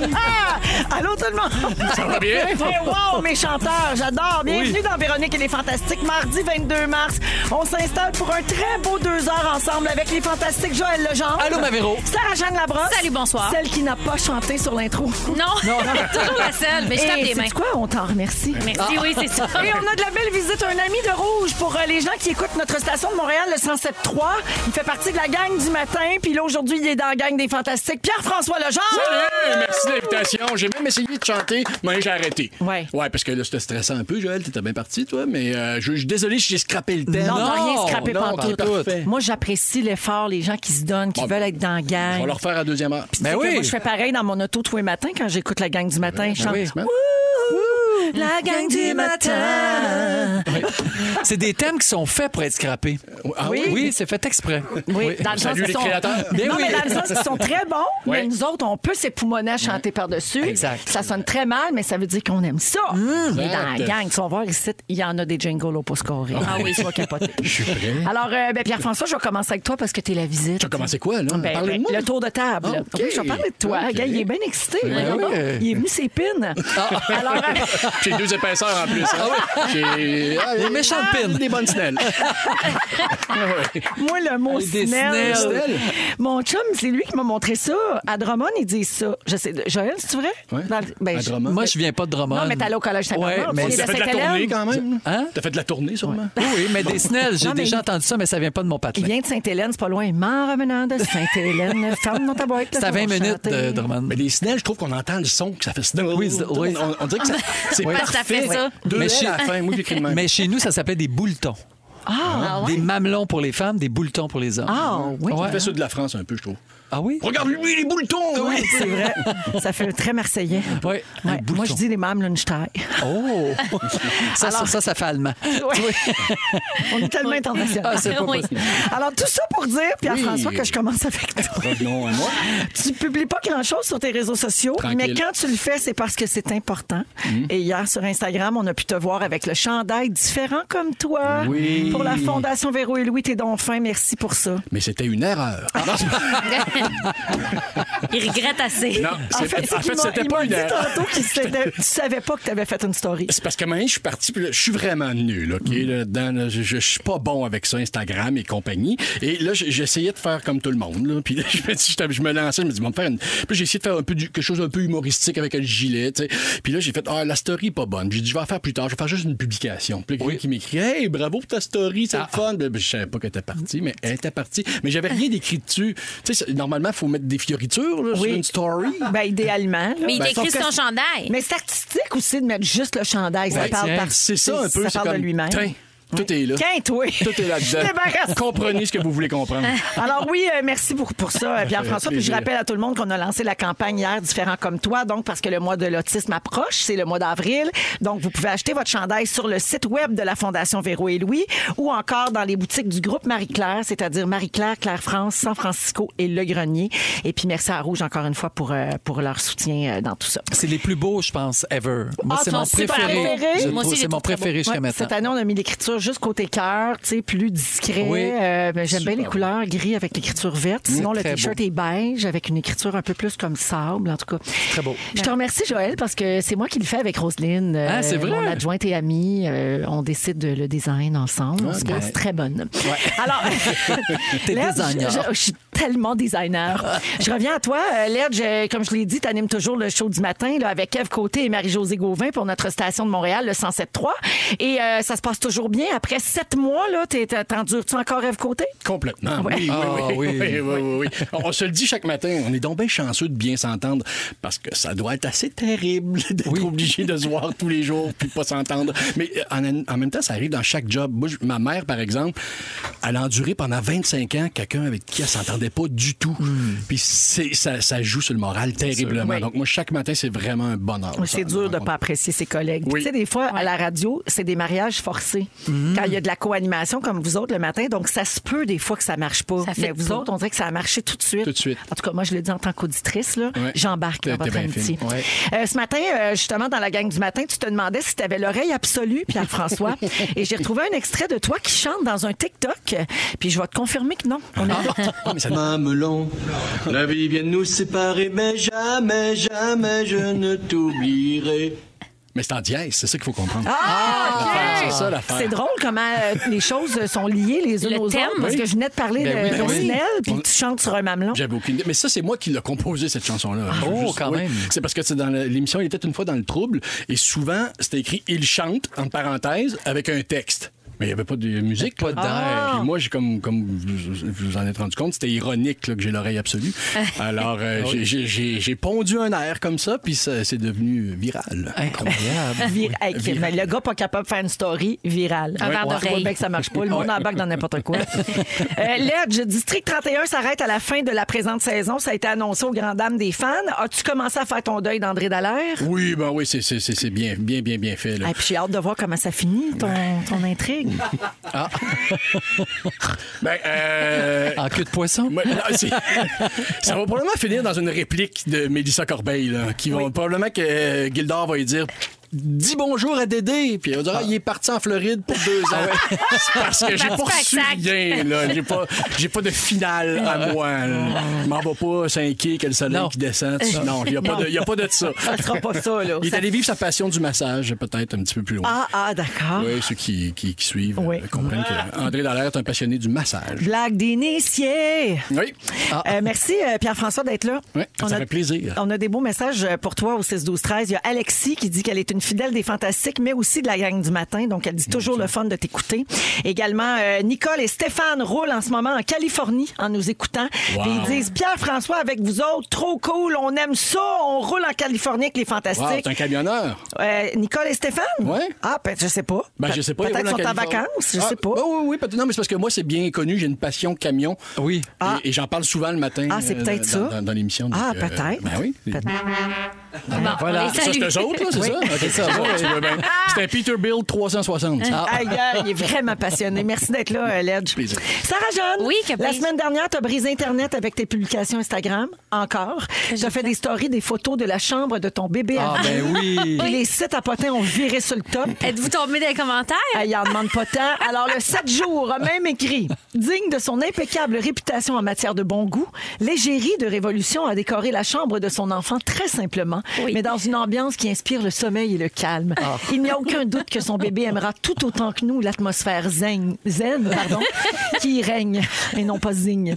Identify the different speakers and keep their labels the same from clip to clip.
Speaker 1: Allô tout le monde!
Speaker 2: Ça va bien?
Speaker 1: Hey, wow, mes chanteurs, j'adore! Bienvenue dans Véronique et les Fantastiques, mardi 22 mars. On s'installe pour un très beau deux heures ensemble avec les Fantastiques Joël Legendre.
Speaker 3: Allô, ma Véro.
Speaker 1: Sarah-Jeanne Labrosse.
Speaker 4: Salut, bonsoir.
Speaker 1: Celle qui n'a pas chanté sur l'intro.
Speaker 4: Non, Eh, toujours la seule, mais je tape
Speaker 1: Et
Speaker 4: des mains.
Speaker 1: sais-tu quoi? On t'en remercie.
Speaker 4: Merci, oui, c'est ça.
Speaker 1: Et on a de la belle visite, un ami de rouge pour euh, les gens qui écoutent notre station de Montréal, le 107.3. Il fait partie de la gang du matin, puis là aujourd'hui, il est dans la gang des fantastiques. Pierre-François Legendre.
Speaker 3: Hey, merci de l'invitation. J'ai même essayé de chanter, mais j'ai arrêté.
Speaker 1: Ouais.
Speaker 3: Ouais, parce que là, c'était stressant un peu, Joël. T'étais bien parti, toi, mais euh, je je suis désolé si j'ai scrappé le thème.
Speaker 1: Non, t'as rien scrappé
Speaker 3: non,
Speaker 1: pantoute.
Speaker 3: t'es parfait.
Speaker 1: Moi, j'apprécie l'effort, les gens qui se donnent, qui
Speaker 3: Ah, Ben
Speaker 1: veulent être dans la gang.
Speaker 3: On va le refaire à deuxième heure.
Speaker 1: Tu sais que Moi, je fais pareil dans mon auto tous les matins quand j'écoute la gang du matin. je chante
Speaker 3: oui, ben.
Speaker 1: Wouh, la gang du matin.
Speaker 5: C'est des thèmes qui sont faits pour être scrappés.
Speaker 3: Ah oui?
Speaker 5: Oui, c'est fait exprès.
Speaker 1: Oui, dans le sens
Speaker 3: Salut
Speaker 1: qu'ils
Speaker 3: les
Speaker 1: sont...
Speaker 3: créateurs. Ben
Speaker 5: Mais
Speaker 1: non,
Speaker 5: oui.
Speaker 1: mais dans le sens qu'ils sont très bons, mais
Speaker 3: Oui.
Speaker 1: nous autres, on peut s'époumoner à chanter par-dessus.
Speaker 5: Exact.
Speaker 1: Ça sonne très mal, mais ça veut dire qu'on aime ça. Mais dans la
Speaker 3: Mmh. Exact.
Speaker 1: gang, tu vas voir ici, il y en a des jingles au pouce carré. Ah oui, tu vas capoter.
Speaker 3: Je suis prêt.
Speaker 1: Alors, euh, ben, Pierre-François, je vais commencer avec toi parce que tu es la visite.
Speaker 3: Tu as commencé quoi, là?
Speaker 1: Ben, ben,
Speaker 3: Parlez-moi.
Speaker 1: le tour de table.
Speaker 3: Ah, ok.
Speaker 1: Oui, je vais parler de toi.
Speaker 3: Ok.
Speaker 1: Gars, il est bien excité. voyons
Speaker 3: oui.
Speaker 1: donc. Il est venu ses pines. Alors, euh,
Speaker 3: J'ai deux épaisseurs en plus. hein. J'ai ah,
Speaker 5: Des méchantes pines.
Speaker 3: Des bonnes snelles.
Speaker 1: moi, le mot
Speaker 5: Des
Speaker 1: snell.
Speaker 5: snell.
Speaker 1: Mon chum, c'est lui qui m'a montré ça. À Drummond, ils disent ça. Je sais, Joël, c'est vrai?
Speaker 3: Ouais.
Speaker 1: Dans le- ben,
Speaker 3: À
Speaker 1: je-
Speaker 3: Drummond.
Speaker 5: Moi, je viens pas de Drummond.
Speaker 1: Non, mais t'es allé au collège Saint-Bernard.
Speaker 5: Ouais,
Speaker 1: Tu
Speaker 5: mais-
Speaker 1: viens
Speaker 3: T'as fait de la
Speaker 1: Sainte-Hélène.
Speaker 3: tournée quand même?
Speaker 5: Hein?
Speaker 3: T'as fait de la tournée sûrement?
Speaker 5: Oui, mais des snells, j'ai
Speaker 1: Non, mais
Speaker 5: déjà
Speaker 1: il-
Speaker 5: entendu ça, mais ça vient pas de mon patelin.
Speaker 1: Il vient de Sainte-Hélène, c'est pas loin. Il m'en revenant de Sainte-Hélène. Ferme dans ta boîte.
Speaker 5: C'est à 20 minutes de Drummond.
Speaker 3: Mais les snelles, je trouve qu'on entend le son que ça fait snell.
Speaker 5: Oui, c'est- oui.
Speaker 3: On, on dirait que ça- c'est
Speaker 5: Oui.
Speaker 3: parfait.
Speaker 4: Ça fait ça.
Speaker 3: Deux
Speaker 5: Mais
Speaker 3: L
Speaker 5: chez-
Speaker 3: à la fin. Moi, j'écris le même.
Speaker 5: Mais chez nous, ça s'appelait des bouletons.
Speaker 4: Ah,
Speaker 5: Des mamelons pour les femmes, des bouletons pour les hommes.
Speaker 1: Ah, oui.
Speaker 3: Ça
Speaker 5: Ouais.
Speaker 3: fait ceux de la France un peu, je trouve.
Speaker 5: Ah oui?
Speaker 3: Regarde lui, les bouletons!
Speaker 1: Oui, c'est vrai. Ça fait très marseillais.
Speaker 5: Oui.
Speaker 1: Ouais.
Speaker 5: Des
Speaker 1: Moi,
Speaker 5: bouletons.
Speaker 1: je dis les mâmes Lunchtag.
Speaker 5: Oh! ça, ça, ça, ça fait allemand.
Speaker 1: On est tellement international.
Speaker 5: Ah, c'est pas
Speaker 4: Oui.
Speaker 5: possible.
Speaker 1: Alors, tout ça pour dire, Pierre-François,
Speaker 3: Oui.
Speaker 1: que je commence avec toi.
Speaker 3: Revenons à moi.
Speaker 1: Tu publies pas grand-chose sur tes réseaux sociaux,
Speaker 3: Tranquille. Mm-hmm.
Speaker 1: mais quand tu le fais, c'est parce que c'est important. Et hier, sur Instagram, on a pu te voir avec le chandail différent comme toi.
Speaker 3: Oui.
Speaker 1: Pour la Fondation Véro et Louis, t'es donc fin. Merci pour ça.
Speaker 3: Mais c'était une erreur.
Speaker 1: Ah,
Speaker 4: il regrette assez.
Speaker 3: Non,
Speaker 1: En
Speaker 3: c'est-
Speaker 1: fait, c'est
Speaker 3: en
Speaker 1: qu'il
Speaker 3: fait,
Speaker 1: m'a-
Speaker 3: c'était
Speaker 1: il
Speaker 3: pas
Speaker 1: m'a
Speaker 3: une
Speaker 1: dit
Speaker 3: erreur.
Speaker 1: tantôt qu'il s'était- tu savais pas que t'avais fait une story.
Speaker 3: C'est parce que maintenant, je suis parti, puis là, je suis vraiment nul, OK? Là, dedans, là, je, je suis pas bon avec ça, Instagram et compagnie. Et là, j'- j'essayais de faire comme tout le monde, là. Puis là, je me, dis, je t'avais- je me lançais, je me dis, bon, faire une... Puis j'ai essayé de faire un peu du- quelque chose un peu humoristique avec un gilet, tu sais. Puis là, j'ai fait, ah, la story est pas bonne. J'ai dit, je vais en faire plus tard, je vais faire juste une publication. Puis là, quelqu'un qui m'écrit, hey, bravo pour ta story, c'est le fun. Ben, ben, je savais pas qu'elle était partie, mais elle était partie. Mais j'avais rien d'écrit dessus. Tu sais, c'est- normalement, il faut mettre des fioritures, là, sur une story.
Speaker 1: Ben, idéalement. là.
Speaker 4: Mais il
Speaker 1: Ben,
Speaker 4: t'écrit
Speaker 1: sauf que
Speaker 4: son
Speaker 1: c'est-
Speaker 4: chandail.
Speaker 1: Mais c'est artistique aussi de mettre juste le chandail. ça
Speaker 3: Ouais,
Speaker 1: parle
Speaker 5: tiens,
Speaker 1: par-
Speaker 3: Ben, C'est ça un peu,
Speaker 1: Ça
Speaker 3: c'est
Speaker 1: parle
Speaker 3: comme,
Speaker 1: de lui-même.
Speaker 3: tiens, Tout est là.
Speaker 1: Tiens, toi.
Speaker 3: Tout est
Speaker 1: Je
Speaker 3: là-dedans.
Speaker 1: débarrasse
Speaker 3: Comprenez ce que vous voulez comprendre.
Speaker 1: Alors oui, euh, merci pour, pour ça, euh,
Speaker 3: Ça fait
Speaker 1: Pierre-François. Puis je
Speaker 3: plaisir.
Speaker 1: rappelle à tout le monde qu'on a lancé la campagne hier, différent comme toi, donc parce que le mois de l'autisme approche, c'est le mois d'avril. Donc vous pouvez acheter votre chandail sur le site web de la Fondation Véro et Louis ou encore dans les boutiques du groupe Marie-Claire, c'est-à-dire Marie-Claire, Claire-France, San Francisco et Le Grenier. Et puis merci à Rouge encore une fois pour, euh, pour leur soutien euh, dans tout ça.
Speaker 5: C'est les plus beaux, je pense, ever. Moi,
Speaker 1: Ah,
Speaker 5: c'est
Speaker 1: ton
Speaker 5: mon
Speaker 1: super
Speaker 5: préféré.
Speaker 1: préféré?
Speaker 5: Je
Speaker 1: Moi
Speaker 5: trouve
Speaker 4: aussi,
Speaker 5: que
Speaker 4: j'ai trouvé très
Speaker 5: c'est mon
Speaker 4: beau.
Speaker 5: préféré jusqu'à
Speaker 1: Ouais, cette
Speaker 5: maintenant.
Speaker 1: année, on a mis l'écriture juste côté cœur, tu sais, plus discret.
Speaker 5: Oui.
Speaker 1: Euh, mais J'aime bien les
Speaker 3: beau.
Speaker 1: couleurs gris avec l'écriture verte. Sinon, le
Speaker 5: très
Speaker 1: t-shirt est beige avec une écriture un peu plus comme sable, en tout cas.
Speaker 5: Très beau.
Speaker 1: Je te remercie, Joël, parce que c'est moi qui le fais avec Roselyne. Euh,
Speaker 5: Ah, c'est vrai?
Speaker 1: Mon adjointe et amie, euh, on décide de le design ensemble.
Speaker 3: Ah,
Speaker 1: je
Speaker 3: ben.
Speaker 1: pense très bonne. Alors,
Speaker 5: T'es
Speaker 1: Ledge,
Speaker 5: designer.
Speaker 1: Je, je suis tellement designer. je reviens à toi, euh, Ledge. euh, Comme je l'ai dit, t'animes toujours le show du matin là, avec Eve Côté et Marie-Josée Gauvin pour notre station de Montréal, le 107.3. Et euh, ça se passe toujours bien. Après sept mois, là, t'es- t'es- t'endures-tu encore Eve Côté?
Speaker 3: Complètement.
Speaker 1: Ouais.
Speaker 3: Oui, oui,
Speaker 5: Ah,
Speaker 3: oui,
Speaker 5: oui.
Speaker 3: oui, oui, oui, oui. On on se le dit chaque matin, on est donc bien chanceux de bien s'entendre parce que ça doit être assez terrible d'être obligé de se voir tous les jours puis pas s'entendre. Mais euh, en, en même temps, ça arrive dans chaque job. Moi, je- ma mère, par exemple, elle a enduré pendant 25 ans quelqu'un avec qui elle s'entendait pas du tout. Puis c'est- ça, ça joue sur le moral terriblement.
Speaker 1: Oui.
Speaker 3: Donc moi, chaque matin, c'est vraiment un bonheur.
Speaker 1: Oui,
Speaker 3: ça,
Speaker 1: C'est dur de
Speaker 3: rencontrer.
Speaker 1: pas apprécier ses collègues.
Speaker 3: Oui.
Speaker 1: Tu sais, des fois, à la radio, c'est des mariages forcés.
Speaker 3: Mm.
Speaker 1: Quand il y a de la co-animation, comme vous autres le matin, donc ça se peut des fois que ça marche pas.
Speaker 4: Ça fit
Speaker 1: Mais vous
Speaker 4: pas.
Speaker 1: autres, on dirait que ça a marché tout de suite.
Speaker 3: Tout de suite.
Speaker 1: En tout cas, moi, je le dis en tant qu'auditrice, là,
Speaker 3: Ouais.
Speaker 1: j'embarque dans
Speaker 3: T'es- t'es
Speaker 1: votre
Speaker 3: bien
Speaker 1: amitié.
Speaker 3: fine. Ouais.
Speaker 1: Euh, ce matin, euh, justement, dans la gang du matin, tu te demandais si tu avais l'oreille absolue, Pierre-François. Et j'ai retrouvé un extrait de toi qui chante dans un TikTok. Puis je vais te confirmer que non. On écoute.
Speaker 3: Ah, mais ça-
Speaker 6: Mamelon, la vie vient de nous séparer, mais jamais, jamais je ne t'oublierai.
Speaker 3: mais c'est en dièse, c'est ça qu'il faut comprendre.
Speaker 1: Ah,
Speaker 3: C'est
Speaker 1: OK!
Speaker 3: ça l'affaire.
Speaker 1: C'est drôle comment euh, les choses euh, sont liées les unes
Speaker 4: Le
Speaker 1: aux
Speaker 4: thème.
Speaker 1: autres. Parce que je venais de parler
Speaker 5: Ben oui,
Speaker 1: de
Speaker 5: ben oui.
Speaker 1: Rosnel, puis
Speaker 3: On-
Speaker 1: tu chantes sur un mamelon.
Speaker 3: J'avais aucune idée. Mais ça, c'est moi qui l'ai composé, cette chanson-là. Je veux
Speaker 5: oh, quand même.
Speaker 3: C'est parce que c'est dans la- l'émission, il était une fois dans le trouble, et souvent, c'était écrit Il chante, en parenthèse, avec un texte. Mais il n'y avait pas de musique.
Speaker 5: Pas
Speaker 3: là.
Speaker 5: d'air.
Speaker 3: Puis moi, j'ai comme, comme vous, vous en êtes rendu compte, c'était ironique là, que j'ai l'oreille absolue. Alors,
Speaker 5: Ah
Speaker 3: euh, j'ai- j'ai- j'ai j'ai pondu un air comme ça, puis ça- c'est devenu viral.
Speaker 5: Incroyable.
Speaker 1: Vir- Ah, Hey, Kim,
Speaker 3: Viral.
Speaker 1: le gars pas capable de faire une story virale.
Speaker 4: Un verre
Speaker 1: Ouais.
Speaker 4: d'oreille.
Speaker 1: Ouais, ben que ça marche pas. Le monde embarque dans n'importe quoi. Euh, Ledge, District 31 s'arrête à la fin de la présente saison. Ça a été annoncé aux grandes dames des fans. As-tu commencé à faire ton deuil d'André Dallaire?
Speaker 3: Oui, ben oui, c'est- c'est c'est- c'est bien, bien, bien, bien fait. là.
Speaker 1: Et puis j'ai hâte de voir comment ça finit, ton, ton intrigue.
Speaker 3: Ben, euh,
Speaker 5: En queue de poisson?
Speaker 3: Ouais, non, ah, c'est- ça va probablement finir dans une réplique de Mélissa Corbeil, là, qui vont probablement que euh, Gildor va lui dire. Dis bonjour à Dédé, puis on dira
Speaker 1: Ah.
Speaker 3: Ah, il est parti en Floride pour deux ans. C'est parce que j'ai pas
Speaker 4: Parti
Speaker 3: reçu
Speaker 4: pack-sac.
Speaker 3: rien là, j'ai pas, j'ai pas de finale
Speaker 1: Ah.
Speaker 3: à moi. là. Je M'en va pas s'inquiéter que le soleil
Speaker 5: Non.
Speaker 3: qui descend. tu- Non, il y a pas de, il y a pas de ça.
Speaker 1: Ça sera pas ça, là.
Speaker 3: Il est
Speaker 1: Ça-
Speaker 3: allé vivre sa passion du massage, peut-être un petit peu plus loin.
Speaker 1: Ah, ah, d'accord.
Speaker 3: Oui, ceux qui, qui, qui suivent
Speaker 1: Oui. Ah.
Speaker 3: euh, comprennent que André Dallaire est un passionné du massage.
Speaker 1: Blague d'initié.
Speaker 3: Oui.
Speaker 1: Euh, merci euh, Pierre-François d'être là.
Speaker 3: Ah. Oui, ça fait plaisir.
Speaker 1: On a des beaux messages euh, pour toi au 6 12 13. Il y a Alexis qui dit qu'elle est une fidèle des fantastiques mais aussi de la gang du matin donc elle dit toujours le fun de t'écouter. Également euh, Nicole et Stéphane roulent en ce moment en Californie en nous écoutant.
Speaker 3: Wow.
Speaker 1: Puis ils disent Pierre-François avec vous autres trop cool, on aime ça, on roule en Californie avec les
Speaker 3: Wow,
Speaker 1: fantastiques.
Speaker 3: t'es un camionneur.
Speaker 1: Euh, Nicole et Stéphane
Speaker 3: Ouais.
Speaker 1: Ah ben je sais pas.
Speaker 3: Ben, je sais pas.
Speaker 1: Peut-être
Speaker 3: ils roulent
Speaker 1: sont en
Speaker 3: Californie.
Speaker 1: vacances, je
Speaker 3: Ah,
Speaker 1: sais pas.
Speaker 3: ben oui, oui, peut-être. Non, mais c'est parce que moi, c'est bien connu. J'ai une passion camion.
Speaker 5: Oui.
Speaker 1: Ah.
Speaker 3: Et, et j'en parle souvent le matin.
Speaker 1: Ah, c'est
Speaker 3: euh,
Speaker 1: peut-être
Speaker 3: dans-
Speaker 1: ça.
Speaker 3: Dans, dans l'émission. donc,
Speaker 1: Ah,
Speaker 3: euh,
Speaker 1: peut-être.
Speaker 3: Ben oui. Ah,
Speaker 4: Bon,
Speaker 5: Ben, voilà.
Speaker 4: on les
Speaker 3: Ça, c'est
Speaker 4: salue.
Speaker 3: eux autres, là, c'est ça? Ok, c'est ça. Tu veux
Speaker 1: Ah.
Speaker 3: bien. C'est un Peterbilt 360. ça.
Speaker 5: Ah.
Speaker 1: Aïe, aïe, il est vraiment passionné. Merci d'être là, euh, Ledge.
Speaker 3: Plaisir.
Speaker 1: Sarah Jeanne,
Speaker 4: Oui, que
Speaker 1: la
Speaker 4: plaisir.
Speaker 1: semaine dernière, tu as brisé Internet avec tes publications Instagram, encore. Tu as fait des stories, des photos de la chambre de ton bébé.
Speaker 5: Ah,
Speaker 1: à
Speaker 5: ben oui.
Speaker 1: Puis les sites à potins ont viré sur le top.
Speaker 4: Êtes-vous tombé dans les commentaires?
Speaker 1: Ah, Il en demande pas tant. Alors, le 7 jours a même écrit Digne de son impeccable réputation en matière de bon goût, l'égérie de Révolution a décoré la chambre de son enfant très simplement,
Speaker 4: Oui. Ah.
Speaker 1: mais dans une ambiance qui inspire le sommeil et le calme. Il n'y a aucun doute que son bébé aimera tout autant que nous l'atmosphère zen, zen pardon, qui y règne, et non pas zigne.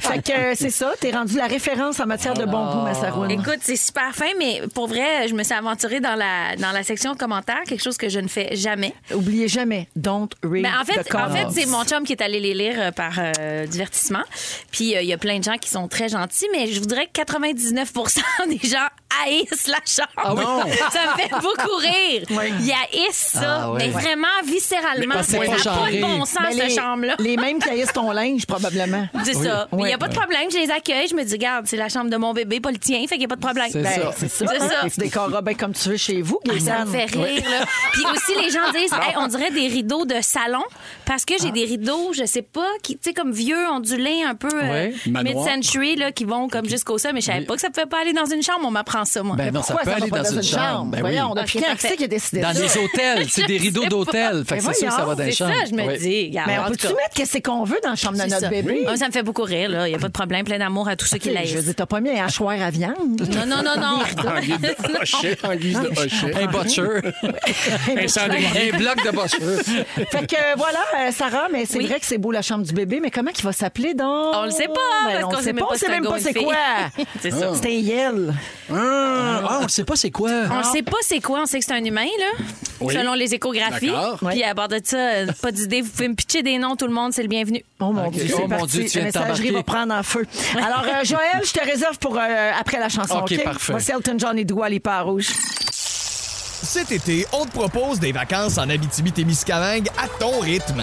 Speaker 1: fait que euh, c'est ça, t'es rendu la référence en matière de bon goût, ma Saroune.
Speaker 4: Écoute, c'est super fin, mais pour vrai, je me suis aventurée dans la, dans la section commentaires, quelque chose que je ne fais jamais.
Speaker 1: Oubliez jamais, don't read
Speaker 4: Mais en
Speaker 1: the
Speaker 4: fait, en
Speaker 1: comments.
Speaker 4: fait c'est mon chum qui est allé les lire euh, par euh, divertissement. Puis euh, il y a plein de gens qui sont très gentils, mais je voudrais que 99 des gens haïssent la chambre.
Speaker 1: Ah
Speaker 4: ça me fait beaucoup rire. Ils haïssent ça,
Speaker 5: Ah oui.
Speaker 4: mais vraiment viscéralement.
Speaker 5: parce que c'est pas
Speaker 4: ça n'a pas de
Speaker 5: genré.
Speaker 4: bon sens,
Speaker 1: Mais
Speaker 4: cette
Speaker 1: les-
Speaker 4: chambre-là.
Speaker 1: Les mêmes qui haïssent ton linge, probablement.
Speaker 4: C'est ça. Mais il n'y
Speaker 1: Ouais.
Speaker 4: a pas de problème. Je les accueille. Je me dis, regarde, c'est la chambre de mon bébé, pas le tien. Fait qu'il n'y a pas de problème.
Speaker 5: C'est ça.
Speaker 4: C'est ça.
Speaker 1: Et tu décoreras bien comme tu veux chez vous,
Speaker 4: Ah, ça me
Speaker 1: Gaëtan.
Speaker 4: fait rire, là. Puis aussi, les gens disent,
Speaker 5: Ah.
Speaker 4: Hey, on dirait des rideaux de salon, parce que j'ai des rideaux, je sais pas, qui, tu sais, comme vieux, ondulés, un peu euh,
Speaker 5: Ouais.
Speaker 3: Manoir.
Speaker 4: mid-century, là, qui vont comme jusqu'au sol, mais je savais pas que ça pouvait pas aller dans une chambre. On m'apprend comprends ça, moi.
Speaker 5: Ben non, ça
Speaker 1: Pourquoi
Speaker 5: peut
Speaker 1: ça va
Speaker 5: aller
Speaker 1: pas
Speaker 5: dans
Speaker 1: dans
Speaker 5: une chambre. Ben oui.
Speaker 1: Voyons,
Speaker 4: Ah,
Speaker 1: depuis
Speaker 4: qui
Speaker 1: quand
Speaker 4: a fait-
Speaker 1: c'est qui a décidé
Speaker 5: Dans
Speaker 1: ça?
Speaker 5: les hôtels, c'est des
Speaker 4: Je
Speaker 5: rideaux
Speaker 4: sais pas.
Speaker 5: d'hôtel. Fait que
Speaker 1: Mais
Speaker 5: c'est sûr que ça
Speaker 1: voyons,
Speaker 5: va dans
Speaker 4: Ben
Speaker 5: les
Speaker 4: C'est
Speaker 5: chambres.
Speaker 4: ça, je me
Speaker 5: Oui.
Speaker 4: dis. Regarde,
Speaker 1: Mais
Speaker 4: en
Speaker 1: on
Speaker 4: tout
Speaker 1: peut-tu
Speaker 4: cas,
Speaker 1: mettre qu'est-ce qu'on veut dans la chambre de
Speaker 4: c'est
Speaker 1: notre
Speaker 4: ça.
Speaker 1: bébé?
Speaker 4: Ah, ça me fait beaucoup rire, là. Il n'y a pas de problème. Plein d'amour à tous ceux qui
Speaker 1: Je veux
Speaker 4: l'aiment.
Speaker 1: dire, t'as pas mis un hachoir à viande?
Speaker 4: Non, non, non, non.
Speaker 1: Ah.
Speaker 3: En guise de hochet, en guise de hochet.
Speaker 5: Un butcher. un bloc de butcher.
Speaker 1: Fait que euh, voilà, euh, Sarah, mais c'est
Speaker 4: Oui.
Speaker 1: vrai que c'est beau la chambre du bébé, mais comment qu'il va s'appeler donc?
Speaker 4: On le sait pas, hein,
Speaker 1: Ben,
Speaker 4: parce
Speaker 1: on
Speaker 4: qu'on
Speaker 1: le
Speaker 4: sait même pas
Speaker 1: on
Speaker 4: si
Speaker 1: sait
Speaker 4: c'est un
Speaker 1: même
Speaker 4: gars ou
Speaker 1: pas
Speaker 4: une
Speaker 1: c'est
Speaker 4: fille.
Speaker 1: quoi.
Speaker 4: C'est ça.
Speaker 1: C'était Yel.
Speaker 5: Ah, ah, on ne sait pas c'est quoi.
Speaker 4: On ne sait pas c'est quoi, on sait que c'est un humain, là,
Speaker 3: Oui.
Speaker 4: selon les échographies.
Speaker 3: D'accord.
Speaker 4: Puis à bord de ça, euh, pas d'idée, vous pouvez me pitcher des noms, tout le monde, c'est le bienvenu.
Speaker 1: Oh mon
Speaker 5: Ok.
Speaker 1: Dieu,
Speaker 5: Oh
Speaker 1: c'est
Speaker 5: mon
Speaker 1: parti.
Speaker 5: Dieu, tu viens
Speaker 1: la
Speaker 5: de
Speaker 1: messagerie va
Speaker 5: t'embarquer.
Speaker 1: prendre en feu. Alors, euh, Joël, je te réserve pour euh, après la chanson, OK?
Speaker 5: Ok, parfait.
Speaker 1: Voici Elton John et Doua, les pas rouges.
Speaker 7: Cet été, on te propose des vacances en Abitibi-Témiscamingue à ton rythme.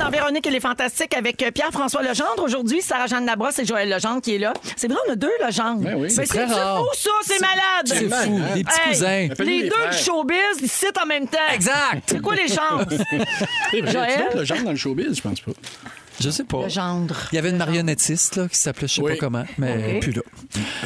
Speaker 1: Dans Véronique, elle est fantastique avec euh, Pierre-François Legendre. Aujourd'hui, Sarah-Jeanne Labrosse et Joël Legendre qui est là. C'est vrai, on a deux Legendre.
Speaker 3: Ben oui.
Speaker 1: Mais
Speaker 3: C'est
Speaker 5: très
Speaker 1: c'est-tu
Speaker 5: rare.
Speaker 1: fou, ça? C'est malade!
Speaker 5: C'est
Speaker 3: mal,
Speaker 5: fou.
Speaker 3: hein?
Speaker 5: Les petits
Speaker 1: Hey,
Speaker 5: cousins.
Speaker 3: Appelle-les
Speaker 1: Les
Speaker 3: les
Speaker 1: deux
Speaker 3: frères.
Speaker 1: du showbiz, ils citent en même temps.
Speaker 5: Exact.
Speaker 1: C'est quoi les chances?
Speaker 3: C'est vrai,
Speaker 1: Joël? Ah,
Speaker 3: tu vois, Le genre dans le showbiz, je pense pas.
Speaker 5: Je sais pas.
Speaker 1: Legendre.
Speaker 5: Il y avait une marionnettiste là, qui s'appelait je sais
Speaker 3: Oui.
Speaker 5: pas comment, mais
Speaker 1: Ok.
Speaker 5: plus là.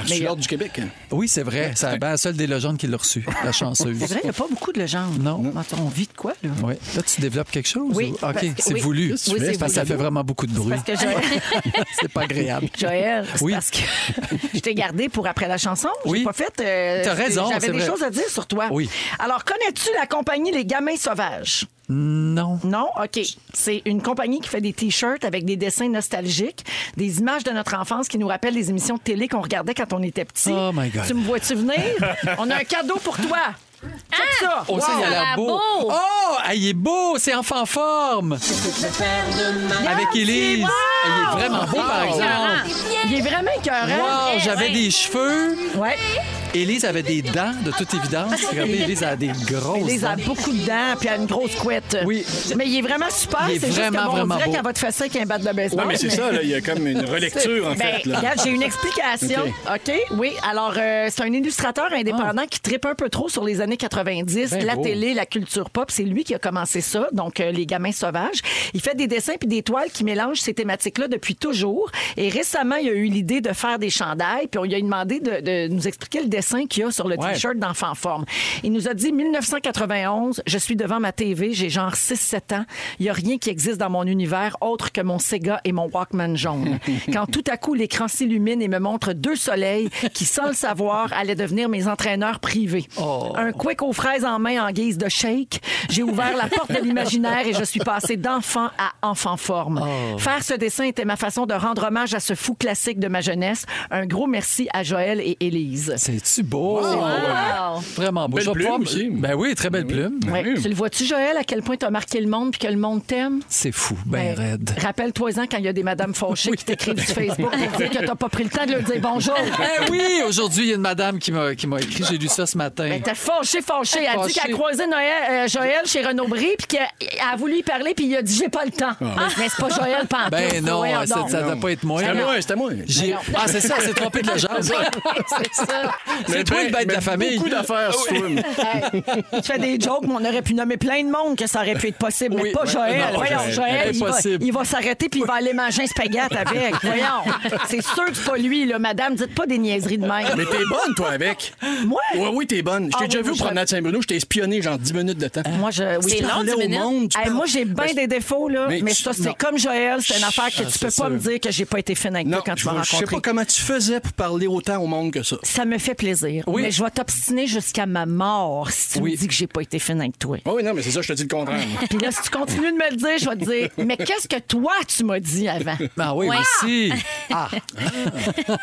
Speaker 3: C'est l'ordre du Québec. hein.
Speaker 5: Oui, c'est vrai. C'est la seule des légendes qui l'a reçue, la chanceuse.
Speaker 1: C'est vrai, il n'y a pas beaucoup de Legendre.
Speaker 5: Non.
Speaker 1: Attends, on vit de quoi, là?
Speaker 5: Oui. Là, tu développes quelque chose?
Speaker 1: Oui,
Speaker 5: ou-
Speaker 1: parce
Speaker 5: OK,
Speaker 1: que-
Speaker 5: c'est
Speaker 1: oui.
Speaker 5: voulu.
Speaker 1: Oui, c'est
Speaker 5: Parce que ça
Speaker 1: voulu.
Speaker 5: fait vraiment beaucoup de bruit.
Speaker 1: Parce que Joël,
Speaker 5: C'est pas agréable.
Speaker 1: Joël, c'est
Speaker 5: Oui.
Speaker 1: parce que je t'ai gardé pour après la chanson. J'ai
Speaker 5: Oui.
Speaker 1: pas fait. euh,
Speaker 5: T'as raison,
Speaker 1: J'avais
Speaker 5: c'est
Speaker 1: des
Speaker 5: vrai.
Speaker 1: choses à dire sur toi.
Speaker 5: Oui.
Speaker 1: Alors, connais-tu la compagnie Les Gamins Sauvages?
Speaker 5: Non.
Speaker 1: Non? OK. C'est une compagnie qui fait des T-shirts avec des dessins nostalgiques, des images de notre enfance qui nous rappellent les émissions de télé qu'on regardait quand on était petit.
Speaker 5: Oh my God.
Speaker 1: Tu me vois-tu venir? on a un cadeau pour toi. Check ça.
Speaker 5: Oh, ça, il a
Speaker 4: Wow.
Speaker 5: l'air
Speaker 4: Ah,
Speaker 5: beau.
Speaker 4: beau.
Speaker 5: Oh, ah, il est beau. C'est enfant en forme. Avec Élise. Ah, Il est vraiment beau, par exemple.
Speaker 1: Il est vraiment écœurant.
Speaker 5: Wow, j'avais
Speaker 4: ouais.
Speaker 5: des cheveux.
Speaker 1: Ouais.
Speaker 5: Élise avait des dents, de toute
Speaker 1: Ah,
Speaker 5: évidence. Regardez, Élise a des grosses
Speaker 1: Il a
Speaker 5: dents.
Speaker 1: beaucoup de dents, puis elle a une grosse couette.
Speaker 5: hein. Oui.
Speaker 1: Mais il est vraiment super.
Speaker 5: Il est
Speaker 1: C'est juste que,
Speaker 5: vraiment,
Speaker 1: bon, on
Speaker 5: vraiment
Speaker 1: dirait
Speaker 5: beau.
Speaker 1: qu'elle va te fesser avec un bat de baseball.
Speaker 3: Non, mais c'est ça, là, il y a comme une relecture, en
Speaker 1: Ben,
Speaker 3: fait. là.
Speaker 1: regarde, j'ai une explication. OK? Oui. Alors, euh, c'est un illustrateur indépendant qui tripe un peu trop sur les années 90,
Speaker 5: Ben
Speaker 1: la
Speaker 5: beau.
Speaker 1: télé, la culture pop. C'est lui qui a commencé ça, donc euh, Les Gamins Sauvages. Il fait des dessins puis des toiles qui mélangent ces thématiques-là depuis toujours. Et récemment, il a eu l'idée de faire des chandails, puis on lui a demandé de, de nous expliquer le dessin qu'il y a sur le
Speaker 5: Ouais.
Speaker 1: T-shirt d'enfant forme. Il nous a dit 1991, je suis devant ma TV, j'ai genre 6-7 ans. Il n'y a rien qui existe dans mon univers autre que mon Sega et mon Walkman jaune. Quand tout à coup l'écran s'illumine et me montre deux soleils qui, sans le savoir, allaient devenir mes entraîneurs privés.
Speaker 5: Oh.
Speaker 1: Un quick aux fraises en main en guise de shake. J'ai ouvert la porte de l'imaginaire et je suis passé d'enfant à enfant forme.
Speaker 5: Oh.
Speaker 1: Faire ce dessin était ma façon de rendre hommage à ce fou classique de ma jeunesse. Un gros merci à Joël et Élise.
Speaker 5: C'est-tu beau?
Speaker 4: Wow.
Speaker 5: Vraiment beau.
Speaker 3: Belle
Speaker 5: Je vais
Speaker 3: plume
Speaker 5: pouvoir-
Speaker 3: aussi.
Speaker 5: Ben oui, très belle plume.
Speaker 1: Ouais.
Speaker 3: oui.
Speaker 1: Tu le vois-tu, Joël, à quel point tu as marqué le monde puis que le monde t'aime?
Speaker 5: C'est fou, ben,
Speaker 1: Ben,
Speaker 5: raide.
Speaker 1: Rappelle-toi-en quand il y a des madames fauchées qui t'écrivent sur Facebook pour dire que t'as pas pris le temps de leur dire bonjour.
Speaker 5: Eh oui, aujourd'hui, il y a une madame qui m'a qui m'a écrit, j'ai lu ça ce matin.
Speaker 1: Elle était fauchée, fauchée. Elle a dit
Speaker 5: Fauchée.
Speaker 1: qu'elle a croisé Noël, euh, Joël chez Renaud Bré puis qu'elle a voulu y parler puis il a dit j'ai pas le temps. Mais c'est pas Joël pendant
Speaker 5: Ben non, ça ne doit pas être moi.
Speaker 3: C'était à moi, c'était à moi.
Speaker 1: Ben
Speaker 5: J'ai- Ah, c'est ça, c'est trompé de la jambe. C'est toi le
Speaker 3: ben,
Speaker 5: bête de la
Speaker 3: mais
Speaker 5: famille.
Speaker 3: Beaucoup
Speaker 1: Ah,
Speaker 3: d'affaires, sur toi. mais-
Speaker 1: Tu fais des jokes, mais on aurait pu nommer plein de monde que ça aurait pu être possible, mais
Speaker 5: Oui,
Speaker 1: pas
Speaker 5: ouais,
Speaker 1: Joël.
Speaker 5: non,
Speaker 1: Voyons,
Speaker 5: Joël,
Speaker 1: Joël, il va,
Speaker 5: impossible.
Speaker 1: il va s'arrêter puis il va aller manger un spaghette avec. Voyons. C'est sûr que c'est pas lui, là, madame. Dites pas des niaiseries de même.
Speaker 3: Mais t'es bonne, toi, avec.
Speaker 1: Moi?
Speaker 3: Oui, oui, t'es bonne. Je
Speaker 1: Ah,
Speaker 3: t'ai déjà
Speaker 1: oui,
Speaker 3: vu au
Speaker 1: je- Euh,
Speaker 3: promenade Saint-Bruno, je t'ai espionné genre 10 minutes de temps.
Speaker 1: Moi, je. oui,
Speaker 4: C'est
Speaker 1: je
Speaker 4: long,
Speaker 1: parlais
Speaker 4: dix
Speaker 1: au
Speaker 4: minutes.
Speaker 1: monde, tu
Speaker 3: Hey,
Speaker 1: parles. moi,
Speaker 3: moi,
Speaker 1: j'ai bien des défauts, là. Mais,
Speaker 3: Mais tu-
Speaker 1: ça, c'est
Speaker 3: non.
Speaker 1: comme Joël, c'est une affaire que
Speaker 5: Ah,
Speaker 1: tu
Speaker 5: c'est
Speaker 1: peux pas
Speaker 5: sûr.
Speaker 1: me dire que j'ai pas été fine avec
Speaker 3: Non,
Speaker 1: toi quand tu
Speaker 3: je
Speaker 1: m'as
Speaker 3: vois- je sais
Speaker 1: rencontré.
Speaker 3: pas comment tu faisais pour parler autant au monde que ça.
Speaker 1: Ça me fait plaisir.
Speaker 5: Oui.
Speaker 1: Mais je vais t'obstiner jusqu'à ma mort si tu me
Speaker 5: Oui.
Speaker 1: dis que j'ai pas été fine avec toi.
Speaker 3: Ah oui, non, mais c'est ça, je te dis le contraire. moi.
Speaker 1: Puis là, si tu continues de me le dire, je vais te dire, mais qu'est-ce que toi, tu m'as dit avant?
Speaker 5: Ah oui, mais si. Ah,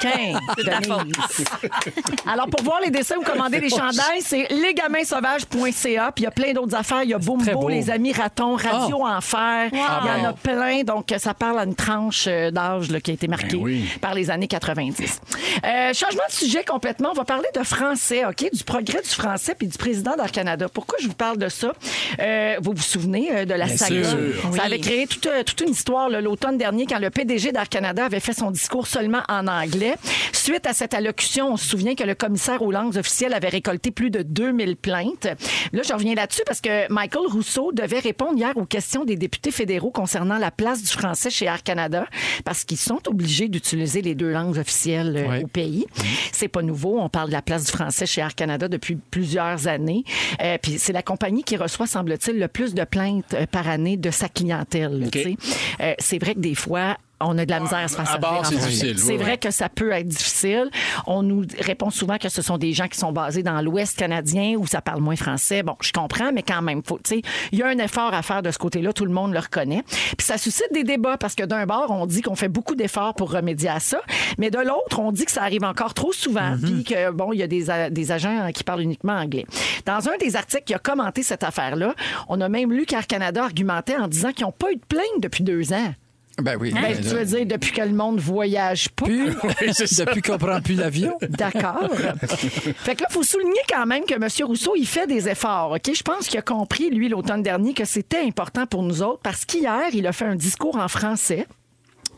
Speaker 1: Quinze, Denise. Alors, pour voir les dessins ou commander les chandails, c'est lesgaminsauvages.ca. Puis il y a plein d'autres affaires. Il y a Boom
Speaker 5: très
Speaker 1: Beau,
Speaker 5: beau.
Speaker 1: les amis ratons,
Speaker 3: Ah.
Speaker 1: Radio Enfer. Il y en a
Speaker 3: ben.
Speaker 1: plein. Donc, ça parle à une tranche euh, d'âge là, qui a été marquée
Speaker 3: Ben oui.
Speaker 1: par les années 90. Euh, changement de sujet complètement. On va parler parler de français, OK? Du progrès du français puis du président d'Air Canada. Pourquoi je vous parle de ça? Euh, vous vous souvenez euh, de la
Speaker 3: Bien
Speaker 1: saga?
Speaker 3: sûr.
Speaker 1: Ça avait créé toute, euh, toute une histoire là, l'automne dernier quand le PDG d'Air Canada avait fait son discours seulement en anglais. Suite à cette allocution, on se souvient que le commissaire aux langues officielles avait récolté plus de 2000 plaintes. Là, je reviens là-dessus parce que Michael Rousseau devait répondre hier aux questions des députés fédéraux concernant la place du français chez Air Canada parce qu'ils sont obligés d'utiliser les deux langues officielles euh,
Speaker 5: Ouais.
Speaker 1: au pays. C'est pas nouveau. On parle de la place du français chez Air Canada depuis plusieurs années. Euh, puis c'est la compagnie qui reçoit, semble-t-il, le plus de plaintes euh, par année de sa clientèle.
Speaker 3: OK.
Speaker 1: tu sais. Euh, c'est vrai que des fois, on a de la misère à se faire
Speaker 3: à
Speaker 1: servir
Speaker 3: bord,
Speaker 1: en
Speaker 3: c'est
Speaker 1: français.
Speaker 3: difficile,
Speaker 1: C'est
Speaker 3: oui,
Speaker 1: vrai
Speaker 3: oui.
Speaker 1: que ça peut être difficile. On nous répond souvent que ce sont des gens qui sont basés dans l'Ouest canadien où ça parle moins français. Bon, je comprends, mais quand même, faut- tu sais, il y a un effort à faire de ce côté-là. Tout le monde le reconnaît. Puis ça suscite des débats parce que d'un bord, on dit qu'on fait beaucoup d'efforts pour remédier à ça, mais de l'autre, on dit que ça arrive encore trop souvent. Puis que, bon, il y a des, a- des agents qui parlent uniquement anglais. Dans un des articles qui a commenté cette affaire-là, on a même lu qu'Air Canada argumentait en disant qu'ils n'ont pas eu de plainte depuis deux ans.
Speaker 5: Ben oui.
Speaker 1: Ben,
Speaker 5: ben
Speaker 1: tu
Speaker 5: là.
Speaker 1: veux dire depuis que le monde voyage pas?
Speaker 5: Plus, depuis qu'on prend plus l'avion.
Speaker 1: D'accord. fait que là, il faut souligner quand même que M. Rousseau, il fait des efforts. OK? Je pense qu'il a compris, lui, l'automne dernier, que c'était important pour nous autres parce qu'hier, il a fait un discours en français.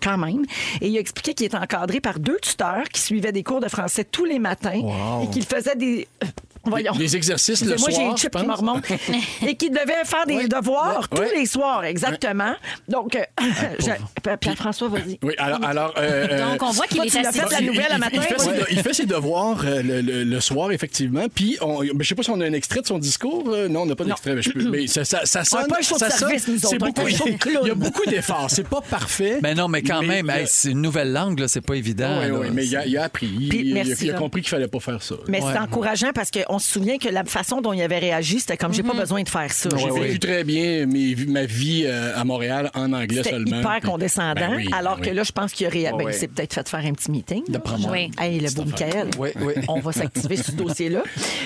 Speaker 1: Quand même. Et il a expliqué qu'il était encadré par deux tuteurs qui suivaient des cours de français tous les matins
Speaker 3: Wow.
Speaker 1: et qu'il faisait des. euh, Voyons.
Speaker 3: Des exercices le
Speaker 1: Moi, j'ai
Speaker 3: soir,
Speaker 1: les
Speaker 3: je
Speaker 1: chips qui me
Speaker 3: pense.
Speaker 1: remontent. et qu'il devait faire des devoirs
Speaker 3: Ouais. Ah,
Speaker 1: tous les soirs, exactement. Donc, euh, je- Pierre-François, vas-y.
Speaker 3: Oui, alors. alors, euh, euh,
Speaker 4: Donc, on voit qu'il
Speaker 1: Toi,
Speaker 4: est
Speaker 1: tu l'as
Speaker 4: assis.
Speaker 1: fait la
Speaker 3: il-
Speaker 1: nouvelle
Speaker 3: il-
Speaker 1: à matin.
Speaker 3: Il fait, ses,
Speaker 1: Ouais.
Speaker 3: de- il fait ses devoirs euh, le, le- le soir, effectivement. Puis, on, ben, je sais pas si on a un extrait de son discours. euh, non, on n'a pas d'extrait. Mais, je peux- mais ça, ça, ça sonne.
Speaker 1: pas un show de
Speaker 3: ça
Speaker 1: service,
Speaker 3: sonne-
Speaker 1: nous autres,
Speaker 3: c'est
Speaker 1: on est
Speaker 3: beaucoup-
Speaker 1: un show de clown.
Speaker 3: Il y a beaucoup d'efforts. C'est pas parfait.
Speaker 5: Mais Ben non, mais quand même,
Speaker 3: le-
Speaker 5: hey, c'est une nouvelle langue, là, c'est pas évident.
Speaker 3: Oui,
Speaker 5: là.
Speaker 3: oui, Ah mais il a, il a appris. Il-
Speaker 1: Puis,
Speaker 3: il, a-
Speaker 1: merci,
Speaker 3: il a
Speaker 1: là.
Speaker 3: compris qu'il fallait pas faire ça.
Speaker 1: Mais
Speaker 5: Ouais.
Speaker 1: c'est encourageant parce qu'on se souvient que la façon dont il avait réagi, c'était comme j'ai
Speaker 3: Mhm.
Speaker 1: pas besoin de faire ça.
Speaker 3: J'ai
Speaker 5: Ouais,
Speaker 3: vécu
Speaker 5: ouais.
Speaker 3: très bien mes- ma vie euh, à Montréal en anglais
Speaker 1: C'était
Speaker 3: seulement.
Speaker 1: hyper
Speaker 3: Puis-
Speaker 1: condescendant,
Speaker 3: Ben oui, ben
Speaker 1: alors que
Speaker 3: oui.
Speaker 1: là, je pense qu'il aurait. ben,
Speaker 5: ouais.
Speaker 1: il s'est peut-être fait faire un petit meeting. là.
Speaker 5: prendre-
Speaker 4: Oui.
Speaker 1: Hey, le beau Michael.
Speaker 5: Oui, oui.
Speaker 1: On va s'activer sur ce dossier-là.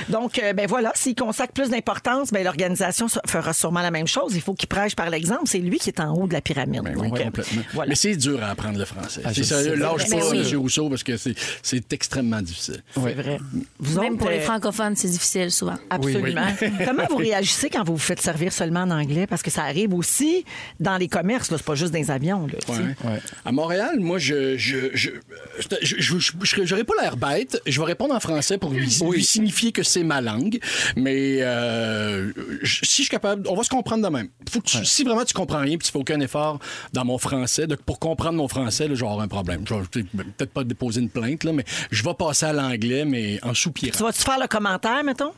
Speaker 1: Donc, euh, ben voilà, s'il consacre plus d'importance, ben, l'organisation se- fera sûrement la même chose. Il faut qu'il prêche par l'exemple. C'est lui qui est en haut de la pyramide.
Speaker 3: Ben oui,
Speaker 1: Donc, euh,
Speaker 3: complètement.
Speaker 1: voilà.
Speaker 3: Mais c'est dur à apprendre le français.
Speaker 5: Ah, je
Speaker 3: c'est sérieux,
Speaker 5: sais.
Speaker 3: lâche
Speaker 4: Ben
Speaker 3: pas
Speaker 4: oui.
Speaker 3: M. Rousseau parce que c'est- c'est extrêmement difficile.
Speaker 1: C'est vrai. Vous
Speaker 4: Même
Speaker 1: autres,
Speaker 4: pour les
Speaker 1: euh,
Speaker 4: francophones, c'est difficile souvent.
Speaker 1: Absolument. Comment vous réagissez quand vous vous faites servir seulement en anglais? Parce que ça arrive aussi dans les commerces, là. c'est pas juste dans les avions. Là, tu sais.
Speaker 3: Ouais. À Montréal, moi, je je je je- je- je- je- j'aurais pas l'air bête. Je vais répondre en français pour lui, lui signifier que c'est ma langue. Mais euh, je- si je suis capable, on va se comprendre de même. Faut que tu- Si vraiment tu comprends rien, puis tu fais aucun effort dans mon français, donc pour comprendre mon français, là, je vais avoir un problème. Je vais je vais peut-être pas déposer une plainte là, mais je vais passer à l'anglais, mais en soupirant.
Speaker 1: Tu vas-tu faire le commentaire, mettons?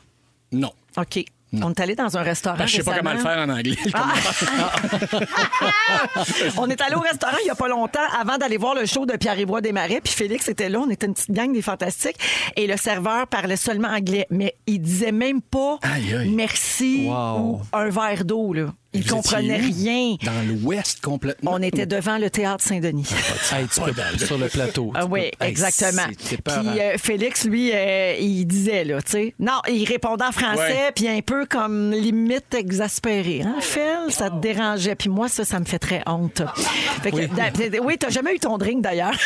Speaker 3: Non.
Speaker 1: OK. On est allé dans un restaurant.
Speaker 3: Ben, je sais pas comment
Speaker 1: récemment. ah,
Speaker 3: le faire en anglais. le
Speaker 1: On est allé au restaurant il y a pas longtemps avant d'aller voir le show de Pierre-Yvoy Desmarais. Puis Félix était là. On était une petite gang des Fantastiques. Et le serveur parlait seulement anglais. Mais il disait même pas
Speaker 3: Aïe, aïe.
Speaker 1: merci
Speaker 5: Wow.
Speaker 1: ou un verre d'eau. Là. Il
Speaker 3: Vous
Speaker 1: comprenait
Speaker 3: étiez où?
Speaker 1: rien.
Speaker 3: Dans l'Ouest complètement.
Speaker 1: On était devant le théâtre Saint-Denis.
Speaker 5: Hey, tu peux- sur le plateau. tu
Speaker 1: Ah oui,
Speaker 5: peux- Hey,
Speaker 1: exactement.
Speaker 5: c'est- c'est
Speaker 1: Puis
Speaker 5: peur, hein.
Speaker 1: euh, Félix, lui, euh, il disait, là, tu sais. Non, il répondait en français,
Speaker 3: Ouais.
Speaker 1: puis un peu comme limite exaspéré. Hein, Phil, ça te dérangeait. Puis moi, ça, ça me fait très honte. Fait que, d'a- d'a- oui, t'as jamais eu ton drink, d'ailleurs.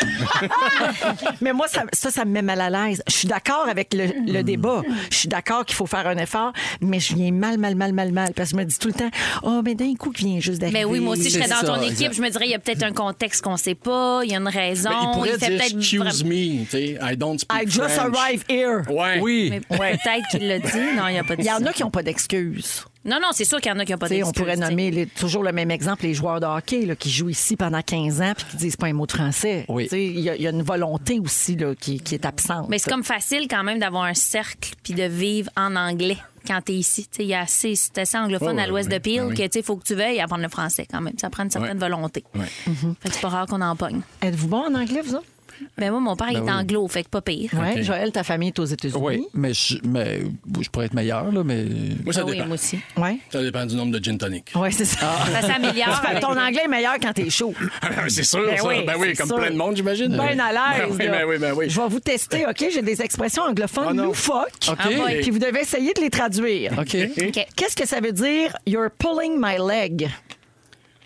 Speaker 1: Mais moi, ça, ça, ça me met mal à l'aise. Je suis d'accord avec le, le débat. Je suis d'accord qu'il faut faire un effort, mais je viens mal, mal, mal, mal, mal. Parce que je me dis tout le temps, oh, mais d'un coup, qui vient juste d'arriver.
Speaker 4: Mais oui, moi aussi, je
Speaker 5: C'est
Speaker 4: serais dans
Speaker 5: ça,
Speaker 4: ton équipe.
Speaker 5: exact.
Speaker 4: Je me dirais, il y a peut-être un contexte qu'on sait pas, il y a une raison.
Speaker 3: Ben, il pourrait
Speaker 4: fait
Speaker 3: dire
Speaker 4: peut-être
Speaker 3: excuse
Speaker 4: vra-
Speaker 3: me, tu sais, I don't speak
Speaker 1: I just
Speaker 3: French.
Speaker 1: arrived here.
Speaker 3: Ouais.
Speaker 5: Oui.
Speaker 4: Mais peut-être qu'il l'a dit. Non, il n'y a pas de
Speaker 1: Il y en a qui n'ont pas d'excuses.
Speaker 4: Non, non, c'est sûr qu'il y en a qui n'ont pas
Speaker 1: Tu sais, on
Speaker 4: d'excuses,
Speaker 1: pourrait
Speaker 4: tu sais.
Speaker 1: nommer les- toujours le même exemple, les joueurs de hockey là, qui jouent ici pendant 15 ans puis qui disent pas un mot de français.
Speaker 5: Oui.
Speaker 1: Tu sais, Il y, a- il y a une volonté aussi là, qui, qui est absente.
Speaker 4: Mais c'est comme facile quand même d'avoir un cercle puis de vivre en anglais quand t'es ici. Tu sais, il y a assez, c'est assez anglophone
Speaker 3: Ouais, ouais,
Speaker 4: à l'ouest
Speaker 3: Oh, ouais,
Speaker 4: de Peel
Speaker 3: ouais,
Speaker 4: que
Speaker 3: ouais.
Speaker 4: tu sais, faut que tu veuilles apprendre le français quand même. Ça prend une certaine volonté. Mhm.
Speaker 3: Ouais.
Speaker 4: Fait que c'est pas rare qu'on en pogne.
Speaker 1: Êtes-vous bon en anglais, vous autres?
Speaker 4: Mais moi, mon père,
Speaker 3: Ben
Speaker 4: il est anglo, fait que pas pire.
Speaker 1: Oui. Joël, ta famille est aux États-Unis.
Speaker 5: Oui, mais je, mais je pourrais être meilleur, là, mais.
Speaker 3: Moi, ça
Speaker 4: Ah oui,
Speaker 3: dépend.
Speaker 4: moi aussi.
Speaker 1: Oui.
Speaker 3: Ça dépend du nombre de gin tonic.
Speaker 1: Oui, c'est ça.
Speaker 3: Ah.
Speaker 4: Ça s'améliore.
Speaker 1: Fait que
Speaker 4: avec-
Speaker 1: Ton anglais est meilleur quand t'es chaud.
Speaker 3: c'est sûr,
Speaker 1: Ben
Speaker 3: ça.
Speaker 1: oui,
Speaker 3: Ah, ben oui,
Speaker 1: c'est
Speaker 3: comme
Speaker 1: sûr.
Speaker 3: plein de monde, j'imagine.
Speaker 1: Ben à l'aise.
Speaker 3: Ben oui,
Speaker 1: là.
Speaker 3: ben oui, ben oui.
Speaker 1: Je vais vous tester, OK? J'ai des expressions anglophones
Speaker 3: Oh non.
Speaker 1: loufoques.
Speaker 5: OK.
Speaker 4: Ah, boy.
Speaker 1: Puis vous devez essayer de les traduire.
Speaker 5: OK.
Speaker 3: Ben
Speaker 4: OK.
Speaker 1: Qu'est-ce que ça veut dire? You're pulling my leg.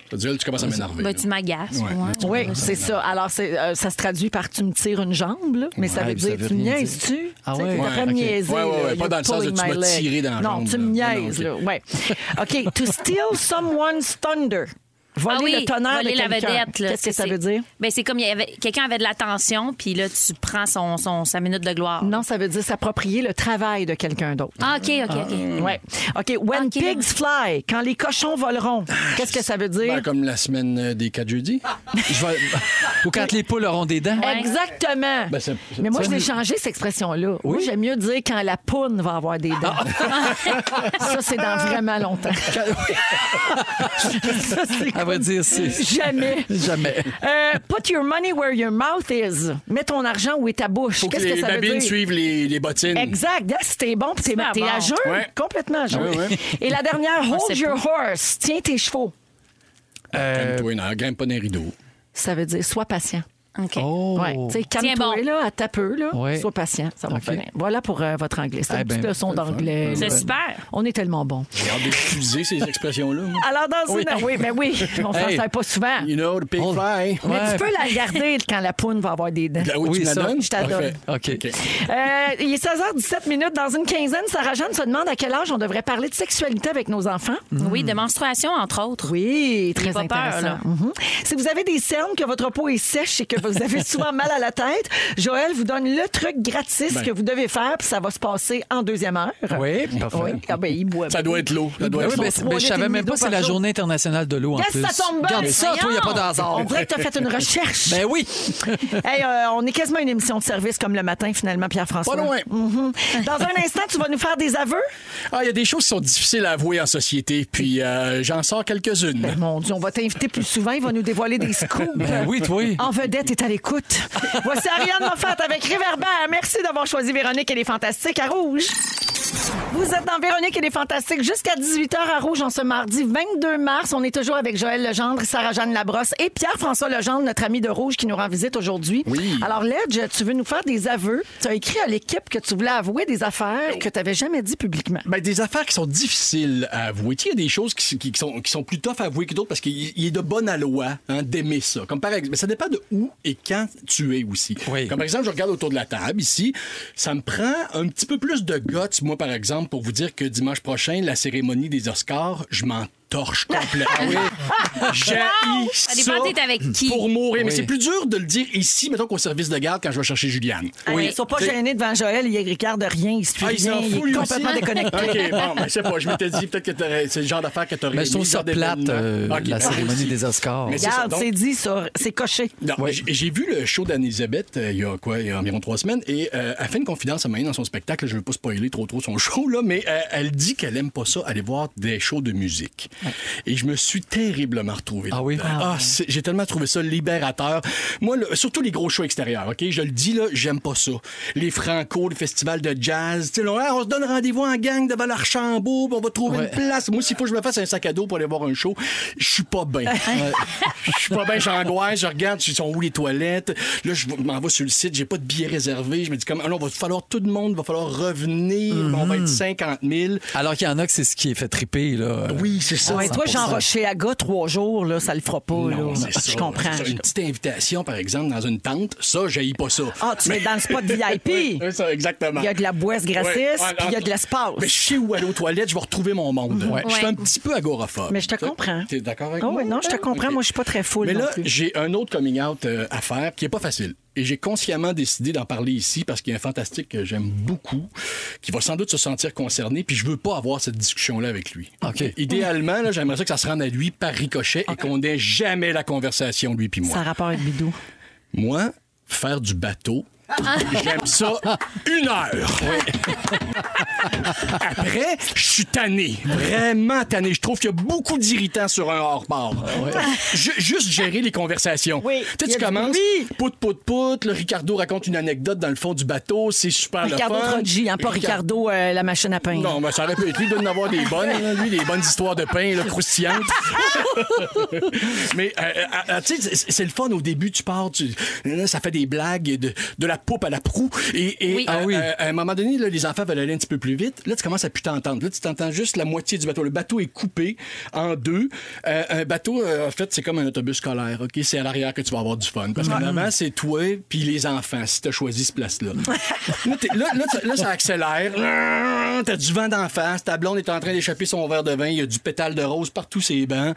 Speaker 3: T'as dit, elle, tu commences à m'énerver.
Speaker 4: Ben,
Speaker 3: là.
Speaker 4: tu m'agaces,
Speaker 3: Ouais.
Speaker 4: moi.
Speaker 1: Oui, c'est ça. Alors, c'est, euh, ça se traduit par tu me tires une jambe, là, mais ça
Speaker 5: Ouais,
Speaker 1: veut
Speaker 5: ça
Speaker 1: dire
Speaker 5: veut
Speaker 1: tu me
Speaker 5: rien
Speaker 1: niaises-tu?
Speaker 5: Ah
Speaker 1: Tu sais,
Speaker 5: ouais.
Speaker 1: t'es en train de
Speaker 3: Ouais, ok.
Speaker 1: niaiser,
Speaker 3: Ouais, ouais,
Speaker 1: là.
Speaker 3: ouais, pas
Speaker 1: You're
Speaker 3: dans le sens de
Speaker 1: pulling
Speaker 3: tu
Speaker 1: my
Speaker 3: m'as
Speaker 1: leg.
Speaker 3: tiré dans la
Speaker 1: Non,
Speaker 3: jambe,
Speaker 1: tu
Speaker 3: là.
Speaker 1: me niaises,
Speaker 3: Ah,
Speaker 1: là. Ouais. OK. To steal someone's thunder. Voler
Speaker 4: Ah oui,
Speaker 1: le tonnerre
Speaker 4: voler
Speaker 1: de
Speaker 4: la
Speaker 1: quelqu'un.
Speaker 4: vedette. là,
Speaker 1: Qu'est-ce
Speaker 4: c'est-
Speaker 1: que ça veut dire?
Speaker 4: Ben, c'est comme il y avait, quelqu'un avait de l'attention, puis là, tu prends son, son, sa minute de gloire.
Speaker 1: Non, ça veut dire s'approprier le travail de quelqu'un d'autre.
Speaker 4: Ah, OK, OK, OK.
Speaker 3: Hmm.
Speaker 1: Ouais. OK. When
Speaker 4: Ok.
Speaker 1: pigs fly, quand les cochons voleront, qu'est-ce que ça veut dire?
Speaker 3: Ah, Ben, comme la semaine euh, des 4 jeudis.
Speaker 1: Ah.
Speaker 3: Je vais-
Speaker 5: Ou quand les poules auront des dents.
Speaker 4: Ouais.
Speaker 1: Exactement.
Speaker 3: Ben, c'est- c'est-
Speaker 1: Mais moi,
Speaker 3: ça,
Speaker 1: je l'ai
Speaker 3: c'est-
Speaker 1: changé, cette expression-là. Moi, j'aime mieux dire quand la poune va avoir des dents.
Speaker 3: Ah.
Speaker 1: ça, c'est dans vraiment longtemps. ça, c'est
Speaker 5: Elle va dire c'est.
Speaker 1: jamais.
Speaker 5: Jamais.
Speaker 1: Euh, put your money where your mouth is. Mets ton argent où est ta bouche.
Speaker 3: Faut que
Speaker 1: Qu'est-ce
Speaker 3: les
Speaker 1: que ça veut
Speaker 3: babines
Speaker 1: dire?
Speaker 3: suivent les, les bottines.
Speaker 1: Exact. Yes, si t'es bon, puis t'es
Speaker 4: pas
Speaker 1: t'es à
Speaker 4: bon.
Speaker 1: jeun.
Speaker 3: Ouais.
Speaker 1: Complètement à jeun.
Speaker 3: Ouais, ouais.
Speaker 1: Et la dernière, hold
Speaker 4: sait
Speaker 1: your horse. Tiens tes chevaux.
Speaker 5: Euh.
Speaker 3: Calme-toi, non, grimpe pas dans les rideaux.
Speaker 1: Ça veut dire sois patient.
Speaker 4: OK.
Speaker 5: Oh.
Speaker 1: Ouais, tu sais, calme-toi,
Speaker 4: Tiens bon.
Speaker 1: là, à ta peu, là.
Speaker 5: Ouais.
Speaker 1: Sois patient, ça va
Speaker 5: Ok.
Speaker 1: finir. Voilà pour euh, votre anglais. C'est
Speaker 5: Eh
Speaker 1: une petite
Speaker 5: ben,
Speaker 1: leçon d'anglais.
Speaker 4: C'est
Speaker 1: là.
Speaker 4: super.
Speaker 1: On est tellement bon.
Speaker 3: Regarde d'utiliser ces expressions-là. moi.
Speaker 1: Alors, dans une. Oui, ben oui, on s'en
Speaker 5: Hey.
Speaker 1: sert pas souvent.
Speaker 3: You know, the pig
Speaker 5: Oh.
Speaker 3: fly.
Speaker 1: Mais
Speaker 5: Ouais.
Speaker 1: tu peux la garder quand la poune va avoir des dents.
Speaker 3: Ah oui,
Speaker 5: Oui,
Speaker 3: tu me la
Speaker 5: ça,
Speaker 3: donnes?
Speaker 1: je te la
Speaker 3: Parfait.
Speaker 1: donne.
Speaker 5: OK.
Speaker 3: OK.
Speaker 1: Euh, il est 16h17 minutes. Dans une quinzaine, Sarah Jeanne se demande à quel âge on devrait parler de sexualité avec nos enfants.
Speaker 4: Oui, de menstruation, entre autres.
Speaker 1: Oui, très
Speaker 4: pas peur,
Speaker 1: intéressant.
Speaker 4: là.
Speaker 1: Mhm. Si vous avez des cernes, que votre peau est sèche et que vous avez souvent mal à la tête, Joël vous donne le truc gratis
Speaker 3: Ben.
Speaker 1: que vous devez faire, puis ça va se passer en deuxième heure.
Speaker 5: Oui, parfait.
Speaker 1: Oui. Ah ben, il boit.
Speaker 3: Ça doit être l'eau. Ça doit
Speaker 5: Ah
Speaker 3: être
Speaker 5: oui,
Speaker 3: l'eau.
Speaker 5: ben, c'est- ben, je savais même pas que c'est la journée internationale de l'eau en
Speaker 1: Qu'est-ce
Speaker 5: plus.
Speaker 1: que ça tombe bien?
Speaker 5: Regarde ça, toi, il n'y a pas d'hasard.
Speaker 1: On dirait que tu as fait une recherche.
Speaker 5: Ben oui.
Speaker 1: Hey, euh, on est quasiment une émission de service comme le matin, finalement, Pierre-François.
Speaker 3: Pas loin.
Speaker 1: Mhm. Dans un instant, tu vas nous faire des aveux.
Speaker 3: Ah, il y a des choses qui sont difficiles à avouer en société, puis euh, j'en sors quelques-unes.
Speaker 1: Ben, Mon Dieu, on va t'inviter plus souvent. Il va nous dévoiler des scoops.
Speaker 5: Ben oui, toi.
Speaker 1: En vedette est à l'écoute. Voici Ariane Moffat avec Réverbère. Merci d'avoir choisi Véronique et les Fantastiques à Rouge. Vous êtes dans Véronique et les Fantastiques jusqu'à 18h à Rouge en ce mardi 22 mars. On est toujours avec Joël Legendre, Sarah-Jeanne Labrosse et Pierre-François Legendre, notre ami de Rouge qui nous rend visite aujourd'hui.
Speaker 3: Oui.
Speaker 1: Alors, Ledge, tu veux nous faire des aveux. Tu as écrit à l'équipe que tu voulais avouer des affaires que tu n'avais jamais dit publiquement.
Speaker 3: Ben, des affaires qui sont difficiles à avouer. Tu sais, Il y a des choses qui, qui- qui sont, qui sont plus tough à avouer que d'autres parce qu'il il est de bonne loi hein, d'aimer ça. Comme par exemple, mais ça dépend de où et quand tu es aussi.
Speaker 5: Oui.
Speaker 3: Comme par exemple, je regarde autour de la table ici, ça me prend un petit peu plus de guts, moi par exemple, pour vous dire que dimanche prochain, la cérémonie des Oscars, je m'en torche complètement. J'ai
Speaker 4: Ah Ça dépend t'es avec qui.
Speaker 3: Pour mourir. Mais
Speaker 5: Oui.
Speaker 3: c'est plus dur de le dire ici, mettons qu'au service de garde quand je vais chercher Juliane.
Speaker 1: Ils sont pas gênés devant Joël. Il regarde rien. Il se
Speaker 3: Ah, il s'en
Speaker 1: rien.
Speaker 3: fout,
Speaker 1: il est
Speaker 3: lui
Speaker 1: complètement
Speaker 3: aussi.
Speaker 1: déconnecté.
Speaker 3: OK, bon, ben, je sais pas. Je m'étais dit peut-être que t'aurais- c'est le genre d'affaire que t'aurais
Speaker 5: Mais je trouve
Speaker 3: aimé,
Speaker 5: ça
Speaker 3: le genre
Speaker 5: plate, euh,
Speaker 3: d'événement. OK,
Speaker 5: la
Speaker 3: ben,
Speaker 5: cérémonie
Speaker 3: merci.
Speaker 5: des Oscars.
Speaker 3: Mais c'est ça,
Speaker 1: Regarde,
Speaker 3: donc-
Speaker 1: c'est dit, ça. C'est coché.
Speaker 3: non, j'ai- J'ai vu le show d'Anne-Elisabeth euh, il y a quoi, il y a environ trois semaines, et euh, elle fait une confidence à Maïn dans son spectacle. Je ne veux pas spoiler trop trop son show, là, mais euh, elle dit qu'elle aime pas ça, aller voir des shows de musique. Et je me suis terriblement retrouvé.
Speaker 5: Ah oui?
Speaker 3: là-dedans. Ah, c'est- j'ai tellement trouvé ça libérateur. Moi, le- surtout les gros shows extérieurs, OK? Je le dis, là, j'aime pas ça. Les Franco, les festivals de jazz, tu sais, là, Ah, on se donne rendez-vous en gang devant l'Archambault, puis on va trouver
Speaker 5: Ouais.
Speaker 3: une place. Moi, s'il faut que je me fasse un sac à dos pour aller voir un show, je suis pas bien. Je suis pas bien, j'angoisse, je regarde, ils sont où les toilettes. Là, je m'en vais sur le site, j'ai pas de billets réservés. Je me dis comme, ah non, va falloir tout le monde, va falloir revenir,
Speaker 5: Mm-hmm.
Speaker 3: on va être 50 000.
Speaker 5: Alors qu'il y en a que c'est ce qui est fait triper, là.
Speaker 3: Oui, c'est ça.
Speaker 1: Ouais, toi,
Speaker 3: 100%.
Speaker 1: Jean Rochelaga, trois jours, là, ça le fera pas.
Speaker 3: Non,
Speaker 1: là. Ah,
Speaker 3: c'est ça.
Speaker 1: Je comprends.
Speaker 3: C'est ça. Une petite invitation, par exemple, dans une tente, ça, j'haïs pas ça.
Speaker 1: Ah, tu
Speaker 3: Mais-
Speaker 1: es dans le spot VIP.
Speaker 3: Oui, ça, exactement.
Speaker 1: Il y a de la boisse gratis,
Speaker 3: Ouais, ouais,
Speaker 1: puis il y a de l'espace.
Speaker 3: Mais je sais où aller aux toilettes, je vais retrouver mon monde. Je suis un petit peu agoraphobe.
Speaker 1: Mais je te comprends.
Speaker 3: T'es d'accord avec
Speaker 1: Ah
Speaker 3: moi?
Speaker 1: oui, non, je te comprends.
Speaker 3: Ok.
Speaker 1: Moi, je suis pas très full
Speaker 3: Mais
Speaker 1: non
Speaker 3: là,
Speaker 1: plus.
Speaker 3: j'ai un autre coming out euh, à faire qui est pas facile. Et j'ai consciemment décidé d'en parler ici parce qu'il y a un fantastique que j'aime beaucoup qui va sans doute se sentir concerné, puis je veux pas avoir cette discussion-là avec lui.
Speaker 5: OK.
Speaker 3: Idéalement, là, j'aimerais ça que ça se rende à lui par ricochet et qu'on n'ait jamais la conversation, lui puis moi.
Speaker 1: Ça a rapport avec Bidou.
Speaker 3: Moi, faire du bateau, j'aime ça une heure. Après, je suis tanné. Vraiment tanné. Je trouve qu'il y a beaucoup d'irritants sur un hors-bord. Ju- juste gérer les conversations.
Speaker 1: Ah Oui,
Speaker 3: Tu
Speaker 1: il y a
Speaker 3: sais, tu
Speaker 1: du
Speaker 3: commences,
Speaker 1: bruit.
Speaker 3: pout, pout, pout. Le Ricardo raconte une anecdote dans le fond du bateau. C'est super
Speaker 1: Ricardo
Speaker 3: le fun.
Speaker 1: Troggi, hein, pas
Speaker 3: Ricardo-
Speaker 1: Ricardo, euh, la machine à pain.
Speaker 3: non, mais ça aurait pu être lui de n'avoir des bonnes, là, lui, des bonnes histoires de pain là, croustillantes. mais euh, euh, euh, tu sais, c'est c'est le fun au début, tu pars, tu, là, ça fait des blagues de, de la la poupe à la proue. Et, et,
Speaker 4: Oui.
Speaker 3: euh,
Speaker 4: Ah oui.
Speaker 3: euh, à un moment donné, là, les enfants veulent aller un petit peu plus vite. Là, tu commences à plus t'entendre. Là, tu t'entends juste la moitié du bateau. Le bateau est coupé en deux. Euh, un bateau, euh, en fait, c'est comme un autobus scolaire. OK? C'est à l'arrière que tu vas avoir du fun. Parce qu'en avant, c'est toi puis les enfants, si tu as choisi ce place-là. là, t'es- là, là, ça- là, ça accélère. T'as du vent d'en face. Ta blonde est en train d'échapper son verre de vin. Il y a du pétale de rose partout ses bancs.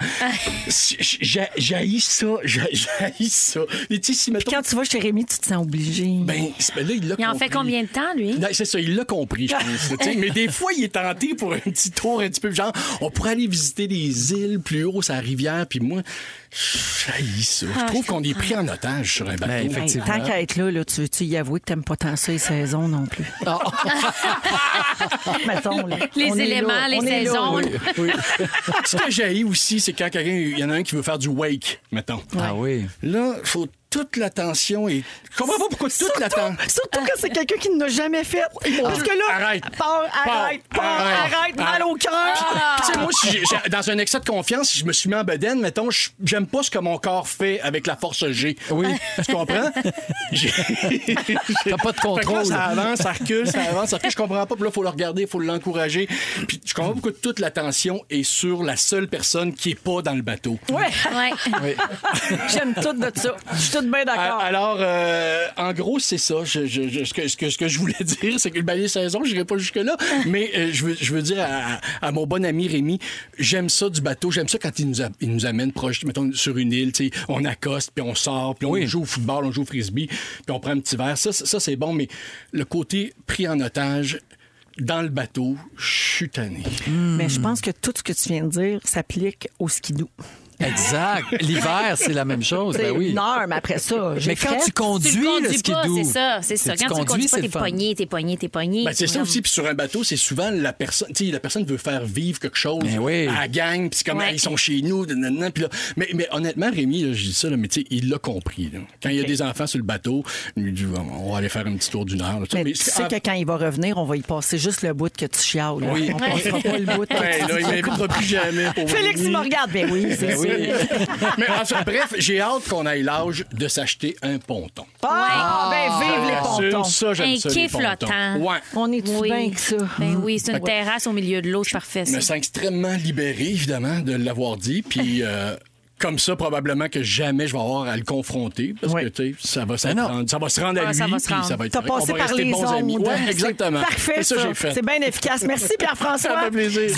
Speaker 3: J'ai j'haïs ça. J'ai- J'haïs ça. Et tu sais, si, mettons,
Speaker 1: Quand tu vas chez Rémi, tu te sens obligé.
Speaker 3: ben, c'est- ben là, il l'a
Speaker 4: Il en fait
Speaker 3: compris.
Speaker 4: combien de temps, lui?
Speaker 3: Non, C'est ça, il l'a compris, je pense. là, tu sais. mais des fois, il est tenté pour un petit tour un petit peu. Genre, on pourrait aller visiter des îles plus haut, sa rivière, puis moi, j'ai ça. Je
Speaker 4: Ah,
Speaker 3: trouve qu'on est pris en otage sur un bateau.
Speaker 5: Ben, effectivement.
Speaker 1: Tant qu'à être là, là, tu veux-tu y avouer que t'aimes pas tant ça les saisons non plus?
Speaker 3: Ah.
Speaker 1: Mettons, là.
Speaker 4: Les
Speaker 1: On est
Speaker 4: éléments,
Speaker 1: là,
Speaker 4: les
Speaker 1: on est là,
Speaker 4: saisons.
Speaker 1: oui.
Speaker 3: Oui. Ce que j'ai aussi, c'est quand quelqu'un, il y en a un qui veut faire du wake, mettons.
Speaker 5: Ah oui.
Speaker 3: Là, faut toute l'attention et. Je comprends pas pourquoi toute l'attention.
Speaker 1: Surtout quand c'est quelqu'un qui n'a jamais fait. Parce que là,
Speaker 3: Ah. Arrête.
Speaker 1: pars, arrête,
Speaker 3: Pars,
Speaker 1: pars,
Speaker 3: arrête. Ah.
Speaker 1: arrête, mal au cœur.
Speaker 3: Tu sais, moi, si j'ai- j'ai- dans un excès de confiance, si je me suis mis en bedaine, mettons, je- j'aime pas ce que mon corps fait avec la force G. Oui. Tu comprends? J'ai-
Speaker 5: T'as pas de
Speaker 3: Fait que là,
Speaker 5: contrôle.
Speaker 3: ça avance, ça recule, ça avance, ça recule. Je comprends pas. Puis là, faut le regarder, faut l'encourager. Puis je comprends pas pourquoi toute l'attention est sur la seule personne qui est pas dans le bateau.
Speaker 1: Ouais,
Speaker 4: Ouais.
Speaker 1: j'aime tout de ça. Je suis toute bien
Speaker 3: Ah,
Speaker 1: d'accord.
Speaker 3: Alors, euh, en gros, c'est ça. Je- je- je- ce, que, ce que- ce que je voulais dire, c'est que le balai saison, je n'irai pas jusque-là, mais euh, je, veux, je veux dire à, à mon bon ami Rémi, j'aime ça du bateau, j'aime ça quand il nous, a- il nous amène proche, mettons, sur une île, tu sais, on accoste, puis on sort, puis on joue au football, on joue au frisbee, puis on prend un petit verre. Ça, c'est- ça c'est bon, mais le côté pris en otage dans le bateau, je suis tanné. hmm.
Speaker 1: Mais je pense que tout ce que tu viens de dire s'applique au skidoo.
Speaker 5: Exact. L'hiver, c'est la même
Speaker 3: Oh,
Speaker 5: chose. Ben oui.
Speaker 1: Une heure, mais après ça, j'ai
Speaker 5: Mais quand
Speaker 1: fret.
Speaker 5: tu
Speaker 4: Tu
Speaker 5: conduis,
Speaker 4: le
Speaker 5: le
Speaker 4: conduis pas,
Speaker 5: skidoo,
Speaker 4: c'est ça, c'est ça. Quand tu le conduis pas,
Speaker 5: c'est
Speaker 4: t'es
Speaker 5: le fun.
Speaker 4: pogné, t'es pogné, t'es pogné.
Speaker 3: Ben, c'est ça aussi. Puis sur un bateau, c'est souvent la personne. Tu sais, la personne veut faire vivre quelque chose
Speaker 5: Ben oui.
Speaker 3: à la gang. Puis c'est comme,
Speaker 4: Ouais.
Speaker 3: ah, ils sont chez nous. nanana, puis là. Mais, mais honnêtement, Rémi, là, je dis ça, là, mais tu sais, il l'a compris. là. Quand il y a des enfants sur le bateau, il lui dit, on va aller faire un petit tour d'une heure. là, tu sais.
Speaker 1: Mais
Speaker 3: Mais
Speaker 1: tu
Speaker 3: c'est-
Speaker 1: sais
Speaker 3: ah,
Speaker 1: que quand il va revenir, on va y passer juste le bout que tu chiales. là.
Speaker 3: Oui.
Speaker 1: On passera pas le bout. que
Speaker 3: ben,
Speaker 1: tu
Speaker 3: là, il
Speaker 1: dis.
Speaker 3: m'invitera plus jamais. Pour
Speaker 1: Félix, il
Speaker 3: Rémi.
Speaker 1: me regarde. Ben oui, c'est
Speaker 3: Ben
Speaker 1: ça.
Speaker 3: oui. mais enfin, bref, j'ai hâte qu'on ait l'âge de s'acheter un ponton.
Speaker 1: Ah, ben vive les
Speaker 3: Assume
Speaker 1: pontons.
Speaker 3: Ça, j'aime
Speaker 4: Un
Speaker 3: ça, les
Speaker 4: quai
Speaker 3: pontons.
Speaker 4: flottant.
Speaker 3: Ouais.
Speaker 1: On est tout
Speaker 4: Oui.
Speaker 1: bien que ça.
Speaker 4: Ben oui, c'est une terrasse au milieu de l'eau, c'est parfait.
Speaker 3: Je
Speaker 4: ça.
Speaker 3: me sens extrêmement libéré, évidemment, de l'avoir dit. Puis euh, comme ça, probablement que jamais je vais avoir à le confronter. Parce
Speaker 1: Ouais.
Speaker 3: que, tu sais, ça va,
Speaker 5: Mais non.
Speaker 3: s'apprendre- ça va se rendre à
Speaker 4: Ah,
Speaker 3: lui.
Speaker 4: ça va se
Speaker 3: puis
Speaker 4: rendre.
Speaker 3: ça va être
Speaker 1: T'as
Speaker 3: correct. On
Speaker 1: passé
Speaker 3: va
Speaker 1: par
Speaker 3: rester
Speaker 1: les
Speaker 3: bons
Speaker 1: ondes.
Speaker 3: amis. Ouais,
Speaker 1: C'est
Speaker 3: exactement.
Speaker 1: Parfait,
Speaker 3: Et ça, j'ai fait.
Speaker 1: C'est bien efficace. Merci,
Speaker 3: Ça
Speaker 1: Pierre-François.
Speaker 3: fait plaisir.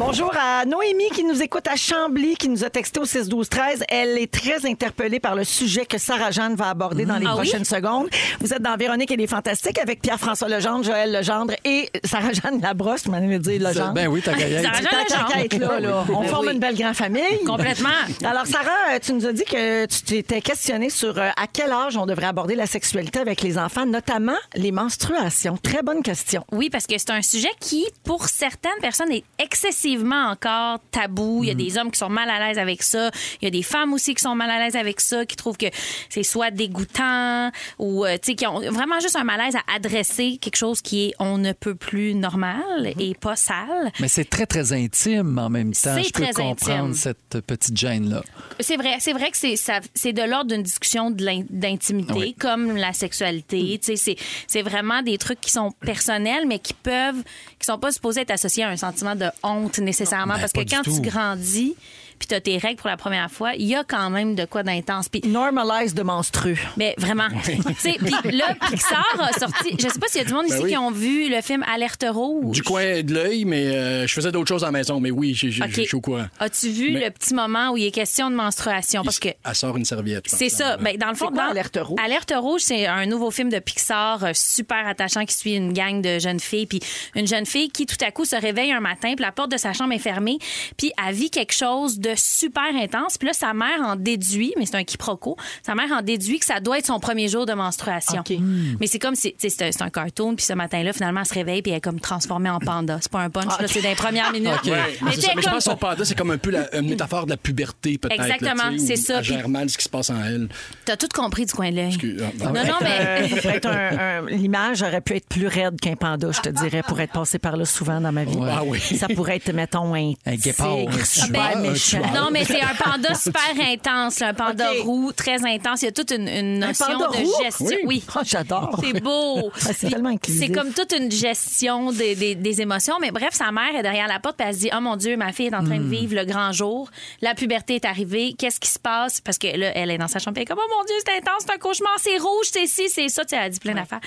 Speaker 1: Bonjour à Noémie qui nous écoute à Chambly, qui nous a texté au 6-12-13. Elle est très interpellée par le sujet que Sarah-Jeanne va aborder dans les
Speaker 4: Ah oui?
Speaker 1: prochaines secondes. Vous êtes dans Véronique et les Fantastiques avec Pierre-François Legendre, Joël Legendre et Sarah-Jeanne Labrosse, je m'en allais dire Legendre.
Speaker 5: Ben oui, t'as gagné.
Speaker 4: Sarah-Jeanne
Speaker 1: Tant qu'à
Speaker 4: Legendre.
Speaker 1: être là, là, on
Speaker 4: Ben
Speaker 1: forme
Speaker 4: oui.
Speaker 1: une belle grande famille.
Speaker 4: Complètement.
Speaker 1: Alors, Sarah, euh, tu nous as dit que tu t'étais questionnée sur euh, à quel âge on devrait aborder la sexualité avec les enfants, notamment les menstruations. Très bonne question.
Speaker 4: Oui, parce que c'est un sujet qui, pour certaines personnes, est excessivement encore tabou.
Speaker 3: Mm-hmm.
Speaker 4: Il y a des hommes qui sont mal à l'aise avec ça. Il y a des femmes aussi qui sont mal à l'aise avec ça, qui trouvent que c'est soit dégoûtant ou, euh, tu sais, qui ont vraiment juste un malaise à adresser quelque chose qui est on ne peut plus normal
Speaker 3: Mm-hmm.
Speaker 4: et pas sale.
Speaker 5: Mais c'est très, très intime en même temps.
Speaker 4: C'est
Speaker 5: Je peux
Speaker 4: très
Speaker 5: comprendre
Speaker 4: intime.
Speaker 5: cette petite gêne-là.
Speaker 4: C'est vrai, c'est vrai que c'est ça- c'est de l'ordre d'une discussion de l'in- d'intimité,
Speaker 5: Oui.
Speaker 4: comme la
Speaker 3: Mm.
Speaker 4: sexualité. Tu sais, c'est c'est vraiment des trucs qui sont personnels, mais qui peuvent, qui sont pas supposés être associés à un sentiment de honte nécessairement,
Speaker 5: Ben,
Speaker 4: parce
Speaker 5: pas
Speaker 4: que
Speaker 5: du
Speaker 4: quand
Speaker 5: tout.
Speaker 4: tu grandis, puis t'as tes règles pour la première fois, il y a quand même de quoi d'intense. Puis
Speaker 1: Normalise de menstru.
Speaker 4: mais vraiment. Tu sais, Puis là, Pixar a sorti. Je sais pas s'il y a du monde ici
Speaker 3: Ben oui.
Speaker 4: qui ont vu le film Alerte Rouge.
Speaker 3: Du coin de l'œil, mais euh, je faisais d'autres choses à la maison. Mais oui, j'ai- j'ai-
Speaker 4: Ok.
Speaker 3: je suis au courant.
Speaker 4: As-tu vu
Speaker 3: Mais-
Speaker 4: le petit moment où il est question de menstruation? Parce que
Speaker 3: Elle sort une serviette. je
Speaker 4: C'est
Speaker 3: pense.
Speaker 4: ça. Ben, dans le fond,
Speaker 1: quoi,
Speaker 4: dans-
Speaker 1: Alerte Rouge?
Speaker 4: Alerte Rouge, c'est un nouveau film de Pixar euh, super attachant qui suit une gang de jeunes filles. Puis une jeune fille qui, tout à coup, se réveille un matin, puis la porte de sa chambre est fermée, puis elle vit quelque chose de super intense. Puis là, sa mère en déduit, mais c'est un quiproquo, sa mère en déduit que ça doit être son premier jour de menstruation.
Speaker 1: OK.
Speaker 4: Mais c'est comme si, tu sais, c'est un- c'est un cartoon, puis ce matin-là, finalement, elle se réveille, puis elle est comme transformée en panda. C'est pas un punch, là, c'est dans les premières minutes.
Speaker 3: Ouais,
Speaker 4: Mais
Speaker 3: Ah, c'est
Speaker 4: tu
Speaker 3: ça.
Speaker 4: sais,
Speaker 3: Mais je
Speaker 4: comme-
Speaker 3: pense que son panda, c'est comme un peu la, une métaphore de la puberté, peut-être. là,
Speaker 4: Exactement,
Speaker 3: tu sais, où
Speaker 4: c'est ça.
Speaker 3: Elle gère
Speaker 4: Puis-
Speaker 3: mal ce qui se passe en elle.
Speaker 4: T'as tout compris du coin de l'œil.
Speaker 3: Excuse- ah,
Speaker 4: Non,
Speaker 3: ouais.
Speaker 4: non, mais.
Speaker 1: Euh, peut-être un- un- L'image aurait pu être plus raide qu'un panda, je te dirais, pour être passé par là souvent dans ma vie.
Speaker 3: Ah oui.
Speaker 1: Ça pourrait être, mettons, un,
Speaker 5: Un guépard,
Speaker 1: tigre Ah, ben,
Speaker 5: un
Speaker 1: super
Speaker 4: tueur, un
Speaker 1: méchant.
Speaker 3: sexuelle.
Speaker 4: Ah, ben, Non, mais c'est un panda super intense, là, un panda
Speaker 1: Ok.
Speaker 4: roux très intense. Il y a toute une, une
Speaker 1: Un
Speaker 4: notion
Speaker 1: panda
Speaker 4: de
Speaker 1: roux?
Speaker 4: gestion.
Speaker 3: Oui.
Speaker 1: Oh, j'adore.
Speaker 4: C'est beau.
Speaker 1: Ah, c'est tellement inclusif.
Speaker 4: C'est comme toute une gestion des, des- des émotions. Mais bref, sa mère est derrière la porte et elle se dit Oh mon Dieu, ma fille est en
Speaker 3: Hmm.
Speaker 4: train de vivre le grand jour. La puberté est arrivée. Qu'est-ce qui se passe Parce que là, elle est dans sa chambre. Elle est comme Oh mon Dieu, c'est intense, c'est un cauchemar, c'est rouge, c'est ci, c'est ça. Tu sais, elle a dit plein d'affaires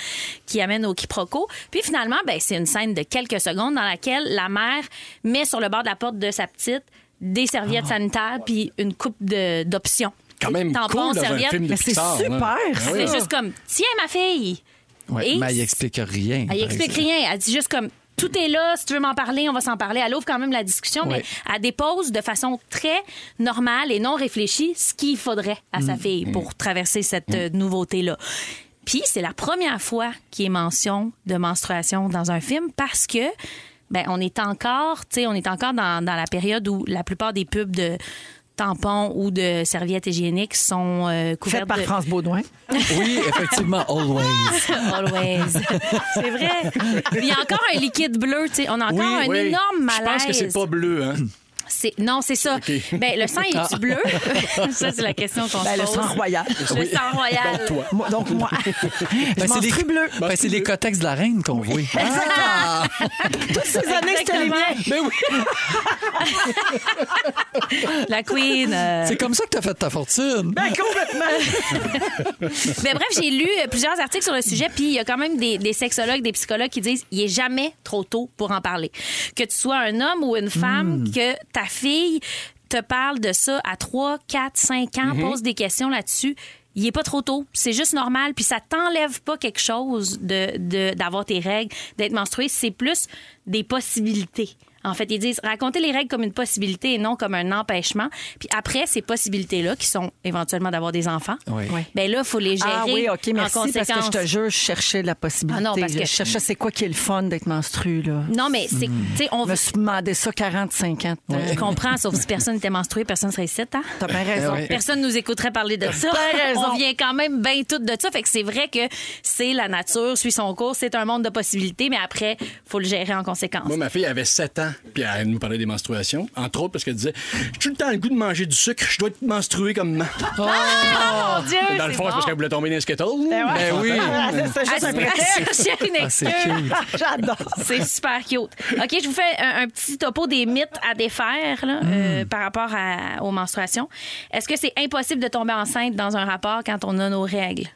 Speaker 4: qui amènent au quiproquo. Puis finalement, ben, c'est une scène de quelques secondes dans laquelle la mère met sur le bord de la porte de sa petite des serviettes sanitaires puis une coupe de- d'options.
Speaker 3: Ah. Quand même
Speaker 4: Tampons,
Speaker 3: cool dans un
Speaker 4: serviettes.
Speaker 3: film de
Speaker 1: Mais c'est
Speaker 3: Pixar. là.
Speaker 1: super,
Speaker 3: Ah
Speaker 1: ça.
Speaker 3: oui.
Speaker 4: C'est juste comme Tiens, ma fille
Speaker 5: Ouais,
Speaker 4: Et
Speaker 5: mais elle explique rien.
Speaker 4: elle
Speaker 5: par
Speaker 4: explique
Speaker 5: exemple.
Speaker 4: rien. Elle dit juste comme tout est là, si tu veux m'en parler, on va s'en parler. Elle ouvre quand même la discussion,
Speaker 5: Ouais.
Speaker 4: mais elle dépose de façon très normale et non réfléchie ce qu'il faudrait à
Speaker 5: Mm.
Speaker 4: sa fille pour traverser cette euh, nouveauté-là. Puis c'est la première fois qu'il est mention de menstruation dans un film parce que ben on est encore, tu sais, on est encore dans, dans la période où la plupart des pubs de tampons ou de serviettes hygiéniques sont euh,
Speaker 1: Fait
Speaker 4: couvertes
Speaker 1: par
Speaker 4: de-
Speaker 1: France Baudouin.
Speaker 5: Oui, effectivement, always.
Speaker 4: Always. C'est vrai. Il y a encore un liquide bleu, tu sais. On a encore
Speaker 3: Oui,
Speaker 4: un
Speaker 3: oui.
Speaker 4: énorme malaise.
Speaker 3: Je pense que c'est pas bleu, hein?
Speaker 4: C'est- Non, c'est ça. Ben, le sang
Speaker 3: Ah.
Speaker 4: est-tu bleu? ça, c'est la question qu'on
Speaker 1: Ben,
Speaker 4: se
Speaker 1: le
Speaker 4: pose.
Speaker 1: sang royal.
Speaker 4: Le sang royal.
Speaker 3: Donc, toi.
Speaker 1: Moi- donc, moi, je
Speaker 5: Ben, c'est des-
Speaker 1: menstrue bleu.
Speaker 5: Ben, c'est les cotex de la reine qu'on voit. hein?
Speaker 1: Toutes ces années, c'était les
Speaker 4: Exactement.
Speaker 1: miens.
Speaker 5: Ben oui,
Speaker 4: La queen. euh,
Speaker 5: c'est comme ça que t'as fait ta fortune.
Speaker 1: Ben, complètement.
Speaker 4: Mais bref, j'ai lu euh, plusieurs articles sur le sujet, puis il y a quand même des, des sexologues, des psychologues qui disent il est jamais trop tôt pour en parler. Que tu sois un homme ou une femme, que ta fille te parle de ça à 3, 4, 5 ans, pose des questions là-dessus. Il est pas trop tôt, c'est juste normal, puis ça t'enlève pas quelque chose de de- d'avoir tes règles, d'être menstruée, c'est plus des possibilités. En fait, ils disent raconter les règles comme une possibilité et non comme un empêchement. Puis après ces possibilités-là, qui sont éventuellement d'avoir des enfants,
Speaker 5: Oui.
Speaker 4: ben là, faut les
Speaker 1: Ah
Speaker 4: gérer
Speaker 1: oui, OK,
Speaker 4: en
Speaker 1: merci. Parce que
Speaker 4: conséquence.
Speaker 1: je te jure, je cherchais la possibilité.
Speaker 4: Ah non, parce que-
Speaker 1: Je cherchais c'est quoi qui est le fun d'être menstru, là.
Speaker 4: Non, mais c'est, tu sais, on
Speaker 1: Je me suis demandé ça 45 ans. de temps.
Speaker 4: je comprends, sauf si personne n'était menstrué, personne serait ici, hein?
Speaker 1: T'as bien raison.
Speaker 5: Eh oui.
Speaker 4: Personne nous écouterait parler de ça.
Speaker 1: raison.
Speaker 4: On vient quand même bien toutes de ça. Fait que c'est vrai que c'est la nature, suit son cours, c'est un monde de possibilités, mais après, faut le gérer en conséquence.
Speaker 3: Moi, ma fille avait 7 ans, puis elle nous parlait des menstruations, entre autres parce qu'elle disait J'ai tout le temps le goût de manger du sucre, je dois être menstruée comme maman.
Speaker 4: Mon Dieu,
Speaker 3: Dans le
Speaker 4: c'est
Speaker 3: fond, c'est parce
Speaker 4: bon.
Speaker 3: qu'elle voulait tomber dans les Skittles.
Speaker 5: Ben oui.
Speaker 1: Ah, C'est juste un
Speaker 4: Elle-
Speaker 1: prétexte.
Speaker 4: elle cherchait une
Speaker 5: Ah, c'est
Speaker 4: excuse.
Speaker 5: cute.
Speaker 1: J'adore.
Speaker 4: C'est super cute. OK, je vous fais un, un petit topo des mythes à défaire là, euh, par rapport à- aux menstruations. Est-ce que c'est impossible de tomber enceinte dans un rapport quand on a nos règles?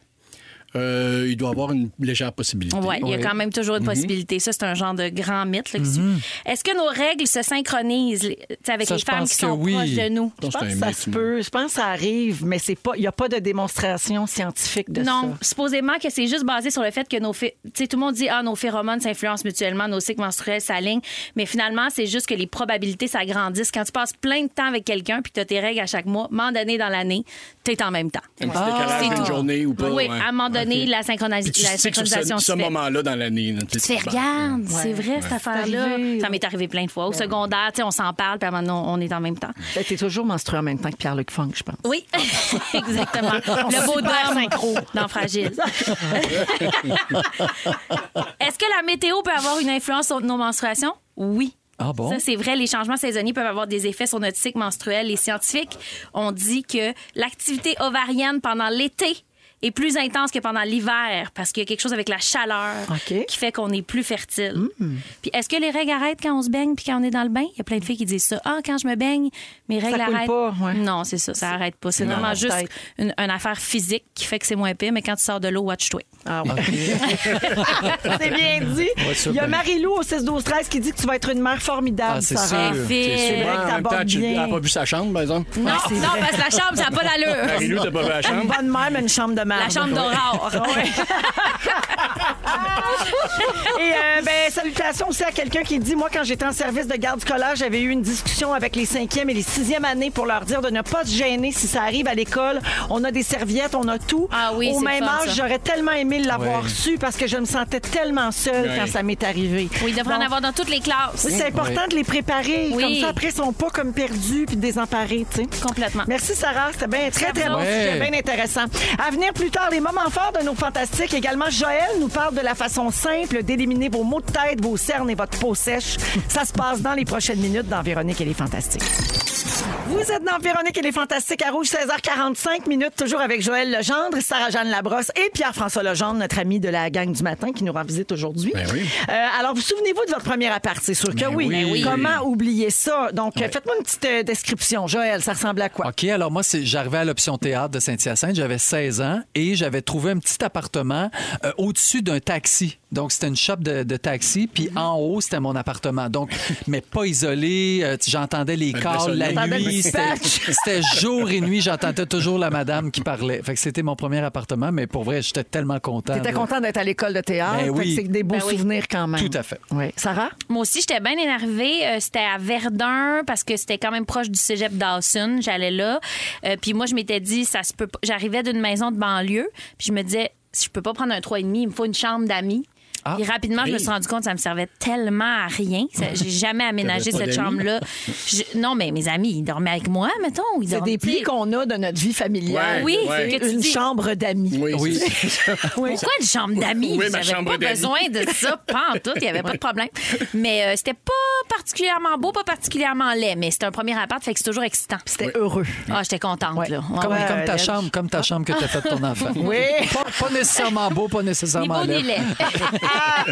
Speaker 3: Euh, il doit avoir une légère possibilité.
Speaker 4: Oui, il y a
Speaker 5: Ouais.
Speaker 4: quand même toujours
Speaker 3: Mhm.
Speaker 4: une possibilité. Ça, c'est un genre de grand mythe. là, qui suit. Est-ce que nos règles se synchronisent les- tu sais, avec
Speaker 5: Ça,
Speaker 4: les
Speaker 5: je
Speaker 4: femmes
Speaker 5: pense
Speaker 4: qui
Speaker 5: que
Speaker 4: sont
Speaker 5: oui.
Speaker 4: proches de nous?
Speaker 3: Je pense
Speaker 1: Je
Speaker 3: que
Speaker 1: pense
Speaker 3: c'est
Speaker 1: que
Speaker 3: un
Speaker 1: ça
Speaker 3: mythe,
Speaker 1: se peut. Je pense que ça arrive, mais c'est pas. Il n'y a pas de démonstration scientifique de
Speaker 4: non,
Speaker 1: ça.
Speaker 4: supposément que c'est juste basé sur le fait que nos fé- tu sais tout le monde dit ah nos phéromones s'influencent mutuellement, nos cycles menstruels s'alignent, mais finalement c'est juste que les probabilités s'agrandissent quand tu passes plein de temps avec quelqu'un puis que tu as tes règles à chaque mois, moment donné dans l'année, tu es en même temps.
Speaker 3: Un petit décalage d'une journée ou pas.
Speaker 4: Ah, oui,
Speaker 3: ouais.
Speaker 4: à un moment donné
Speaker 3: Ok.
Speaker 4: la, synchronis-
Speaker 3: Puis tu
Speaker 4: la
Speaker 3: sais que sur ce,
Speaker 4: synchronisation
Speaker 3: ce
Speaker 4: se fait.
Speaker 3: moment-là dans l'année. là,
Speaker 4: Tu fais,
Speaker 3: bon.
Speaker 4: regarde, c'est vrai cette affaire-là. Ben
Speaker 1: arrivé.
Speaker 4: Ça m'est arrivé plein de fois. Au secondaire, tu sais, on s'en parle, puis à un moment donné, on est en même temps.
Speaker 1: Ben, T'es toujours menstrué en même temps que Pierre-Luc Funk, je pense.
Speaker 4: Oui, exactement. Le beau dame dans Fragile. Est-ce que la météo peut avoir une influence sur nos menstruations? Oui.
Speaker 5: Ah bon?
Speaker 4: Ça, c'est vrai, les changements saisonniers peuvent avoir des effets sur notre cycle menstruel. Les scientifiques ont dit que l'activité ovarienne pendant l'été est plus intense que pendant l'hiver parce qu'il y a quelque chose avec la chaleur
Speaker 1: OK. Hmm.
Speaker 4: qui fait qu'on est plus fertile. Puis est-ce que les règles arrêtent quand on se baigne puis quand on est dans le bain? Il y a plein de filles qui disent ça. Ah, quand je me baigne, mes règles
Speaker 1: coule
Speaker 4: arrêtent.
Speaker 1: pas, ouais.
Speaker 4: Non, c'est ça, ça arrête pas. C'est vraiment juste
Speaker 1: peut-être.
Speaker 4: une, une affaire physique qui fait que c'est moins pire, mais quand tu sors de l'eau, watch-toi.
Speaker 1: Ah ouais. c'est bien dit.
Speaker 5: ça,
Speaker 1: Il y a
Speaker 5: ben.
Speaker 1: Marie-Lou au 6-12-13 qui dit que tu vas être une mère formidable,
Speaker 5: Ah, c'est
Speaker 1: Sarah.
Speaker 5: sûr.
Speaker 3: C'est
Speaker 4: Parfait.
Speaker 1: vrai que
Speaker 3: souvent, en même temps,
Speaker 1: t'abordes
Speaker 3: tu
Speaker 1: bien.
Speaker 3: n'as pas bu sa chambre, par exemple.
Speaker 4: Non, non, parce que la chambre, ça n'a pas d'allure.
Speaker 3: Marie-Lou, t'as pas bu la
Speaker 1: Une
Speaker 3: chambre.
Speaker 1: bonne mère, mais une chambre de mère.
Speaker 4: La chambre d'horreur.
Speaker 1: Et euh, ben, salutations aussi à quelqu'un qui dit Moi, quand j'étais en service de garde scolaire, j'avais eu une discussion avec les cinquièmes et les sixièmes années pour leur dire de ne pas se gêner si ça arrive à l'école. On a des serviettes, on a tout.
Speaker 4: Ah oui,
Speaker 1: Au
Speaker 4: c'est
Speaker 1: même
Speaker 4: fun,
Speaker 1: âge,
Speaker 4: ça.
Speaker 1: j'aurais tellement aimé l'avoir
Speaker 5: Ouais.
Speaker 1: su parce que je me sentais tellement seule
Speaker 3: Ouais.
Speaker 1: quand ça m'est arrivé.
Speaker 4: Oui, il devrait en
Speaker 1: Donc,
Speaker 4: avoir dans toutes les classes.
Speaker 1: C'est important de les préparer.
Speaker 4: Oui.
Speaker 1: Comme ça, après, ils sont pas comme perdus puis désemparés. tu sais.
Speaker 4: Complètement.
Speaker 1: Merci, Sarah. C'était bien, très, très bon
Speaker 5: Ouais.
Speaker 1: sujet, bien intéressant. À venir plus tard, les moments forts de nos fantastiques. Également, Joël nous parle de la façon simple d'éliminer vos maux de tête, vos cernes et votre peau sèche. Ça se passe dans les prochaines minutes dans Véronique et les Fantastiques. Vous êtes dans Véronique et les Fantastiques à Rouge, 16h45 minutes, toujours avec Joël Legendre, Sarah-Jeanne Labrosse et Pierre-François Legendre, notre ami de la gang du matin qui nous rend visite aujourd'hui.
Speaker 3: Ben oui.
Speaker 1: Euh, alors, vous souvenez-vous de votre première appart, c'est sûr que
Speaker 3: Ben
Speaker 1: oui.
Speaker 3: oui. Ben oui.
Speaker 1: Comment oublier ça? Donc, euh, faites-moi une petite euh, description, Joël, ça ressemble à quoi?
Speaker 3: Ah,
Speaker 5: OK, alors moi, c'est- j'arrivais à l'option théâtre de Saint-Hyacinthe, j'avais 16 ans et j'avais trouvé un petit appartement euh, au-dessus d'un taxi. Donc, c'était une shop de, de taxi, puis en haut, c'était mon appartement. Donc, mais pas isolé, euh, tu- j'entendais les
Speaker 3: Ben,
Speaker 5: calls
Speaker 3: désolé.
Speaker 5: la
Speaker 1: T'entendais le
Speaker 5: nuit. C'était
Speaker 1: dispatch.
Speaker 5: c'était jour et nuit, j'entendais toujours la madame qui parlait. Fait que c'était mon premier appartement, mais pour vrai, j'étais tellement content.
Speaker 1: T'étais
Speaker 5: là.
Speaker 1: content d'être à l'école de théâtre.
Speaker 5: Ben
Speaker 1: Fait que
Speaker 5: oui.
Speaker 1: C'est des beaux
Speaker 4: Ben oui.
Speaker 1: souvenirs quand même.
Speaker 5: Tout à fait.
Speaker 1: Oui. Sarah?
Speaker 4: Moi aussi, j'étais bien énervée. Euh, c'était à Verdun parce que c'était quand même proche du cégep Dawson. J'allais là. Euh, puis moi, je m'étais dit, ça se peut pas. J'arrivais d'une maison de banlieue. Puis je me disais, si je peux pas prendre un 3,5, il me faut une chambre d'amis.
Speaker 5: Ah,
Speaker 4: et rapidement, je me
Speaker 3: oui.
Speaker 4: suis rendu compte que ça me servait tellement à rien. Ça- J'ai jamais aménagé
Speaker 3: T'avais pas
Speaker 4: cette
Speaker 3: d'amis?
Speaker 4: chambre-là. Je- Non, mais mes amis, ils dormaient avec moi, mettons. ou ils
Speaker 1: C'est
Speaker 4: dormaient-
Speaker 1: des plis qu'on a de notre vie familiale.
Speaker 4: Oui,
Speaker 3: Ouais.
Speaker 4: c'est que tu
Speaker 1: Une
Speaker 4: dis.
Speaker 1: chambre d'amis.
Speaker 3: Oui,
Speaker 5: Oui.
Speaker 3: c'est ça.
Speaker 1: Oui.
Speaker 4: Pourquoi une chambre d'amis?
Speaker 3: Oui, ma
Speaker 4: J'avais
Speaker 3: chambre
Speaker 4: pas
Speaker 3: d'amis.
Speaker 4: besoin de ça, pas en tout. Il n'y avait pas de problème. Mais euh, c'était pas particulièrement beau, pas particulièrement laid. Mais c'était un premier appart, fait que c'est toujours excitant.
Speaker 1: C'était heureux.
Speaker 4: Ah, j'étais contente,
Speaker 1: Ouais.
Speaker 4: là. Ouais,
Speaker 5: Comme,
Speaker 4: ouais.
Speaker 5: comme ta
Speaker 1: euh,
Speaker 5: chambre, comme ta chambre que t'as faite ton enfant.
Speaker 1: Oui.
Speaker 5: Pas, pas nécessairement beau, pas
Speaker 4: Ni
Speaker 5: nécessairement
Speaker 4: beau ni
Speaker 5: laid.
Speaker 4: laid.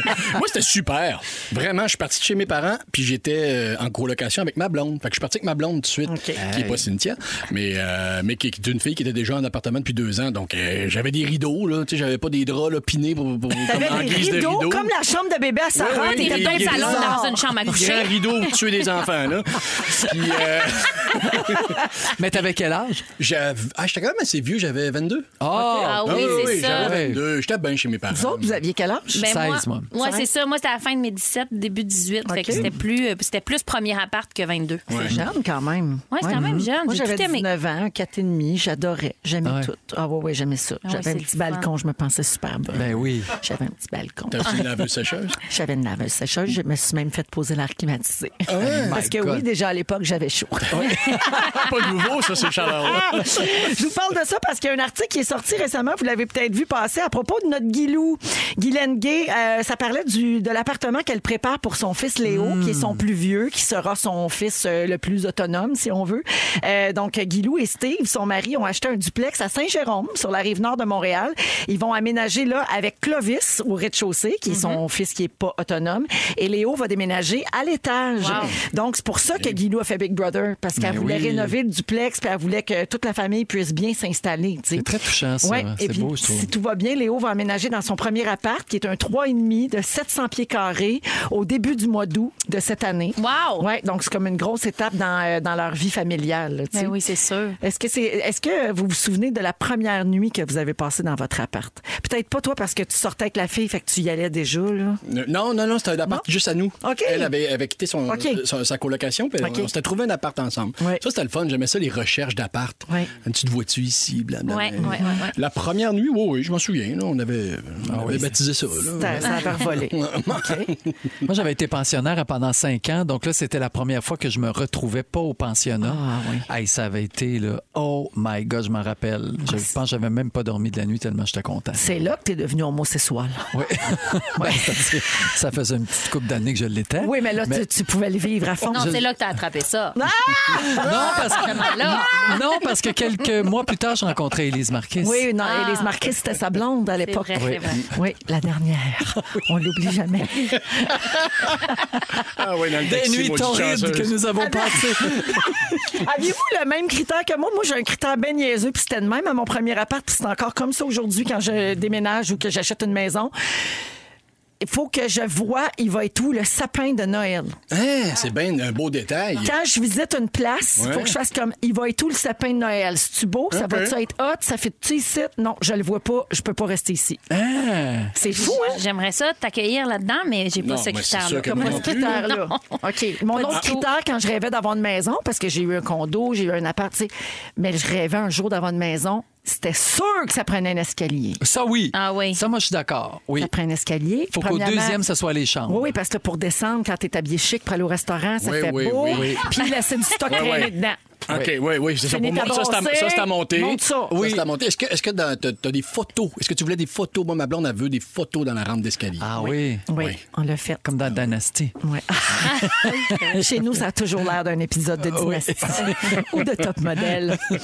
Speaker 3: Moi, c'était super. Vraiment, je suis parti de chez mes parents, puis j'étais euh, en colocation avec ma blonde. Fait que je suis parti avec ma blonde tout de suite, qui n'est pas Cynthia, mais, euh, mais qui est une fille qui était déjà en appartement depuis deux ans. Donc, euh, j'avais des rideaux, là. Tu sais, j'avais pas des draps, là, pinés pour, pour- comme en
Speaker 1: T'avais des
Speaker 3: grise de
Speaker 1: rideaux,
Speaker 3: rideaux.
Speaker 1: comme la chambre de bébé à Sarah.
Speaker 3: Oui, oui,
Speaker 1: T'étais
Speaker 3: des-
Speaker 1: dans
Speaker 4: dans le
Speaker 3: des
Speaker 4: salon,
Speaker 3: bizarres.
Speaker 4: dans une chambre à
Speaker 3: Des
Speaker 4: coucher.
Speaker 3: grands rideaux pour tuer des enfants, là. Puis, euh,
Speaker 5: Mais t'avais quel âge?
Speaker 3: j'avais- ah, j'étais quand même assez vieux, j'avais 22.
Speaker 4: Ah oui,
Speaker 3: Ah
Speaker 4: c'est ça.
Speaker 3: J'avais 22. J'étais bien chez mes parents.
Speaker 1: Vous autres, Oh, vous aviez quel âge?
Speaker 4: Ben, moi,
Speaker 5: 16, moi.
Speaker 4: ouais, c'est ça. Moi, c'était à la fin de mes 17, début 18. Fait que
Speaker 1: OK.
Speaker 4: c'était plus, euh, c'était plus premier appart que 22.
Speaker 1: C'est jeune quand même.
Speaker 4: Ouais, c'est quand même jeune.
Speaker 1: Mhm. Moi,
Speaker 4: J'ai
Speaker 1: j'avais
Speaker 4: tout aimé.
Speaker 1: 19 ans, 4,5. J'adorais. J'aimais
Speaker 5: Ouais.
Speaker 1: tout. Ah ouais, ouais, j'aimais ça.
Speaker 4: ouais,
Speaker 1: J'avais
Speaker 4: c'est
Speaker 1: un
Speaker 4: le
Speaker 1: petit
Speaker 4: fun.
Speaker 1: balcon. Je me pensais super bonne.
Speaker 5: Ben oui.
Speaker 1: J'avais un petit balcon.
Speaker 3: T'as une laveuse sécheuse?
Speaker 1: J'avais une laveuse sécheuse. Je me suis même fait poser l'air climatisé. Parce que
Speaker 5: God.
Speaker 1: oui, déjà à l'époque, j'avais chaud.
Speaker 3: pas nouveau, ça, c'est chaleur
Speaker 1: Je vous parle de ça parce qu'il y a un article qui est sorti récemment, vous l'avez peut-être vu passer, à propos de notre Guilou. Guylaine Gay, euh, ça parlait du, de l'appartement qu'elle prépare pour son fils Léo,
Speaker 5: Hmm.
Speaker 1: qui est son plus vieux, qui sera son fils euh, le plus autonome, si on veut. Euh, donc, Guilou et Steve, son mari, ont acheté un duplex à Saint-Jérôme, sur la rive nord de Montréal. Ils vont aménager là avec Clovis au rez-de-chaussée, qui est
Speaker 5: Mhm.
Speaker 1: son fils qui est pas autonome. Et Léo va déménager à l'étage. Donc, c'est pour ça que Guilou a fait Big Brother, parce qu'elle
Speaker 5: Ben
Speaker 1: voulait
Speaker 5: oui.
Speaker 1: rénover le duplex, puis elle voulait que toute la famille puisse bien s'installer. tu sais.
Speaker 5: C'est très touchant, ça.
Speaker 1: Ouais,
Speaker 5: C'est
Speaker 1: et puis,
Speaker 5: beau, je trouve.
Speaker 1: Si tout va bien, Léo va emménager dans son premier appart, qui est un 3,5 de 700 pieds carrés, au début du mois d'août de cette année.
Speaker 4: Wow!
Speaker 1: Ouais, donc c'est comme une grosse étape dans, euh, dans leur vie familiale. là, tu sais.
Speaker 4: Ben oui, c'est sûr.
Speaker 1: Est-ce que c'est est-ce que vous vous souvenez de la première nuit que vous avez passée dans votre appart Peut-être pas toi parce que tu sortais avec la fille fait que tu y allais déjà là.
Speaker 3: Non, non, non, c'était un appart
Speaker 1: Non?
Speaker 3: juste à nous.
Speaker 1: OK.
Speaker 3: Elle avait, avait quitté son,
Speaker 1: OK.
Speaker 3: euh, sa, sa colocation, puis
Speaker 1: OK.
Speaker 3: on s'était trouvé un appart ensemble.
Speaker 1: Ouais.
Speaker 3: Ça, c'était le fun. J'aimais ça, les recherches d'appart.
Speaker 1: Ouais.
Speaker 3: Une petite voiture ici, blablabla.
Speaker 4: Ouais, ouais, ouais, ouais.
Speaker 3: La première nuit, oui, oui, je m'en souviens. là, on avait, on avait baptisé ça. là.
Speaker 1: Ça, ça avait revolé. OK.
Speaker 5: Moi, j'avais été pensionnaire pendant cinq ans, donc là, c'était la première fois que je me retrouvais pas au pensionnat.
Speaker 1: Ah, oui.
Speaker 5: Hey, ça avait été, là, oh my God, je m'en rappelle.
Speaker 1: Ah,
Speaker 5: Je pense que j'avais même pas dormi de la nuit tellement j'étais content.
Speaker 1: C'est là que t'es devenu homosexuel.
Speaker 5: Oui. Ben, c'est-à-dire, ça faisait une petite couple d'années que je l'étais.
Speaker 1: Oui, mais là tu, tu pouvais le vivre à fond.
Speaker 4: Non,
Speaker 1: Je-
Speaker 4: c'est là que t'as attrapé ça.
Speaker 5: Non, parce que...
Speaker 4: Là,
Speaker 5: non, parce que quelques mois plus tard, je rencontrais Élise Marquis.
Speaker 1: Oui, non,
Speaker 4: Ah.
Speaker 1: Élise Marquis, c'était sa blonde à l'époque.
Speaker 4: vrai, c'est vrai.
Speaker 1: Oui, la dernière. On l'oublie jamais.
Speaker 3: Ah, ouais, dans le
Speaker 5: Des
Speaker 3: taxi,
Speaker 5: nuits
Speaker 3: moi, je suis
Speaker 5: torrides
Speaker 3: chanceuse.
Speaker 5: que nous
Speaker 1: Ah,
Speaker 5: avons passées.
Speaker 1: Aviez-vous le même critère que moi? Moi, j'ai un critère ben niaiseux, puis c'était le même à mon premier appart, puis c'est encore comme ça aujourd'hui quand je déménage ou que j'achète une maison. Il faut que je vois, il va être où, le sapin de Noël.
Speaker 3: Hein, c'est bien un beau détail.
Speaker 1: Quand je visite une place, il faut
Speaker 3: Ouais.
Speaker 1: que je fasse comme, il va être où le sapin de Noël? C'est-tu beau? Ça
Speaker 3: Ok.
Speaker 1: va-tu être hot? Ça fait-tu ici? Non, je le vois pas, je peux pas rester ici.
Speaker 5: Ah.
Speaker 1: C'est fou, hein?
Speaker 4: J'aimerais ça t'accueillir là-dedans, mais j'ai pas
Speaker 3: Non,
Speaker 4: ce
Speaker 3: mais c'est
Speaker 4: critère-là.
Speaker 3: sûr que
Speaker 1: Pas
Speaker 3: moi
Speaker 1: ce
Speaker 3: non plus.
Speaker 1: critère-là.
Speaker 4: Non.
Speaker 1: OK. Mon
Speaker 4: Pas
Speaker 1: autre
Speaker 4: du tout.
Speaker 1: critère, quand je rêvais d'avoir une maison, parce que j'ai eu un condo, j'ai eu un appart, tu sais, mais je rêvais un jour d'avoir une maison, c'était sûr que ça prenait un escalier.
Speaker 5: Ça, oui.
Speaker 4: Ah oui.
Speaker 5: Ça, moi, je suis d'accord. Oui.
Speaker 1: Ça prend un escalier.
Speaker 5: Faut qu'au
Speaker 1: Premièrement-
Speaker 5: deuxième, ce soit les chambres.
Speaker 1: Oui, oui, parce que pour descendre, quand t'es habillé chic pour aller au restaurant, ça
Speaker 3: Oui,
Speaker 1: fait
Speaker 3: oui,
Speaker 1: beau.
Speaker 3: oui.
Speaker 1: Puis laisser du stock
Speaker 3: Ouais,
Speaker 1: traîner
Speaker 3: ouais.
Speaker 1: dedans.
Speaker 3: OK, oui, oui, c'est ça.
Speaker 1: Fini
Speaker 3: Pour moi,
Speaker 1: ta
Speaker 3: ça, c'est à-
Speaker 1: brossée.
Speaker 3: ça, c'est à monter.
Speaker 1: Monte ça.
Speaker 3: Oui. c'est à monter. Est-ce que est-ce que dans- t'as t'as des photos? Est-ce que tu voulais des photos? Moi, ma blonde, elle veut des photos dans la rampe d'escalier.
Speaker 5: Ah oui.
Speaker 1: Oui,
Speaker 3: Oui.
Speaker 1: on l'a fait.
Speaker 5: Comme dans Dynasty.
Speaker 1: Ouais. Chez nous, ça a toujours l'air d'un épisode de Dynastie ou de Top Model. Euh,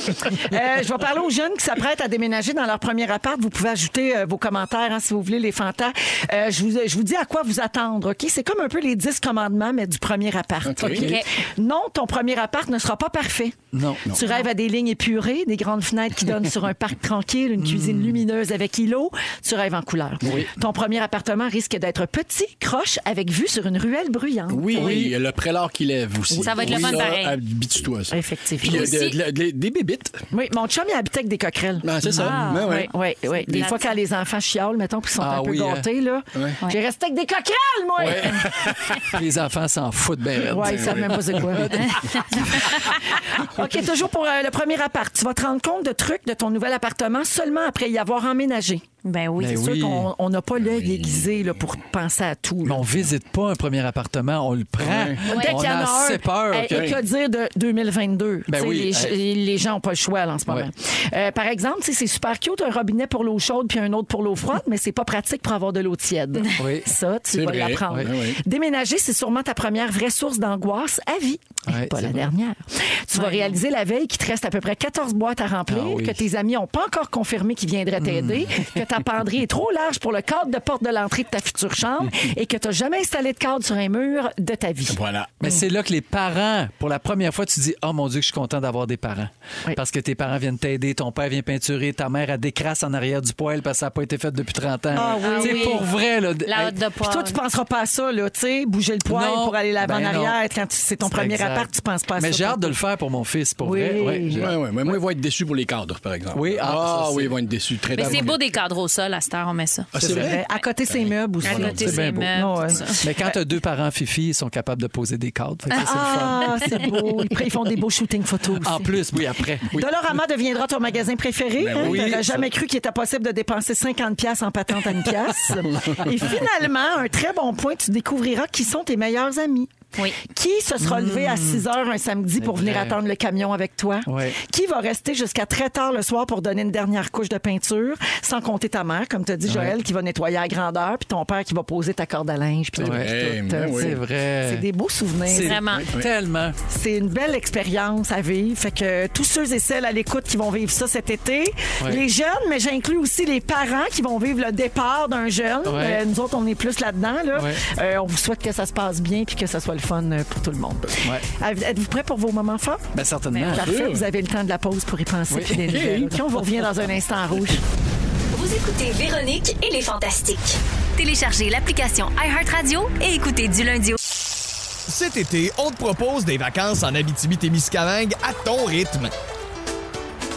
Speaker 1: je vais parler aux jeunes qui s'apprêtent à déménager dans leur premier appart. Vous pouvez ajouter euh, vos commentaires hein, si vous voulez, les fantas. Euh, je, vous, je vous dis à quoi vous attendre, OK? C'est comme un peu les 10 commandements, mais du premier appart.
Speaker 3: OK.
Speaker 1: OK?
Speaker 4: OK.
Speaker 1: Non, ton premier appart ne sera pas parfait.
Speaker 5: Non.
Speaker 1: Tu rêves à des lignes épurées, des grandes fenêtres qui donnent sur un parc tranquille, une cuisine lumineuse avec îlot. Tu rêves en couleur. Ton premier appartement risque d'être petit, croche, avec vue sur une ruelle bruyante.
Speaker 3: Oui, oui, le prélat qui lève aussi.
Speaker 4: Ça va être le
Speaker 3: Oui,
Speaker 4: fun
Speaker 3: ça,
Speaker 4: pareil.
Speaker 3: Habitue-toi à ça. Puis
Speaker 1: Effectivement.
Speaker 3: il y a
Speaker 4: Aussi-
Speaker 3: de- de- de- des bébites.
Speaker 1: Oui, mon chum, il habitait avec des coquerelles.
Speaker 3: Ah, c'est ça.
Speaker 4: Ah.
Speaker 3: Ben
Speaker 1: Oui,
Speaker 3: ouais.
Speaker 1: oui, oui. Des
Speaker 4: plate,
Speaker 1: fois, quand
Speaker 4: ça.
Speaker 1: les enfants chiolent, mettons, puis sont
Speaker 5: Ah
Speaker 1: un peu
Speaker 5: oui, hein.
Speaker 1: gâtés, là,
Speaker 3: Ouais.
Speaker 1: j'ai resté avec des coquerelles, moi!
Speaker 5: Les enfants s'en foutent bien. raide.
Speaker 1: Ouais, ils savent même pas c'est quoi. OK, toujours pour euh, le premier appart. Tu vas te rendre compte de trucs de ton nouvel appartement seulement après y avoir emménagé.
Speaker 4: Ben oui.
Speaker 5: Ben
Speaker 4: c'est
Speaker 5: oui. Ben
Speaker 4: sûr.
Speaker 1: C'est sûr qu'on on n'a pas l'œil aiguisé là, pour penser à tout.
Speaker 5: Mais
Speaker 1: là.
Speaker 5: on visite pas un premier appartement, on le prend.
Speaker 1: Dès
Speaker 5: On
Speaker 1: qu'il y en a, un,
Speaker 5: assez peur.
Speaker 1: hey,
Speaker 5: que-
Speaker 1: Et que dire de 2022? Tu
Speaker 5: Ben
Speaker 1: sais,
Speaker 5: oui,
Speaker 1: les, les gens n'ont pas le choix là, en ce moment.
Speaker 5: Ouais.
Speaker 1: Euh, par exemple, tu sais, c'est super cute, un robinet pour l'eau chaude puis un autre pour l'eau froide, mais c'est pas pratique pour avoir de l'eau tiède.
Speaker 5: Oui.
Speaker 1: Ça, tu
Speaker 3: C'est
Speaker 1: vas
Speaker 3: vrai.
Speaker 1: l'apprendre.
Speaker 3: Ouais, ouais.
Speaker 1: Déménager, c'est sûrement ta première vraie source d'angoisse à vie. Et
Speaker 5: Ouais,
Speaker 1: pas
Speaker 5: c'est
Speaker 1: la
Speaker 5: vrai.
Speaker 1: dernière. Tu vas réaliser la veille qu'il te reste à peu près 14 boîtes à remplir,
Speaker 5: Ah oui.
Speaker 1: que tes amis n'ont pas encore confirmé qu'ils viendraient t'aider, que ta penderie est trop large pour le cadre de porte de l'entrée de ta future chambre et que tu n'as jamais installé de cadre sur un mur de ta vie.
Speaker 3: Voilà.
Speaker 5: Mais c'est là que les parents, pour la première fois, tu dis Oh mon Dieu, que je suis content d'avoir des parents.
Speaker 1: Oui.
Speaker 5: Parce que tes parents viennent t'aider, ton père vient peinturer, ta mère a des crasses en arrière du poêle parce que ça n'a pas été fait depuis 30 ans.
Speaker 1: Ah oui.
Speaker 5: C'est
Speaker 4: Ah oui.
Speaker 5: pour vrai. Là,
Speaker 4: La hâte de
Speaker 1: Puis toi,
Speaker 4: poil.
Speaker 1: tu penseras pas à ça, là, tu sais, bouger le poil
Speaker 5: Non,
Speaker 1: pour aller laver
Speaker 5: ben
Speaker 1: en
Speaker 5: non.
Speaker 1: arrière. Quand tu- c'est ton premier
Speaker 5: Exact.
Speaker 1: appart, tu penses pas à ça.
Speaker 5: Mais j'ai hâte de le faire pour mon fils, pour
Speaker 1: Oui.
Speaker 5: vrai. Ouais, j'ai-
Speaker 3: Ouais, ouais, ouais. Moi, ils vont être déçus pour les cadres, par exemple.
Speaker 5: Oui, ah,
Speaker 3: ah,
Speaker 5: ça, c'est-
Speaker 3: oui, ils vont être déçus. Très
Speaker 4: Mais c'est
Speaker 3: bien.
Speaker 4: beau des cadres au sol, à cette heure, on met ça.
Speaker 3: Ah, c'est vrai?
Speaker 1: À côté, ses meubles aussi.
Speaker 4: À côté,
Speaker 5: c'est bien
Speaker 4: c'est
Speaker 5: beau.
Speaker 4: même.
Speaker 1: Non, ouais.
Speaker 4: tout ça.
Speaker 5: Mais quand tu as deux parents fifi, ils sont capables de poser des cadres. Fait que ça, c'est le fun.
Speaker 1: Ah, c'est beau. Après, ils font des beaux shootings photos aussi.
Speaker 5: En plus, oui, après. Oui.
Speaker 1: Dollarama deviendra ton magasin préféré.
Speaker 3: Ben
Speaker 1: hein.
Speaker 3: oui,
Speaker 1: T'aurais jamais cru qu'il était possible de dépenser 50 pièces en patente à une pièce. Et finalement, un très bon point, tu découvriras qui sont tes meilleurs amis.
Speaker 4: Oui.
Speaker 1: Qui se sera levé à 6 heures un samedi pour venir
Speaker 5: vrai.
Speaker 1: attendre le camion avec toi?
Speaker 5: Ouais.
Speaker 1: Qui va rester jusqu'à très tard le soir pour donner une dernière couche de peinture, sans compter ta mère, comme t'as dit Joël, qui va nettoyer à grandeur, puis ton père qui va poser ta corde à linge. puis
Speaker 5: C'est
Speaker 1: tout,
Speaker 5: vrai.
Speaker 1: puis tout.
Speaker 3: Ben oui.
Speaker 5: C'est vrai.
Speaker 1: C'est des beaux souvenirs.
Speaker 5: C'est
Speaker 4: Vraiment.
Speaker 5: Tellement.
Speaker 1: C'est une belle expérience à vivre. Fait que tous ceux et celles à l'écoute qui vont vivre ça cet été,
Speaker 5: Ouais.
Speaker 1: les jeunes, mais j'inclus aussi les parents qui vont vivre le départ d'un jeune.
Speaker 5: Ouais.
Speaker 1: Euh, nous autres, on est plus là-dedans. Là.
Speaker 5: Ouais.
Speaker 1: Euh, on vous souhaite que ça se passe bien puis que ça soit le fun euh, pour tout le monde.
Speaker 5: Ouais.
Speaker 1: Avez- Êtes-vous prêts pour vos moments forts?
Speaker 5: Ben, certainement.
Speaker 1: Parfait, vous avez le temps de la pause pour y penser. puis des nouvelles. OK, on vous revient dans un instant en rouge.
Speaker 8: Vous écoutez Véronique et les Fantastiques. Téléchargez l'application iHeartRadio et écoutez du lundi au...
Speaker 7: Cet été, on te propose des vacances en Abitibi-Témiscamingue à ton rythme.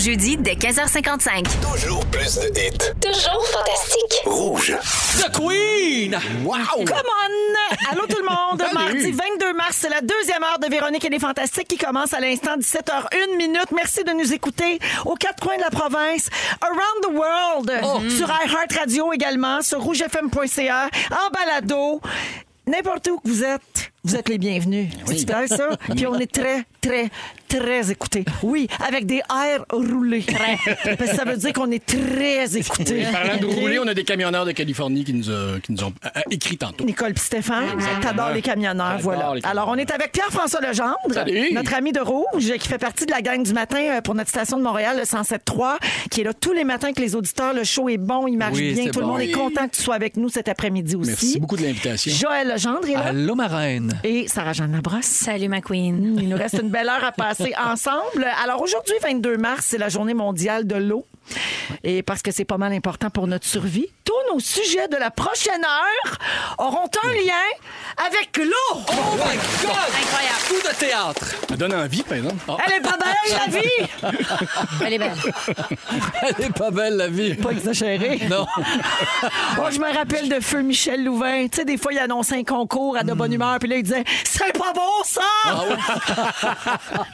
Speaker 8: Jeudi dès 15h55.
Speaker 2: Toujours plus de hits.
Speaker 8: Toujours fantastique.
Speaker 2: Rouge.
Speaker 5: The Queen!
Speaker 1: Come on! Allô tout le monde! Mardi 22 mars, c'est la deuxième heure de Véronique et les Fantastiques qui commence à l'instant 17h01 minute. Merci de nous écouter aux quatre coins de la province, around the world,
Speaker 3: Oh.
Speaker 1: Mm. sur iHeartRadio également, sur rougefm.ca, en balado. N'importe où que vous êtes, vous êtes les bienvenus. C'est clair, ça? Puis on est très, très, très écoutés. Oui, avec des airs roulés. Parce que ça veut dire qu'on est très écoutés.
Speaker 3: Parlant de
Speaker 1: Ok?
Speaker 3: rouler, on a des camionneurs de Californie qui nous, euh, qui nous ont euh, écrit tantôt.
Speaker 1: Nicole puis Stéphane, t'adores les camionneurs,
Speaker 3: J'adore
Speaker 1: voilà.
Speaker 3: les camionneurs.
Speaker 1: Alors, on est avec Pierre-François Legendre,
Speaker 3: Salut.
Speaker 1: notre ami de Rouge, qui fait partie de la gang du matin euh, pour notre station de Montréal, le 107.3, qui est là tous les matins avec les auditeurs. Le show est bon, il marche
Speaker 5: Oui,
Speaker 1: bien.
Speaker 5: c'est
Speaker 1: Tout le
Speaker 5: bon.
Speaker 1: monde est content que tu sois avec nous cet après-midi aussi.
Speaker 3: Merci beaucoup de l'invitation.
Speaker 1: Joël Legendre est là.
Speaker 5: Allô, ma reine.
Speaker 1: Et Sarah-Jeanne Labrosse.
Speaker 4: Salut, ma queen.
Speaker 1: Il nous reste une belle heure à passer ensemble. Alors aujourd'hui, 22 mars, c'est la journée mondiale de l'eau. Et parce que c'est pas mal important pour notre survie, tous nos sujets de la prochaine heure auront un lien avec l'eau.
Speaker 5: Oh my God!
Speaker 4: Incroyable.
Speaker 5: Coup de théâtre!
Speaker 3: Ça donne envie, par exemple.
Speaker 1: Elle est pas belle, la vie!
Speaker 4: Elle est belle.
Speaker 5: Elle est pas belle, la vie.
Speaker 1: Pas exagéré.
Speaker 5: Non.
Speaker 1: Moi, Oh, je me rappelle de feu Michel Louvain. Tu sais, des fois, il annonçait un concours à de bonne humeur, puis là, il disait C'est pas bon, ça!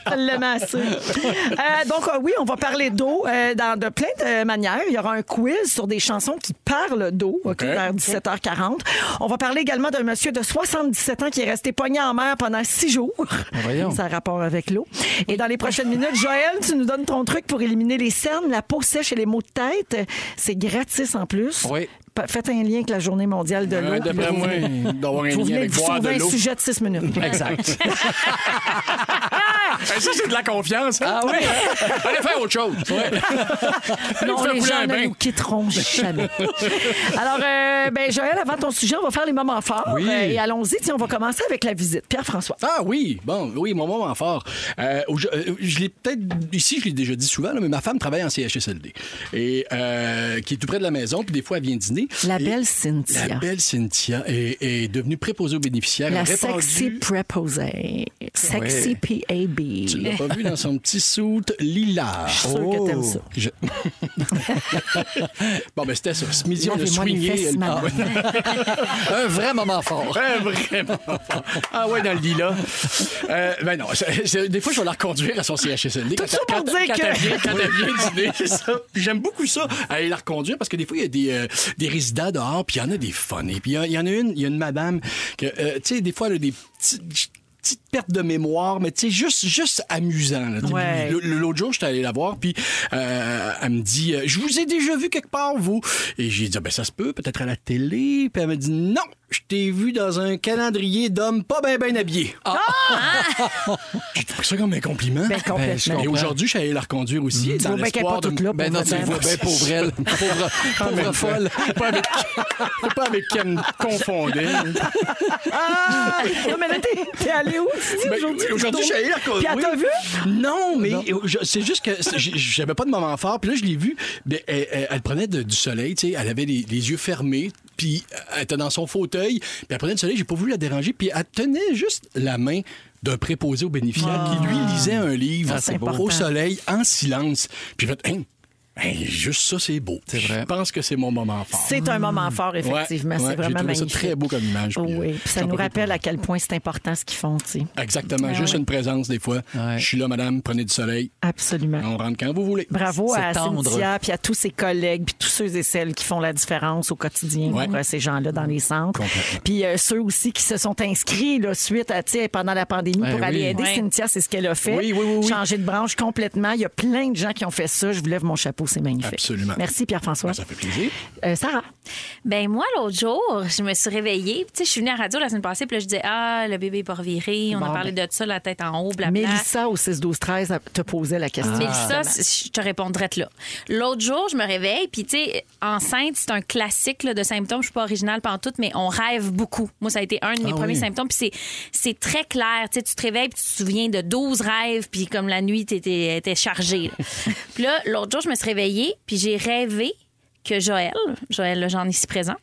Speaker 1: Je l'aimais assez. Euh, donc, euh, oui, on va parler d'eau euh, dans de plein de manières. Il y aura un quiz sur des chansons qui parlent d'eau, OK, vers 17h40. On va parler également d'un monsieur de 77 ans qui est resté pogné en mer pendant six jours.
Speaker 3: Ben
Speaker 5: Voyons.
Speaker 1: Ça a rapport avec l'eau. Et dans les prochaines minutes, Joël, tu nous donnes ton truc pour éliminer les cernes, la peau sèche et les maux de tête. C'est gratis en plus.
Speaker 5: Oui.
Speaker 1: Pa- Faites un lien avec la journée mondiale de l'eau.
Speaker 3: Euh, D'après moi, il doit avoir un
Speaker 1: Vous
Speaker 3: lien
Speaker 1: venez
Speaker 3: avec
Speaker 1: de
Speaker 3: boire de
Speaker 1: trouver un
Speaker 3: l'eau.
Speaker 1: sujet de six minutes.
Speaker 5: Exact.
Speaker 3: Ah, ça, c'est de la confiance. hein?
Speaker 5: Ah oui?
Speaker 3: Allez faire autre chose.
Speaker 1: Non,
Speaker 3: Fais
Speaker 1: les
Speaker 3: couler
Speaker 1: gens
Speaker 3: un
Speaker 1: ne
Speaker 3: bain.
Speaker 1: nous quitteront jamais. Alors, euh, ben, Joël, avant ton sujet, on va faire les moments forts.
Speaker 5: Oui.
Speaker 1: Euh, et allons-y. Tiens, on va commencer avec la visite. Pierre-François.
Speaker 3: Ah oui, bon, oui, mon moment fort. Euh, je euh, je l'ai peut-être, ici, je l'ai déjà dit souvent, là, mais ma femme travaille en CHSLD, et, euh, qui est tout près de la maison, puis des fois, elle vient dîner.
Speaker 1: La
Speaker 3: Et-
Speaker 1: belle Cynthia.
Speaker 3: La belle Cynthia est, est devenue préposée aux bénéficiaires.
Speaker 1: La
Speaker 3: Elle a répandu-
Speaker 1: sexy préposée. Sexy PAB.
Speaker 3: Tu
Speaker 1: Je
Speaker 3: l'as pas vu dans son petit soute lilas.
Speaker 1: suis sûre que t'aimes ça.
Speaker 3: Je- bon, ben c'était ça. Ce midi, on a
Speaker 1: Lavez-moi les
Speaker 3: swingé. Ah,
Speaker 1: fesses, madame.
Speaker 5: Un vrai moment fort.
Speaker 3: Ouais, vraiment. Ah ouais, dans le lit, là. Euh, ben non, c'est- c'est- des fois, je vais la reconduire à son CHSLD. Tout
Speaker 1: ça pour dire
Speaker 3: quand
Speaker 1: que-
Speaker 3: elle vient- quand elle vient dîner, c'est ça. Puis J'aime beaucoup ça, aller la reconduire, parce que des fois, il y a des, euh, des résidents dehors, puis il y en a des fun. Et puis, il y a- il y, en a une, il y a une madame que, euh, tu sais, des fois, elle a des petits- petites pertes de mémoire, mais tu sais, juste, juste amusant. là.
Speaker 1: Ouais.
Speaker 3: Le- le- L'autre jour, j'étais allé la voir, puis euh, elle me dit, euh, je vous ai déjà vu quelque part, vous. Et j'ai dit, Ah, ben ça se peut, peut-être à la télé. Puis elle m'a dit, non, je t'ai vu dans un calendrier d'hommes pas bien ben habillés. Ah! J'ai trouvé ça comme un compliment.
Speaker 1: Ben, complètement.
Speaker 5: Ben, je comprends.
Speaker 3: Et aujourd'hui, je suis allé la reconduire aussi.
Speaker 1: Tu
Speaker 3: dans
Speaker 1: vois bien qu'elle est
Speaker 3: l'espoir
Speaker 1: pas
Speaker 3: de
Speaker 1: toute
Speaker 3: me-
Speaker 1: là
Speaker 5: Ben non, tu le vois bien, pauvre elle. Pauvre, pauvre folle.
Speaker 3: pas avec, pas avec qui elle me confondait.
Speaker 1: Ah! Non, mais là, t'es- t'es allé où? Tu dis
Speaker 3: Ben,
Speaker 1: aujourd'hui?
Speaker 3: aujourd'hui, je suis allé la reconduire.
Speaker 1: Puis elle t'a vu? Euh,
Speaker 3: Non, mais euh, je- c'est juste que c'est- j'ai- j'avais pas de moment fort. Puis là, je l'ai vue. Ben, elle, elle- elle prenait de- du soleil, tu sais. Elle avait les, les yeux fermés. Puis elle était dans son fauteuil. Puis elle prenait du soleil. J'ai pas voulu la déranger. Puis elle tenait juste la main d'un préposé au bénéficiaire qui, lui, lisait un livre
Speaker 1: Ah, c'est
Speaker 3: au
Speaker 1: important.
Speaker 3: soleil en silence. Puis j'ai fait, Hein, hein, juste ça, c'est beau.
Speaker 5: C'est vrai.
Speaker 3: Je pense que c'est mon moment fort.
Speaker 1: C'est un moment fort, effectivement.
Speaker 3: Hmm. Ouais, ouais,
Speaker 1: c'est vraiment
Speaker 3: j'ai trouvé ça
Speaker 1: magnifique.
Speaker 3: très beau comme image, puis,
Speaker 1: oui,
Speaker 3: euh,
Speaker 1: puis ça
Speaker 3: j'en
Speaker 1: nous Ah
Speaker 3: profite
Speaker 1: rappelle à quel point c'est important ce qu'ils font, tu sais.
Speaker 3: Exactement. juste une présence, des fois.
Speaker 5: Ouais.
Speaker 3: Je suis là, madame, prenez du soleil.
Speaker 1: Absolument.
Speaker 3: On rentre quand vous voulez.
Speaker 1: Bravo
Speaker 5: C'est
Speaker 1: à
Speaker 5: tendre.
Speaker 1: Cynthia puis à tous ses collègues puis tous ceux et celles qui font la différence au quotidien
Speaker 3: Ouais.
Speaker 1: pour euh, ces gens-là dans les centres.
Speaker 3: Complètement.
Speaker 1: Puis euh, ceux aussi qui se sont inscrits là, suite à tu sais, pendant la pandémie
Speaker 5: Ben
Speaker 1: pour
Speaker 5: oui.
Speaker 1: aller aider
Speaker 4: Ouais.
Speaker 1: Cynthia, c'est ce qu'elle a fait.
Speaker 3: Oui, oui, oui, oui.
Speaker 1: Changer de branche complètement. Il y a plein de gens qui ont fait ça. Je vous lève mon chapeau, c'est magnifique.
Speaker 3: Absolument.
Speaker 1: Merci Pierre-François.
Speaker 3: Ben, ça fait plaisir.
Speaker 1: Euh, Sarah,
Speaker 4: Ben moi, l'autre jour, je me suis réveillée. Puis, Tu sais, je suis venue à la radio la semaine passée, puis là, je disais, ah, le bébé est pas reviré. On
Speaker 1: Bon,
Speaker 4: a parlé
Speaker 3: ben.
Speaker 4: de ça, la Ah. tête en haut, blablabla.
Speaker 1: Mélissa au 6 12 13 te posait la
Speaker 5: Ah.
Speaker 1: question.
Speaker 4: Mais ça, c- je te répondrais de là. L'autre jour, je me réveille, puis tu sais, enceinte, c'est un classique là, de symptômes. Je suis pas originale pantoute, mais on rêve beaucoup. Moi, ça a été un de mes
Speaker 5: Ah
Speaker 4: premiers
Speaker 5: oui.
Speaker 4: symptômes, puis c'est- c'est très clair. Tu sais, tu te réveilles, puis tu te souviens de 12 rêves, puis comme la nuit, tu étais, chargée. là. puis là, l'autre jour, je me suis réveillée, puis j'ai rêvé que Joël, Joël Lejeune ici présent,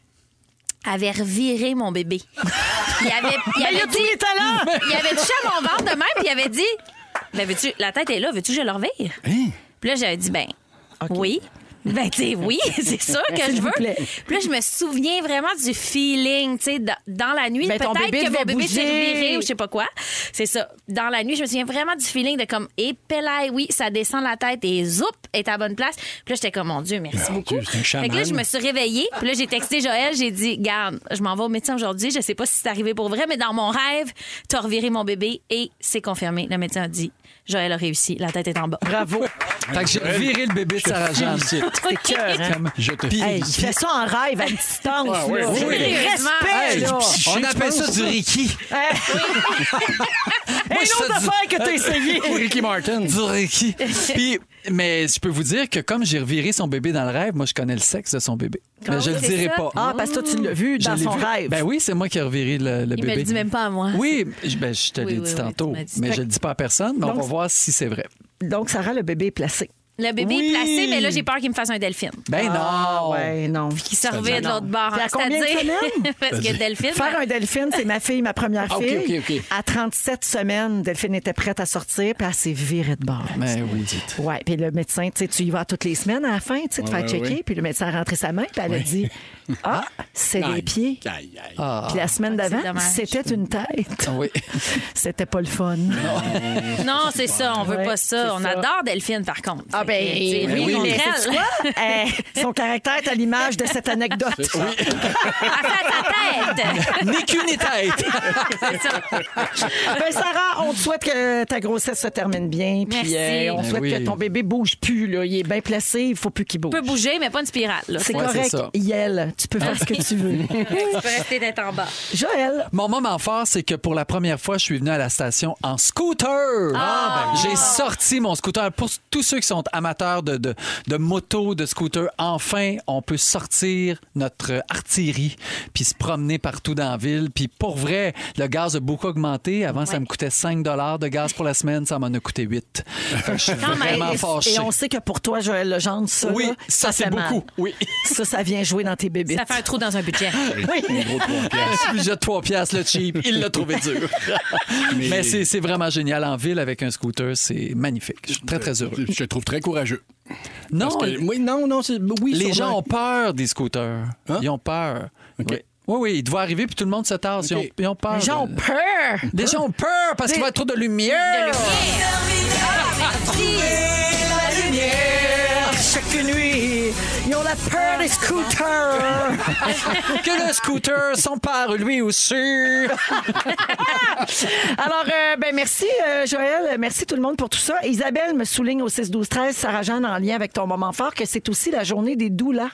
Speaker 4: avait reviré mon bébé. Il avait, il avait dit, il avait touché à mon ventre de même, puis il avait dit, ben, veux-tu, la tête est là, veux-tu que je le revire? Puis là, j'avais dit, ben, oui. Ben, tu sais, oui, c'est sûr que je veux.
Speaker 1: plaît.
Speaker 4: Puis là, je me souviens vraiment du feeling, tu sais, dans, dans la nuit.
Speaker 1: Ben, ton
Speaker 4: Peut-être
Speaker 1: bébé
Speaker 4: que mon
Speaker 1: devait
Speaker 4: bébé s'est
Speaker 1: bouger.
Speaker 4: reviré ou je sais pas quoi. C'est ça. Dans la nuit, je me souviens vraiment du feeling de comme, et oui, ça descend la tête et zoup, est à la bonne place. Puis là, j'étais comme, mon Dieu, merci
Speaker 3: Mon
Speaker 4: beaucoup.
Speaker 3: Dieu, c'est un
Speaker 4: fait que là,
Speaker 3: chaman.
Speaker 4: je me suis réveillée. Puis là, j'ai texté Joël, j'ai dit, garde, je m'en vais au médecin aujourd'hui. Je sais pas si c'est arrivé pour vrai, mais dans mon rêve, t'as reviré mon bébé et c'est confirmé. Le médecin a dit, Joël a réussi, la tête est en bas.
Speaker 1: Bravo.
Speaker 5: Fait que j'ai viré le bébé de Ah, Sarah-Jeanne.
Speaker 1: C'est cœur, hein?
Speaker 5: Comme-
Speaker 3: Je te
Speaker 5: Puis-
Speaker 1: Hey, il fait ça en rêve à distance.
Speaker 3: Ah ouais,
Speaker 1: là.
Speaker 3: oui.
Speaker 1: Respect,
Speaker 5: Hey,
Speaker 1: là.
Speaker 5: on appelle ça du Ricky.
Speaker 1: Hey. Et
Speaker 5: je
Speaker 1: une autre
Speaker 5: fais du-
Speaker 1: affaire que t'as essayé.
Speaker 3: Ricky Martin.
Speaker 5: Du Ricky. Puis, mais je peux vous dire que comme j'ai reviré son bébé dans le rêve, moi, je connais le sexe de son bébé. Mais je
Speaker 4: oui,
Speaker 5: le
Speaker 4: c'est
Speaker 5: dirai
Speaker 4: ça.
Speaker 5: pas.
Speaker 1: Ah, parce que toi, tu l'as vu
Speaker 5: Je
Speaker 1: dans
Speaker 5: l'ai
Speaker 1: son
Speaker 5: vu.
Speaker 1: rêve.
Speaker 5: Ben oui, c'est moi qui ai reviré le, le
Speaker 4: Il
Speaker 5: bébé.
Speaker 4: me le dit même pas à moi.
Speaker 5: Oui, je- ben, je te
Speaker 4: Oui,
Speaker 5: l'ai
Speaker 4: oui,
Speaker 5: dit
Speaker 4: oui,
Speaker 5: tantôt,
Speaker 4: tu m'as dit.
Speaker 5: mais je le dis pas à personne, mais on
Speaker 1: Donc-
Speaker 5: va voir si c'est vrai.
Speaker 1: Donc, Sarah, le bébé est placé.
Speaker 4: Le bébé
Speaker 5: Oui.
Speaker 4: est placé, mais là, j'ai peur qu'il me fasse un delphine.
Speaker 5: Ben
Speaker 1: Ah,
Speaker 5: non!
Speaker 1: ouais, non.
Speaker 4: Qui se revient de l'autre bord.
Speaker 1: Puis à
Speaker 4: hein.
Speaker 1: combien de semaines?
Speaker 4: parce que delphine.
Speaker 1: Faire un delphine, c'est ma fille, ma première
Speaker 3: Ah, ok,
Speaker 1: fille.
Speaker 3: ok, ok.
Speaker 1: À 37 semaines, Delphine était prête à sortir, puis elle s'est virée de bord.
Speaker 5: Ben oui.
Speaker 1: Oui, puis le médecin, tu sais, tu y vas toutes les semaines à la fin, tu sais, te
Speaker 3: Ouais,
Speaker 1: faire
Speaker 3: ouais,
Speaker 1: checker.
Speaker 3: ouais.
Speaker 1: Puis le médecin a rentré sa main, puis elle a dit Ah, c'est des
Speaker 3: Aïe,
Speaker 1: pieds.
Speaker 3: aïe, aïe.
Speaker 1: Puis la semaine
Speaker 4: Ah, c'est
Speaker 1: d'avant,
Speaker 4: dommage.
Speaker 1: c'était une tête.
Speaker 5: Oui.
Speaker 1: C'était pas le fun.
Speaker 4: ben, Non, c'est ça, on veut
Speaker 1: Ouais,
Speaker 4: pas
Speaker 1: c'est
Speaker 4: ça. On
Speaker 1: ça.
Speaker 4: adore Delphine, par contre.
Speaker 1: Ah, ben,
Speaker 4: Fait que, tu sais,
Speaker 1: oui,
Speaker 4: lui,
Speaker 1: mais
Speaker 4: contre elle.
Speaker 1: sais-tu quoi? Eh, son caractère est à l'image de cette anecdote. Ah,
Speaker 4: Elle fait à ta tête.
Speaker 5: Ni qu'une tête!
Speaker 1: Ben, Sarah, on te souhaite que ta grossesse se termine bien. Puis
Speaker 4: Merci.
Speaker 1: euh, on
Speaker 5: Ben
Speaker 1: souhaite
Speaker 5: oui.
Speaker 1: que ton bébé bouge plus. Là. Il est bien placé, il faut plus qu'il bouge.
Speaker 4: peut bouger, mais pas une spirale. là.
Speaker 1: C'est
Speaker 4: Tu
Speaker 5: Ouais, c'est
Speaker 1: correct,
Speaker 5: ça.
Speaker 1: Yael. Tu peux faire ce que tu veux.
Speaker 4: peux rester d'être en bas.
Speaker 1: Joël,
Speaker 5: Mon moment fort, c'est que pour la première fois, je suis venu à la station en
Speaker 1: Ah, ben
Speaker 5: scooter. Ah! J'ai sorti mon scooter. Pour tous ceux qui sont amateurs de, de, de moto, de scooter, enfin, on peut sortir notre artillerie puis se promener partout dans la ville. Puis pour vrai, le gaz a beaucoup augmenté. Avant, ça me coûtait 5 de gaz pour la semaine. Ça m'en a coûté 8. Fait que je suis vraiment
Speaker 1: et,
Speaker 5: fâché.
Speaker 1: et on sait que pour toi, Joël Legendre, ça,
Speaker 5: Oui,
Speaker 1: là,
Speaker 5: ça, c'est
Speaker 1: fait mal.
Speaker 5: beaucoup. Oui.
Speaker 1: Ça, ça vient jouer dans tes bébés.
Speaker 4: Ça fait un trou dans un budget.
Speaker 3: Un gros trois pièces.
Speaker 5: Plus de 3 piastres, le cheap. Il l'a trouvé dur. Mais, c'est c'est vraiment génial. En ville, avec un scooter, c'est magnifique. Je suis très, très heureux.
Speaker 3: Je te trouve très courageux.
Speaker 5: Non,
Speaker 3: Parce que- oui, non, non, c'est. Oui,
Speaker 5: les gens
Speaker 3: sûrement.
Speaker 5: ont peur des scooters.
Speaker 3: Hein?
Speaker 5: Ils ont peur.
Speaker 3: OK.
Speaker 5: Oui. oui, oui, ils doivent arriver, puis tout le monde se tasse. Ils, ont,
Speaker 3: OK.
Speaker 5: ils ont peur.
Speaker 1: Les gens ont
Speaker 5: de-
Speaker 1: peur.
Speaker 5: Les gens ont peur parce qu'il va y avoir trop de lumière.
Speaker 1: Chaque nuit, ils ont la peur des scooters.
Speaker 5: que le scooter s'empare lui aussi.
Speaker 1: Alors, euh, ben merci, euh, Joël. Merci tout le monde pour tout ça. Isabelle me souligne au 6-12-13, Sarah-Jeanne, en lien avec ton moment fort, que c'est aussi la journée des doulas.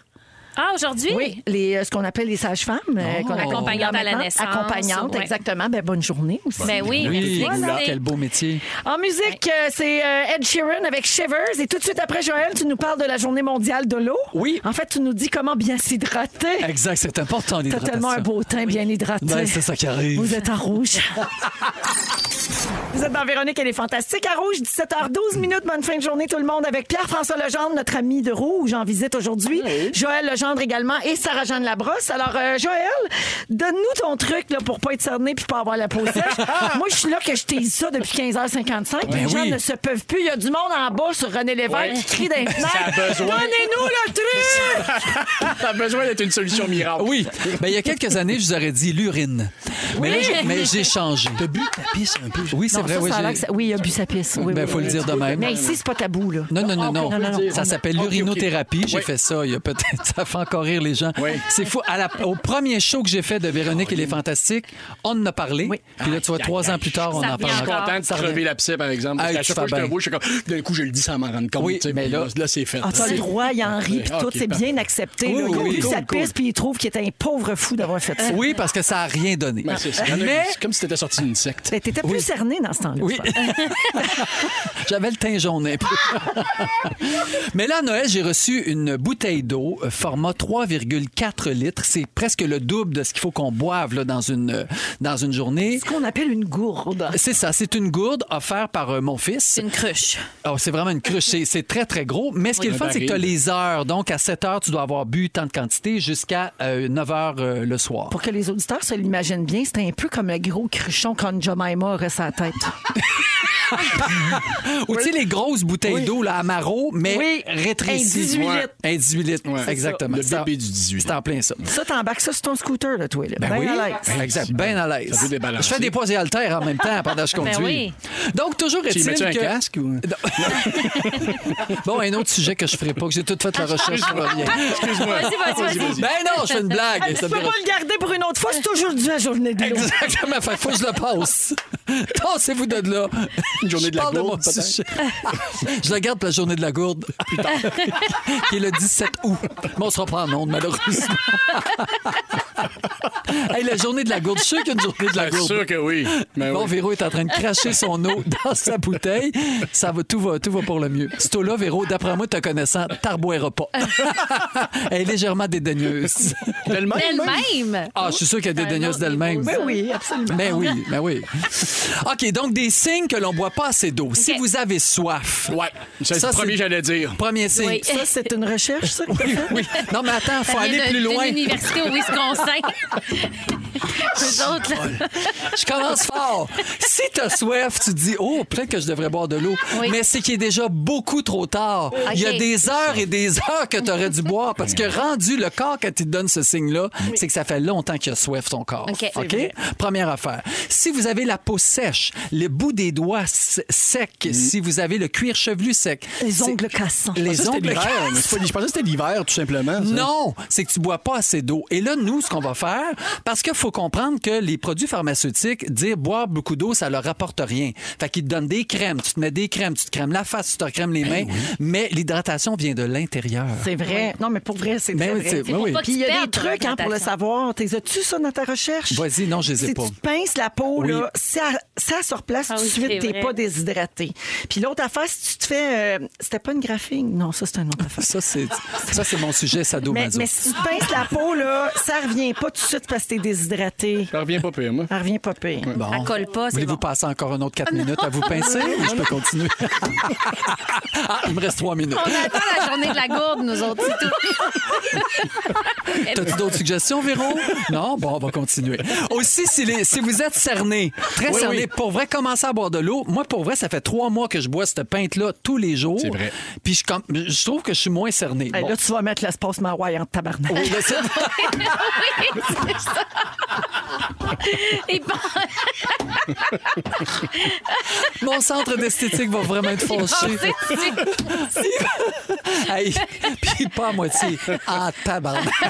Speaker 4: Ah, aujourd'hui?
Speaker 1: Oui, les, euh, ce qu'on appelle les sages-femmes. euh, qu'on appelle
Speaker 4: Accompagnantes à la
Speaker 1: maintenant.
Speaker 4: naissance,
Speaker 1: Accompagnantes,
Speaker 4: ouais.
Speaker 1: exactement. Ben, bonne journée aussi.
Speaker 4: Ben oui,
Speaker 5: Oui,
Speaker 4: merci.
Speaker 5: voilà.
Speaker 4: Merci.
Speaker 5: quel beau métier.
Speaker 1: En musique, euh, c'est euh, Ed Sheeran avec Shivers. Et tout de suite après, Joël, tu nous parles de la journée mondiale de l'eau.
Speaker 5: Oui.
Speaker 1: En fait, tu nous dis comment bien s'hydrater.
Speaker 5: Exact, c'est important
Speaker 1: T'as
Speaker 5: l'hydratation.
Speaker 1: tellement un beau teint bien hydraté.
Speaker 5: Ouais, Ben, c'est ça qui arrive.
Speaker 1: Vous êtes en rouge. Vous êtes dans Ben, Véronique, elle est fantastique. À Rouge, 17h12 minutes. Bonne fin de journée, tout le monde, avec Pierre-François Legendre, notre ami de Rouge, en visite aujourd'hui. Joël Legendre également et Sarah-Jeanne Labrosse. Alors, euh, Joël, donne-nous ton truc là, pour pas être cerné puis pas avoir la peau sèche. Moi, je suis là que je t'ai dit ça depuis 15h55. Les gens
Speaker 5: Eh oui.
Speaker 1: ne se peuvent plus. Il y a du monde en bas sur René Lévesque qui crie d'un fenêtre.
Speaker 3: besoin.
Speaker 1: Donnez-nous le truc!
Speaker 3: T'as besoin d'être une solution miracle.
Speaker 5: Oui. Ben, il y a quelques années, je vous aurais dit l'urine. Mais, là, j'ai- mais j'ai changé. T'as bu ta pisse un peu? Oui, c'est
Speaker 1: Non,
Speaker 5: vrai.
Speaker 1: ça,
Speaker 5: oui,
Speaker 1: ça a
Speaker 5: j'ai-
Speaker 1: l'air que ça- oui, il a bu sa pisse. Oui,
Speaker 5: Ben,
Speaker 1: oui,
Speaker 5: faut
Speaker 1: oui.
Speaker 5: le dire de même.
Speaker 1: Mais ici, c'est pas tabou, là. Ah,
Speaker 5: Non, non, non, non.
Speaker 1: non, non, non.
Speaker 5: Ça s'appelle
Speaker 3: Ok, ok.
Speaker 5: l'urinothérapie. J'ai
Speaker 3: Oui.
Speaker 5: fait ça. Il y a peut-être. Ça fait encore rire les gens.
Speaker 3: Oui.
Speaker 5: C'est fou. À la- au premier show que j'ai fait de Véronique et les Fantastiques, on en a parlé. Puis là, tu vois,
Speaker 3: Aïe,
Speaker 5: trois
Speaker 3: aïe,
Speaker 5: ans plus tard, on
Speaker 4: Ça
Speaker 5: en
Speaker 4: revient
Speaker 5: parle
Speaker 3: Je suis
Speaker 5: encore.
Speaker 3: content de crever l'abcès, par exemple. Parce
Speaker 5: Hey,
Speaker 3: qu'à
Speaker 5: tu
Speaker 3: chaque
Speaker 5: fais
Speaker 3: fois que je
Speaker 5: bien.
Speaker 3: t'avoue, je suis comme, d'un coup, je le dis sans m'en rendre compte.
Speaker 5: Oui,
Speaker 3: tu sais,
Speaker 5: mais
Speaker 3: puis
Speaker 5: là-
Speaker 3: là, c'est fait.
Speaker 1: Ah, t'as le droit, il en rit, puis
Speaker 3: Ok,
Speaker 1: tout, c'est
Speaker 3: parfait.
Speaker 1: bien accepté.
Speaker 5: Oui,
Speaker 1: là. il a
Speaker 5: oui,
Speaker 1: bu
Speaker 5: cool,
Speaker 1: sa pisse, puis il trouve qu'il était un pauvre fou d'avoir fait ça.
Speaker 5: Oui, parce que ça n'a rien donné.
Speaker 3: Ben, c'est ça. Il y en a-
Speaker 5: Mais
Speaker 3: C'est comme si t'étais sorti d'une secte.
Speaker 1: Ben, T'étais plus cerné dans ce temps-là.
Speaker 5: Euh, Oui.
Speaker 1: je pense.
Speaker 5: J'avais le teint jaune un peu. Mais là, à Noël, j'ai reçu une bouteille d'eau, euh, format 3,4 litres. C'est presque le double de ce qu'il faut qu'on boive là, dans, une, euh, dans une journée.
Speaker 1: Ce qu'on appelle une gourde.
Speaker 5: C'est ça, c'est une gourde offerte par euh, mon fils.
Speaker 4: C'est une cruche.
Speaker 5: Oh, c'est vraiment une cruche. C'est- C'est très, très gros. Mais ce qui est le
Speaker 3: Un
Speaker 5: fun, c'est que tu as
Speaker 3: baril.
Speaker 5: les heures. Donc, à 7 heures, tu dois avoir bu tant de quantité jusqu'à 9 heures euh, le soir.
Speaker 1: Pour que les auditeurs se l'imaginent bien, c'était un peu comme le gros cruchon quand Jemima aurait sa tête.
Speaker 5: Ou tu sais, les grosses bouteilles d'eau, là, Amaro, mais
Speaker 1: Oui.
Speaker 5: rétrécies.
Speaker 1: Un 18
Speaker 5: Ouais.
Speaker 1: litres.
Speaker 5: Un 18 litres,
Speaker 3: Ouais.
Speaker 5: exactement.
Speaker 3: Le
Speaker 5: C'est en-
Speaker 3: bébé du Ben 18.
Speaker 5: C'est en plein ça.
Speaker 1: Ça, t'embarques ça sur ton scooter, là, toi. Là.
Speaker 5: Ben
Speaker 1: Bien
Speaker 5: oui.
Speaker 1: à l'aise.
Speaker 5: Exact. Bien à l'aise.
Speaker 3: Ça peut débalancer.
Speaker 5: Je fais des poids et haltères en même temps pendant que je
Speaker 4: Ben
Speaker 5: conduis.
Speaker 4: oui.
Speaker 5: Donc, toujours
Speaker 3: Tu
Speaker 5: est-il
Speaker 3: y mets-tu un
Speaker 5: que-
Speaker 3: casque ou.
Speaker 5: Bon, un autre sujet que je ferai pas, que j'ai toute faite la recherche sur le lien.
Speaker 3: Excuse-moi.
Speaker 4: Vas-y, vas-y, vas-y.
Speaker 5: Ben non, je fais une blague.
Speaker 1: Tu
Speaker 5: ça me
Speaker 1: peux pas
Speaker 5: dérange
Speaker 1: le garder pour une autre fois, c'est toujours dû à la journée de l'eau.
Speaker 5: Exactement. Fait que faut que je le passe. Tassez-vous de là.
Speaker 3: Une journée
Speaker 5: Je
Speaker 3: de la
Speaker 5: parle
Speaker 3: gourde,
Speaker 5: mon
Speaker 3: peut-être.
Speaker 5: sujet. Je la garde pour la journée de la gourde. Plus tard. Qui est le 17 août. Mais on sera pas en onde, malheureusement. Hey, la journée de la gourde. Je suis sûr qu'il y a une journée de la
Speaker 3: Bien
Speaker 5: gourde.
Speaker 3: sûr que oui. Ben
Speaker 5: Bon,
Speaker 3: oui.
Speaker 5: Véro est en train de cracher son eau dans sa bouteille. Ça va, tout va, tout va pour le mieux. Cette eau-là, Véro, d'après moi, te connaissant, t'arboiras pas. Elle est légèrement dédaigneuse.
Speaker 7: Tellement.
Speaker 4: Elle-même.
Speaker 5: Ah, je suis sûr qu'elle est
Speaker 4: Ah, non,
Speaker 5: dédaigneuse d'elle-même.
Speaker 4: il
Speaker 1: Ben oui, absolument.
Speaker 5: Mais oui, mais oui. OK, donc des signes que l'on boit pas assez d'eau. Si
Speaker 4: OK.
Speaker 5: vous avez soif.
Speaker 3: Ouais, c'est
Speaker 5: Ça,
Speaker 3: le premier
Speaker 5: c'est-
Speaker 3: que j'allais dire.
Speaker 5: Premier signe.
Speaker 4: Oui.
Speaker 1: Ça, c'est une recherche, ça?
Speaker 5: Oui, oui. Non, mais attends, faut
Speaker 4: Ça vient
Speaker 5: aller
Speaker 4: de-
Speaker 5: plus
Speaker 4: d'une
Speaker 5: loin.
Speaker 4: université au Wisconsin. Eux autres, là.
Speaker 5: Je commence fort. Si t'as soif, tu te dis, oh, peut-être que je devrais boire de l'eau.
Speaker 4: Oui.
Speaker 5: Mais c'est qu'il est déjà beaucoup trop tard. Il y a
Speaker 4: OK.
Speaker 5: des heures et des heures que t'aurais dû boire parce que rendu le corps quand il te donne ce signe-là, c'est que ça fait longtemps qu'il a soif ton corps.
Speaker 4: OK. C'est
Speaker 5: OK?
Speaker 4: vrai.
Speaker 5: Première affaire. Si vous avez la peau sèche, le bout des doigts se- sec,
Speaker 3: Mm.
Speaker 5: si vous avez le cuir chevelu sec,
Speaker 1: Les
Speaker 5: c'est-
Speaker 1: ongles cassants.
Speaker 3: Ah, Ça,
Speaker 5: les
Speaker 3: c'était
Speaker 5: ongles
Speaker 3: l'hiver, mais c'est pas- Je pensais que c'était l'hiver, tout simplement. ça.
Speaker 5: non, c'est que tu bois pas assez d'eau. Et là, nous, ce qu'on va faire, parce qu'il faut comprendre que les produits pharmaceutiques, dire boire beaucoup d'eau, ça leur rapporte rien. Fait qu'ils te donnent des crèmes, tu te mets des crèmes, tu te crèmes la face, tu te crèmes les mains, mais l'hydratation vient de l'intérieur.
Speaker 1: C'est vrai. Non, mais pour vrai, c'est
Speaker 5: Ben
Speaker 1: très
Speaker 5: oui,
Speaker 1: vrai.
Speaker 5: c'est- ben oui.
Speaker 4: pas que
Speaker 1: Puis il y a des
Speaker 4: perdes,
Speaker 1: trucs hein, pour le
Speaker 4: l'hydratation.
Speaker 1: savoir. T'es as-tu ça dans ta recherche?
Speaker 5: Vas-y, non, je les ai
Speaker 1: si
Speaker 5: pas.
Speaker 1: tu pinces la peau,
Speaker 5: Oui.
Speaker 1: là, ça, ça se replace
Speaker 4: Ah
Speaker 1: tout de
Speaker 4: oui,
Speaker 1: suite.
Speaker 4: c'est
Speaker 1: T'es
Speaker 4: vrai.
Speaker 1: pas déshydraté. Puis l'autre affaire, si tu te fais. euh, C'était pas une graphine. Non, ça, c'est une autre affaire.
Speaker 5: Ça, c'est ça, c'est mon sujet
Speaker 1: Mais,
Speaker 5: sadomaso.
Speaker 1: mais si tu te pinces la peau, là, ça revient pas tout de suite parce que t'es déshydraté.
Speaker 3: Ça revient pas pire, moi.
Speaker 1: Ça revient pas pire.
Speaker 5: Bon.
Speaker 4: Elle colle pas, c'est
Speaker 5: Voulez-vous
Speaker 4: bon.
Speaker 5: passer encore une autre 4 minutes à vous pincer ou je peux continuer? ah, il me reste 3 minutes.
Speaker 4: On attend la journée de la gourde, nous autres, c'est tout.
Speaker 5: T'as-tu d'autres suggestions, Véro? Non? Bon, on va continuer. Aussi, si, les- si vous êtes cerné, très
Speaker 3: Oui,
Speaker 5: cerné,
Speaker 3: oui.
Speaker 5: pour vrai, commencez à boire de l'eau. Moi, pour vrai, ça fait trois mois que je bois cette pinte-là tous les jours.
Speaker 3: C'est vrai.
Speaker 5: Puis je, com- je trouve que je suis moins cerné.
Speaker 1: Hey,
Speaker 5: Bon.
Speaker 1: Là, tu vas mettre l'espace maroillant en tabarnak.
Speaker 5: Oui, là, c'est-
Speaker 4: Et pas-
Speaker 5: Mon centre d'esthétique va vraiment être fauché. Hey, puis pas à moitié. Ah, tabarnak.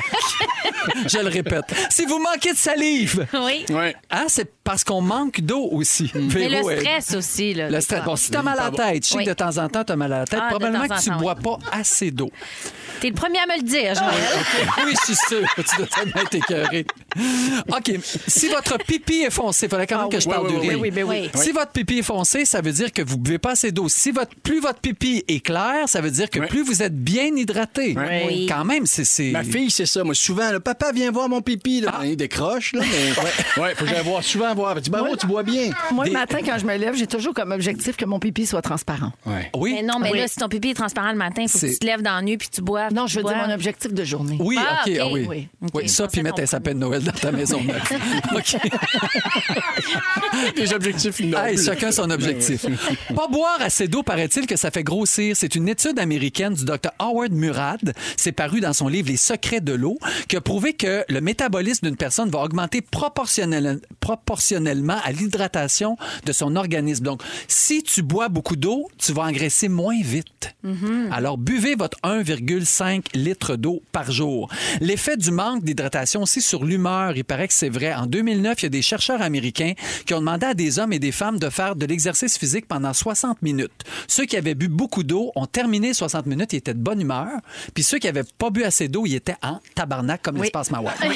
Speaker 5: Je le répète. Si vous manquez de salive,
Speaker 4: Oui.
Speaker 3: Ouais.
Speaker 5: hein, c'est parce qu'on manque d'eau aussi.
Speaker 4: Mais le
Speaker 5: Véro, elle-
Speaker 4: stress aussi, là.
Speaker 5: Le
Speaker 4: des
Speaker 5: stress.
Speaker 4: fois.
Speaker 5: Bon, si t'as mal à la tête, je sais
Speaker 4: Oui.
Speaker 5: que de temps en temps t'as mal à la tête,
Speaker 4: Ah, de
Speaker 5: probablement
Speaker 4: temps en
Speaker 5: que tu
Speaker 4: temps,
Speaker 5: bois pas assez d'eau.
Speaker 4: T'es le premier à me le dire,
Speaker 1: Ah,
Speaker 4: Joël.
Speaker 5: oui, je suis sûr. Tu dois tellement être écœuré. OK. Si votre pipi est foncé, il fallait quand même que je
Speaker 3: oui.
Speaker 5: parle
Speaker 3: Oui,
Speaker 5: du
Speaker 3: oui,
Speaker 5: riz.
Speaker 3: oui, oui,
Speaker 4: ben oui.
Speaker 5: Si votre pipi est foncé, ça veut dire que vous buvez pas assez d'eau. Si votre, plus votre pipi est clair, ça veut dire que
Speaker 3: Oui.
Speaker 5: plus vous êtes bien hydraté.
Speaker 4: Oui.
Speaker 5: Quand même, c'est- c'est.
Speaker 3: Ma fille, c'est ça. Moi, souvent, le papa vient voir mon pipi. Là, Ben, Il décroche, là, mais. ouais. faut que j'aille voir. Souvent, voir. Elle dit, ben, oh, tu bois bien.
Speaker 1: Moi,
Speaker 5: Des-
Speaker 1: le matin, quand je me lève, j'ai toujours comme objectif que mon pipi soit transparent.
Speaker 3: Ouais.
Speaker 5: Oui.
Speaker 4: Mais non, mais
Speaker 1: Oui.
Speaker 4: là, si ton pipi est transparent le matin, il faut que
Speaker 5: C'est-
Speaker 4: tu te lèves dans la nuit puis tu bois.
Speaker 1: Non,
Speaker 4: puis
Speaker 1: je veux
Speaker 4: tu
Speaker 1: dire
Speaker 4: bois.
Speaker 1: mon objectif de journée.
Speaker 5: Oui,
Speaker 4: Ah,
Speaker 5: OK,
Speaker 4: OK.
Speaker 5: ah oui.
Speaker 1: Oui.
Speaker 5: Oui, ça,
Speaker 4: Je
Speaker 5: puis
Speaker 4: pensais
Speaker 5: mettre un
Speaker 4: qu'on-
Speaker 5: sapin de Noël dans ta maison. OK.
Speaker 3: Oh, Des objectifs nobles.
Speaker 5: Hey, chacun son objectif. Pas boire assez d'eau, paraît-il, que ça fait grossir. C'est une étude américaine du docteur Howard Murad. C'est paru dans son livre Les secrets de l'eau, qui a prouvé que le métabolisme d'une personne va augmenter proportionnel- proportionnellement à l'hydratation de son organisme. Donc, si tu bois beaucoup d'eau, tu vas engraisser moins vite. Alors, buvez votre 1,5 litre d'eau par jour. L'effet du manque d'hydratation aussi sur l'humeur, il paraît que c'est vrai. En 2009, il y a des chercheurs américains qui ont demandé à des hommes et des femmes de faire de l'exercice physique pendant 60 minutes. Ceux qui avaient bu beaucoup d'eau ont terminé 60 minutes, ils étaient de bonne humeur. Puis ceux qui n'avaient pas bu assez d'eau, ils étaient en tabarnak, comme l'espace Mawa.
Speaker 4: Ah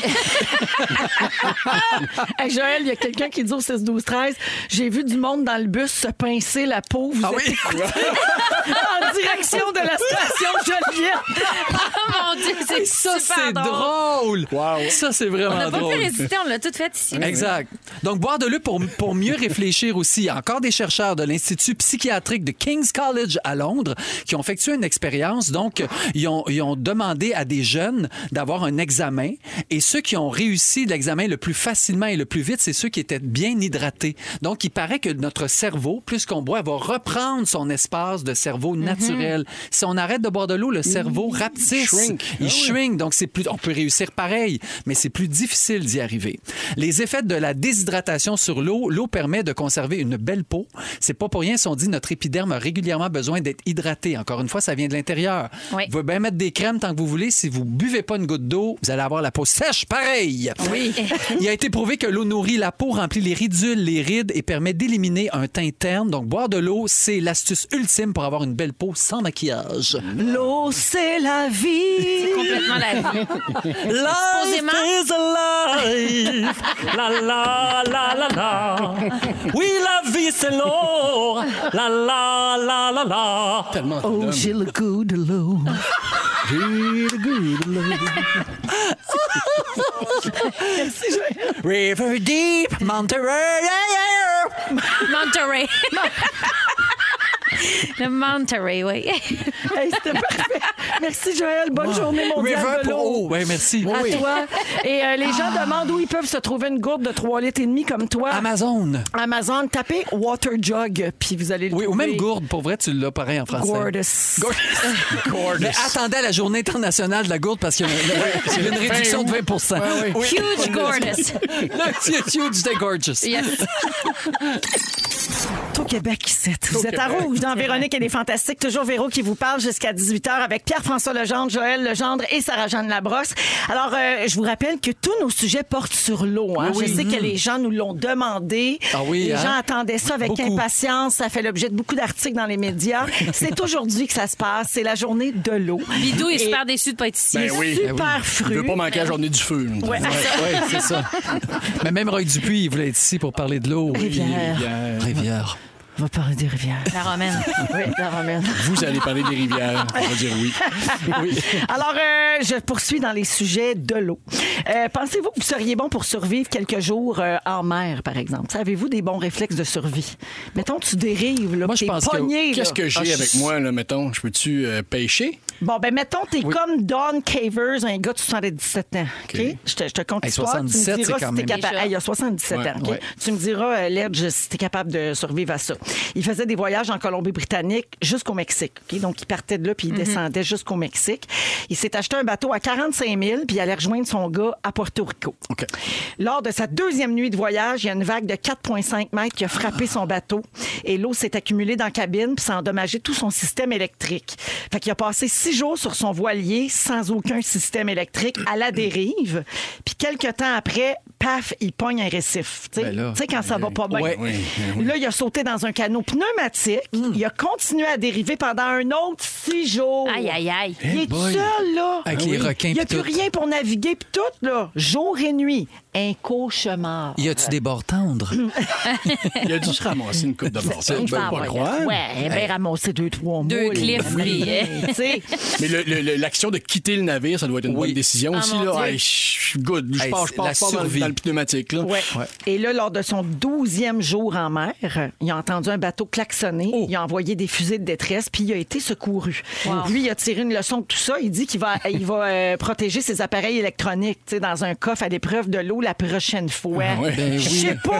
Speaker 1: Hey, Joël, il y a quelqu'un qui dit au 6 12 13 j'ai vu du monde dans le bus se pincer la peau. Vous
Speaker 5: Ah
Speaker 1: êtes
Speaker 5: oui?
Speaker 1: en direction de la station Joliette.
Speaker 4: Oh mon Dieu, c'est
Speaker 5: Et ça,
Speaker 4: super
Speaker 5: c'est drôle!
Speaker 3: Wow.
Speaker 5: Ça, c'est
Speaker 4: On
Speaker 5: vraiment
Speaker 4: n'a pas
Speaker 5: drôle.
Speaker 4: pu résister, on l'a tout fait ici.
Speaker 5: Exact. Donc, boire de l'eau pour, pour mieux réfléchir aussi. Il y a encore des chercheurs de l'Institut psychiatrique de King's College à Londres qui ont effectué une expérience. Donc, ils ont, ils ont demandé à des jeunes d'avoir un examen. Et ceux qui ont réussi l'examen le plus facilement et le plus vite, c'est ceux qui étaient bien hydratés. Donc, il paraît que notre cerveau, plus qu'on boit, va reprendre son espace de cerveau naturel. Si on arrête de boire de l'eau, le cerveau rapetisse.
Speaker 3: Shrink.
Speaker 5: Il shrink. Donc, c'est plus, on peut réussir pareil, mais c'est plus difficile d'y arriver. Les effets de la déshydratation sur l'eau, l'eau permet de conserver une belle peau. C'est pas pour rien si on dit notre épiderme a régulièrement besoin d'être hydraté. Encore une fois, ça vient de l'intérieur.
Speaker 4: Oui.
Speaker 5: Vous pouvez bien mettre des crèmes tant que vous voulez. Si vous buvez pas une goutte d'eau, vous allez avoir la peau sèche pareil.
Speaker 4: Oui.
Speaker 5: Il a été prouvé que l'eau nourrit la peau, remplit les ridules, les rides et permet d'éliminer un teint terne. Donc, boire de l'eau, c'est l'astuce ultime pour avoir une belle peau sans maquillage.
Speaker 9: L'eau, c'est la vie.
Speaker 4: Complètement la vie.
Speaker 5: Life
Speaker 4: Supposément.
Speaker 5: is alive. La la la la la. Oui, la vie c'est l'eau. La la la la la.
Speaker 3: Tellement
Speaker 9: Oh,
Speaker 3: d'hommes.
Speaker 9: j'ai le goût de l'eau.
Speaker 3: J'ai le goût de l'eau.
Speaker 5: River deep, Monterey.
Speaker 4: Monterey. Le Monterey, oui.
Speaker 9: Hey, C'était parfait. Merci, Joël. Bonne journée, mon
Speaker 5: River
Speaker 9: de
Speaker 5: pour
Speaker 9: l'eau.
Speaker 5: eau. Oui, merci.
Speaker 9: À toi. Et euh, les gens demandent où ils peuvent se trouver une gourde de 3 litres et demi comme toi.
Speaker 5: Amazon.
Speaker 9: Amazon, tapez Water Jug, puis vous allez le
Speaker 5: Oui, ou
Speaker 9: trouver.
Speaker 5: même gourde, pour vrai, tu l'as pareil en français.
Speaker 9: Gourdess.
Speaker 5: Mais attendez à la journée internationale de la gourde parce qu'il y a une, il y a une réduction de 20 Oui.
Speaker 4: Huge gorgeous.
Speaker 5: Le petit huge, c'était gorgeous.
Speaker 4: Yes.
Speaker 9: Au Québec, ici. Vous êtes à rouge dans Véronique et les Fantastiques. Toujours Véro qui vous parle jusqu'à 18h avec Pierre-François Legendre, Joël Legendre et Sarah-Jeanne Labrosse. Alors, euh, je vous rappelle que tous nos sujets portent sur l'eau. hein.
Speaker 5: Oui,
Speaker 9: Je
Speaker 5: oui.
Speaker 9: sais que les gens nous l'ont demandé.
Speaker 5: Ah oui,
Speaker 9: les
Speaker 5: hein?
Speaker 9: gens attendaient ça avec
Speaker 5: Beaucoup.
Speaker 9: impatience. Ça fait l'objet de beaucoup d'articles dans les médias. C'est aujourd'hui que ça se passe. C'est la journée de l'eau.
Speaker 4: Bidou est
Speaker 9: Et-
Speaker 4: super déçu de pas être ici.
Speaker 3: Ben oui.
Speaker 9: Super
Speaker 3: Je
Speaker 9: fru.
Speaker 3: veux pas manquer la journée du feu.
Speaker 9: Ouais.
Speaker 5: c'est ça. Mais même Roy Dupuis, il voulait être ici pour parler de l'eau.
Speaker 9: Rivière.
Speaker 5: Rivière.
Speaker 9: On va parler des rivières.
Speaker 4: La romaine.
Speaker 9: Oui, la romaine.
Speaker 3: Vous allez parler des rivières. On va dire oui.
Speaker 9: Alors, euh, je poursuis dans les sujets de l'eau. Euh, Pensez-vous que vous seriez bon pour survivre quelques jours euh, en mer, par exemple? Savez-vous des bons réflexes de survie? Mettons, tu dérives, là,
Speaker 5: Moi, je
Speaker 9: t'es
Speaker 5: pense que-
Speaker 9: pogné,
Speaker 3: Qu'est-ce
Speaker 9: là.
Speaker 3: que j'ai avec moi, là, mettons? Je peux-tu euh, pêcher?
Speaker 9: Bon, ben mettons, t'es comme Don Cavers, un gars de 77 ans, OK?
Speaker 3: OK.
Speaker 9: Je, te, je te compte
Speaker 5: Hey,
Speaker 9: l'histoire,
Speaker 5: 77,
Speaker 9: tu me diras
Speaker 5: c'est quand
Speaker 9: si t'es
Speaker 5: même-
Speaker 9: capable...
Speaker 4: Déjà.
Speaker 9: Hey, il a 77
Speaker 3: Ouais,
Speaker 9: ans, OK?
Speaker 3: ouais.
Speaker 9: Tu me diras, euh, Ledge, si t'es capable de survivre à ça. Il faisait des voyages en Colombie-Britannique jusqu'au Mexique, OK? Donc, il partait de là, puis il descendait jusqu'au Mexique. Il s'est acheté un bateau à 45 000, puis il allait rejoindre son gars à Porto Rico.
Speaker 3: OK.
Speaker 9: Lors de sa deuxième nuit de voyage, il y a une vague de 4,5 mètres qui a frappé son bateau et l'eau s'est accumulée dans la cabine puis ça a endommagé tout son système électrique. Fait qu'il a passé six jours sur son voilier sans aucun système électrique à la dérive. Puis quelques temps après, paf, il pogne un récif. Tu sais,
Speaker 3: Ben là,
Speaker 9: Tu sais, quand ça va pas bien.
Speaker 3: ouais, oui, oui. Hmm.
Speaker 9: Là, il a sauté dans un canot pneumatique. Il a continué à dériver pendant un autre six jours.
Speaker 4: Aïe, aïe, aïe.
Speaker 9: Il est tout seul, là.
Speaker 5: Eh Avec
Speaker 3: Ah
Speaker 5: les
Speaker 3: oui.
Speaker 5: requins
Speaker 9: Il n'y a
Speaker 5: pis
Speaker 9: plus
Speaker 5: tout.
Speaker 9: rien pour naviguer pis tout, là. Jour et nuit. Un cauchemar.
Speaker 5: Y a-tu des bords tendres?
Speaker 3: Il a dû se ramasser une coupe de bord. Je peux
Speaker 9: Ah,
Speaker 3: pas
Speaker 9: ouais.
Speaker 3: croire.
Speaker 9: Ouais, ben ramasser deux, trois
Speaker 4: Deux
Speaker 9: moules.
Speaker 4: cliffs,
Speaker 9: Oui,
Speaker 4: puis- hein.
Speaker 9: tu sais.
Speaker 3: Mais le- le- le- l'action de quitter le navire, ça doit être une
Speaker 5: Oui.
Speaker 3: bonne décision
Speaker 4: Ah,
Speaker 3: aussi.
Speaker 4: mon
Speaker 3: Là.
Speaker 4: Dieu.
Speaker 3: Hey, je suis good. Je
Speaker 5: Hey,
Speaker 3: pars, je
Speaker 5: c'est
Speaker 3: pars
Speaker 5: la
Speaker 3: pas dans, le-
Speaker 5: survie.
Speaker 3: dans le pneumatique. Là. Ben
Speaker 9: Ouais. Et là, lors de son douzième jour en mer, il a entendu un bateau klaxonner,
Speaker 5: Oh.
Speaker 9: il a envoyé des fusées de détresse, puis il a été secouru. Lui, il a tiré une leçon de tout ça. Il dit qu'il va, il va euh, protéger ses appareils électroniques tu sais, dans un coffre à l'épreuve de l'eau la prochaine fois.
Speaker 3: Ah ouais.
Speaker 5: Ben
Speaker 9: Je
Speaker 5: oui.
Speaker 9: sais pas!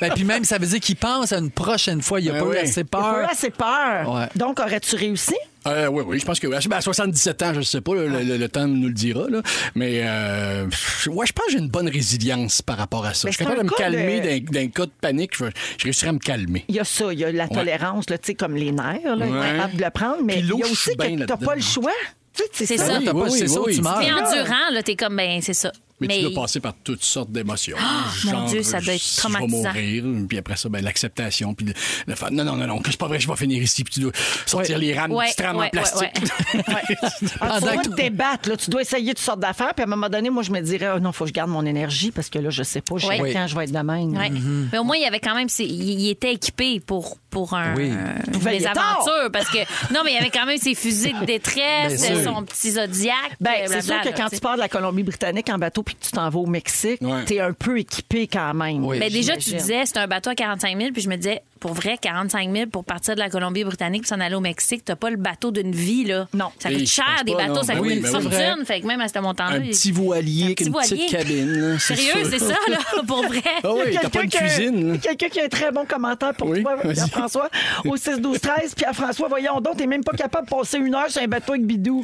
Speaker 5: ben, puis même, ça veut dire qu'il pense à une prochaine fois. Il a
Speaker 3: Ben
Speaker 5: pas
Speaker 3: oui.
Speaker 5: eu assez
Speaker 9: Il a eu
Speaker 5: peur.
Speaker 9: assez peur.
Speaker 5: Ouais.
Speaker 9: Donc, aurais-tu réussi?
Speaker 3: Euh, oui, oui, je pense que oui. Ben, à 77 ans, je ne sais pas, là, le, le- le temps nous le dira. Là. Mais euh, pff, ouais, je pense que j'ai une bonne résilience par rapport à ça.
Speaker 9: Mais
Speaker 3: je suis
Speaker 9: c'est
Speaker 3: capable
Speaker 9: un
Speaker 3: de me
Speaker 9: cas de-
Speaker 3: calmer d'un- d'un cas de panique. Je, vais- je réussirai à me calmer.
Speaker 9: Il y a ça, il y a la tolérance, là, tu sais, comme les nerfs,
Speaker 3: Ouais.
Speaker 9: là, être capable de le prendre, mais
Speaker 3: Puis
Speaker 9: il y
Speaker 3: l'eau,
Speaker 9: a
Speaker 3: je suis
Speaker 9: aussi
Speaker 3: bien
Speaker 9: que t'as
Speaker 3: là-dedans.
Speaker 9: pas le choix. Tu sais,
Speaker 4: C'est
Speaker 9: ça.
Speaker 4: ça.
Speaker 5: T'as pas-
Speaker 3: Oui,
Speaker 5: c'est ça
Speaker 3: oui,
Speaker 5: où tu
Speaker 3: oui.
Speaker 5: meurs.
Speaker 4: Puis endurant, là, t'es comme, ben, c'est ça.
Speaker 3: Mais, tu dois passer par toutes sortes d'émotions.
Speaker 9: Ah,
Speaker 4: mon
Speaker 3: Genre,
Speaker 4: Dieu, ça doit être
Speaker 3: si
Speaker 4: traumatisant.
Speaker 3: Je vais mourir, puis après ça, ben, l'acceptation, puis le, le fait, non, non, non, non, que c'est pas vrai, je vais finir ici, puis tu dois sortir les rames,
Speaker 4: Ouais,
Speaker 3: petites rames
Speaker 4: ouais,
Speaker 3: en plastique.
Speaker 9: Ah, tu
Speaker 5: Pendant
Speaker 9: dois
Speaker 5: que-
Speaker 9: te débattre, là, tu dois essayer toutes sortes d'affaires, puis à un moment donné, moi, je me dirais, Ah non, faut que je garde mon énergie parce que là, je sais pas, je sais
Speaker 4: Ouais.
Speaker 9: pas quand je vais être de même.
Speaker 4: Ouais.
Speaker 3: Mm-hmm.
Speaker 4: Mais au moins, il y avait quand même. c'est- Il il était équipé pour, pour un,
Speaker 5: Oui.
Speaker 4: euh,
Speaker 9: pouvait
Speaker 4: des
Speaker 9: aller tard.
Speaker 4: aventures. Parce que, non, mais il y avait quand même ses fusils de détresse,
Speaker 5: Bien sûr.
Speaker 4: son petit zodiac.
Speaker 9: Ben,
Speaker 4: euh,
Speaker 9: c'est sûr
Speaker 4: blablabla,
Speaker 9: que quand
Speaker 4: là,
Speaker 9: tu pars de la Colombie-Britannique en bateau puis que tu t'en vas au Mexique,
Speaker 3: Ouais.
Speaker 9: t'es un peu équipé quand même.
Speaker 5: Oui.
Speaker 4: Mais Ben, déjà, tu
Speaker 9: J'imagine.
Speaker 4: disais, c'est un bateau à 45 000, puis je me disais, pour vrai, 45 000 pour partir de la Colombie-Britannique puis s'en aller au Mexique, t'as pas le bateau d'une vie, là.
Speaker 9: Non.
Speaker 4: Ça
Speaker 3: Et
Speaker 4: coûte
Speaker 3: je pense
Speaker 4: cher, des
Speaker 3: pas,
Speaker 4: bateaux,
Speaker 3: non.
Speaker 4: ça
Speaker 3: Ben
Speaker 4: coûte
Speaker 3: oui,
Speaker 4: une
Speaker 3: ben oui.
Speaker 4: fortune. Fait que même à ce montant-là.
Speaker 3: Un
Speaker 4: il-
Speaker 3: petit voilier avec
Speaker 4: petit
Speaker 3: une
Speaker 4: voilier.
Speaker 3: petite cabine. là, c'est
Speaker 4: Sérieux,
Speaker 3: sûr.
Speaker 4: c'est ça, là, pour vrai.
Speaker 3: Ah oui,
Speaker 9: Il y a
Speaker 3: t'as pas une
Speaker 9: quelqu'un qui a-
Speaker 3: cuisine. là.
Speaker 9: Quelqu'un qui a un très bon commentaire pour
Speaker 3: Oui,
Speaker 9: toi,
Speaker 3: vas-y.
Speaker 9: Pierre-François, au 6-12-13. Pierre-François, voyons donc, t'es même pas capable de
Speaker 3: Ah!
Speaker 9: passer une heure sur un bateau avec Bidou.